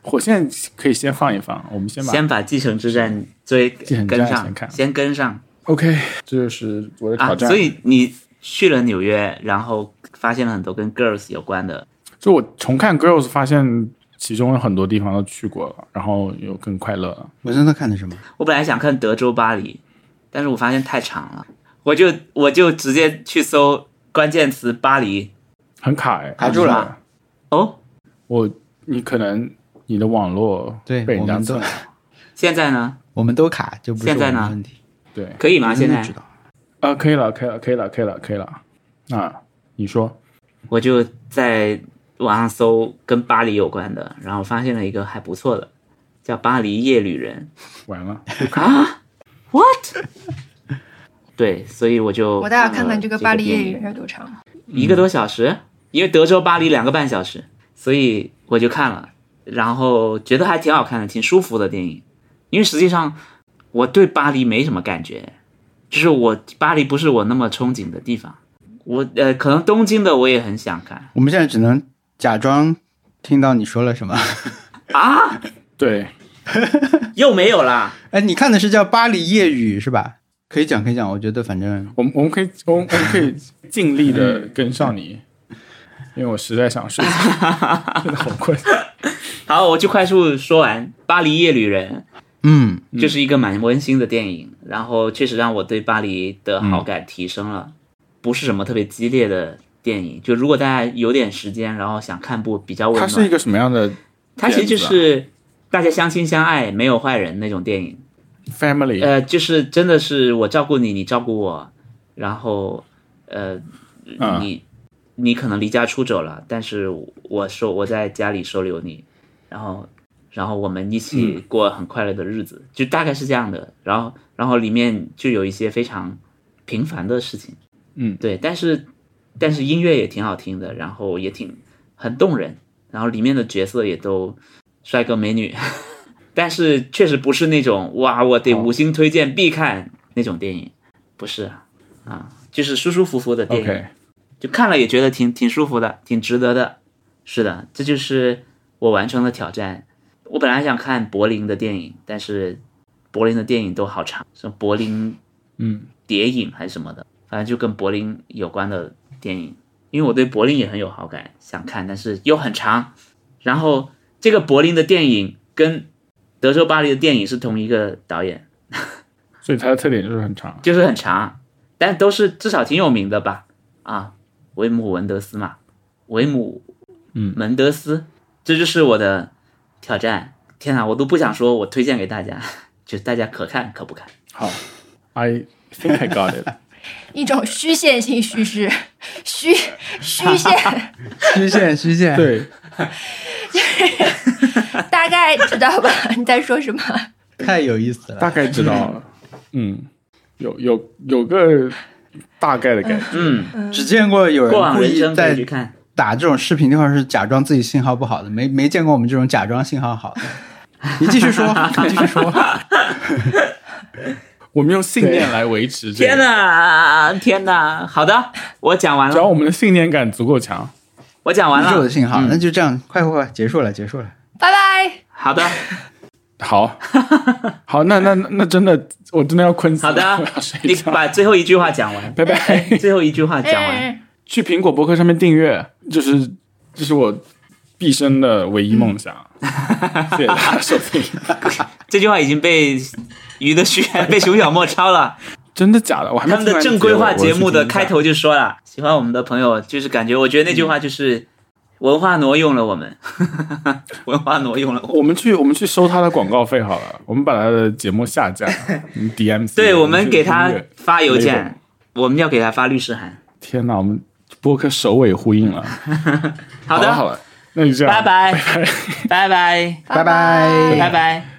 S1: 火线可以先放一放，我们先把
S2: 先把《继承之战》追
S1: 继承之
S2: 跟
S1: 战先
S2: 上，
S1: 看
S2: 先跟上
S1: OK，这就是我的挑
S2: 啊，
S1: 战。
S2: 所以你去了纽约，然后发现了很多跟 girls 有关的，
S1: 就我重看 Girls，发现其中有很多地方都去过了，然后又更快乐了。
S5: 文森特看的什么？
S2: 我本来想看德州巴黎，但是我发现太长了，我就我就直接去搜关键词巴黎。
S1: 很卡哎，
S5: 卡住了
S1: 很卡。
S2: 哦，
S1: 我你可能你的网络
S5: 对
S1: 被人
S5: 我
S1: 家
S5: 们都
S1: 蹭，
S2: 现在呢？
S5: 我们都卡，就不是
S2: 现在
S5: 我们
S2: 呢
S5: 的问题。
S1: 对
S2: 可以吗？现
S5: 真的
S2: 在
S5: 知道
S1: 啊，可以了，可以了，可以了，可以了，可以了。啊，你说
S2: 我就在网上搜跟巴黎有关的，然后发现了一个还不错的，叫《巴黎夜旅人
S1: 完了，》
S2: (laughs) 啊？What？对，所以我就
S4: 我大概看看这
S2: 呃个
S4: 个巴黎夜
S2: 电
S4: 雨
S2: 影
S4: 有多长。
S2: 一个多小时，因为德州巴黎两个半小时，所以我就看了，然后觉得还挺好看的，挺舒服的电影。因为实际上我对巴黎没什么感觉，就是我巴黎不是我那么憧憬的地方。我呃，可能东京的我也很想看 (laughs)
S5: 我们现在只能假装听到你说了什么。 (laughs)
S2: 啊，
S1: 对，
S2: 又没有啦。
S5: 哎，你看的是叫《巴黎夜雨》是吧？可以讲，可以讲。我觉得反正
S1: 我们我们可以我们我们可以尽力的跟上你，因为我实在想睡觉，真的好困。
S2: 好，我就快速说完《巴黎夜旅人》。
S5: 嗯，
S2: 就是一个蛮温馨的电影，然后确实让我对巴黎的
S1: 嗯
S2: 好感提升了，不是什么特别激烈的电影。就如果大家有点时间，然后想看部比较温
S1: 它
S2: 暖，
S1: 是一个啊什么样的
S2: 它其实就是大家相亲相爱，没有坏人那种电影。
S1: family？
S2: 呃，就是真的是我照顾你，你照顾我，然后呃，
S1: 嗯
S2: 你你可能离家出走了，但是我收我在家里收留你，然后然后我们一起过很快乐的日子，就大概是这样的。然后然后里面就有一些非常平凡的事情，
S1: 嗯
S2: 对，但是但是音乐也挺好听的，然后也挺很动人，然后里面的角色也都帅哥美女， (laughs) 但是确实不是那种哇，我得五星推荐必看那种电影，不是啊，啊就是舒舒服服的电影
S1: OK，
S2: 就看了也觉得挺挺舒服的，挺值得的。是的，这就是我完成的挑战。我本来想看柏林的电影，但是柏林的电影都好长，什么柏林
S1: 嗯，
S2: 谍影还是什么的，反正就跟柏林有关的电影。因为我对柏林也很有好感，想看，但是又很长。然后这个柏林的电影跟德州巴黎的电影是同一个导演，
S1: 所以它的特点就是很长。
S2: 就是很长，但都是至少挺有名的吧？啊，维姆文德斯嘛，维姆
S1: 嗯
S2: 门德斯，这就是我的挑战。天哪，我都不想说，我推荐给大家， (laughs) 就大家可看可不看。
S1: 好，I think I got it。
S4: 一种虚线性叙事，虚虚线，
S5: 虚线虚线，
S1: 对，
S4: 大概知道吧？你在说什么？
S5: 太有意思
S1: 大
S5: 了。
S1: 概知道了。嗯，有有有个大概的感觉。
S2: 嗯，
S5: 只见过有
S2: 过
S5: 人
S2: 往
S5: 故
S2: 人
S5: 意
S2: 生可以
S5: 在
S2: 去看。
S5: 打这种视频电话是假装自己信号不好的，没没见过我们这种假装信号好的。你继续说，你继续说。
S1: 我们用信念来维持这
S2: 天
S1: 个，
S2: 哪，天哪！好的，我讲完
S1: 只要
S2: 了，
S1: 我们的信念感足够强，
S2: 我讲完
S5: 你是我的
S2: 了。
S5: 信号，那就这样，快快快，结束了，结束了。 (laughs)
S4: 拜拜。
S2: 好的， (laughs)
S1: 好，好，那那那真的，我真的要困死
S2: 好
S1: 了。
S2: 的
S1: 我要睡，
S2: 你
S1: 觉
S2: 把最后一句话讲完，
S1: 拜拜。
S2: (laughs) 最后一句话讲完。
S4: 嗯
S1: 去苹果博客上面订阅，就是这是我毕生的唯一梦想。
S2: 嗯
S1: (laughs) 谢谢大家收
S2: (laughs)
S1: 听。
S2: 这句话已经被鱼的虚言 (laughs) 被熊小莫抄了。
S1: 真的假的？我还没
S2: 他们的
S1: 听完
S2: 正规化
S1: 结尾
S2: 节目的开。
S1: 我去听一下
S2: 头就说了，喜欢我们的朋友就是感觉，我觉得那句话就是文化挪用了我们，文化挪用了我们。
S1: 我们去我们去收他的广告费好了，我们把他的节目下
S2: (laughs)
S1: 架，DM。
S2: 对，我
S1: 们
S2: 们
S1: 去
S2: 给他
S1: 订阅
S2: 发邮
S1: 没有
S2: 件，我们要给他发律师函。
S1: 天哪，我们播客首尾呼应了。
S2: 好
S1: 好了
S2: 的，
S1: 好了，那就这样，
S2: 拜拜，拜拜，
S4: 拜拜
S2: 拜拜。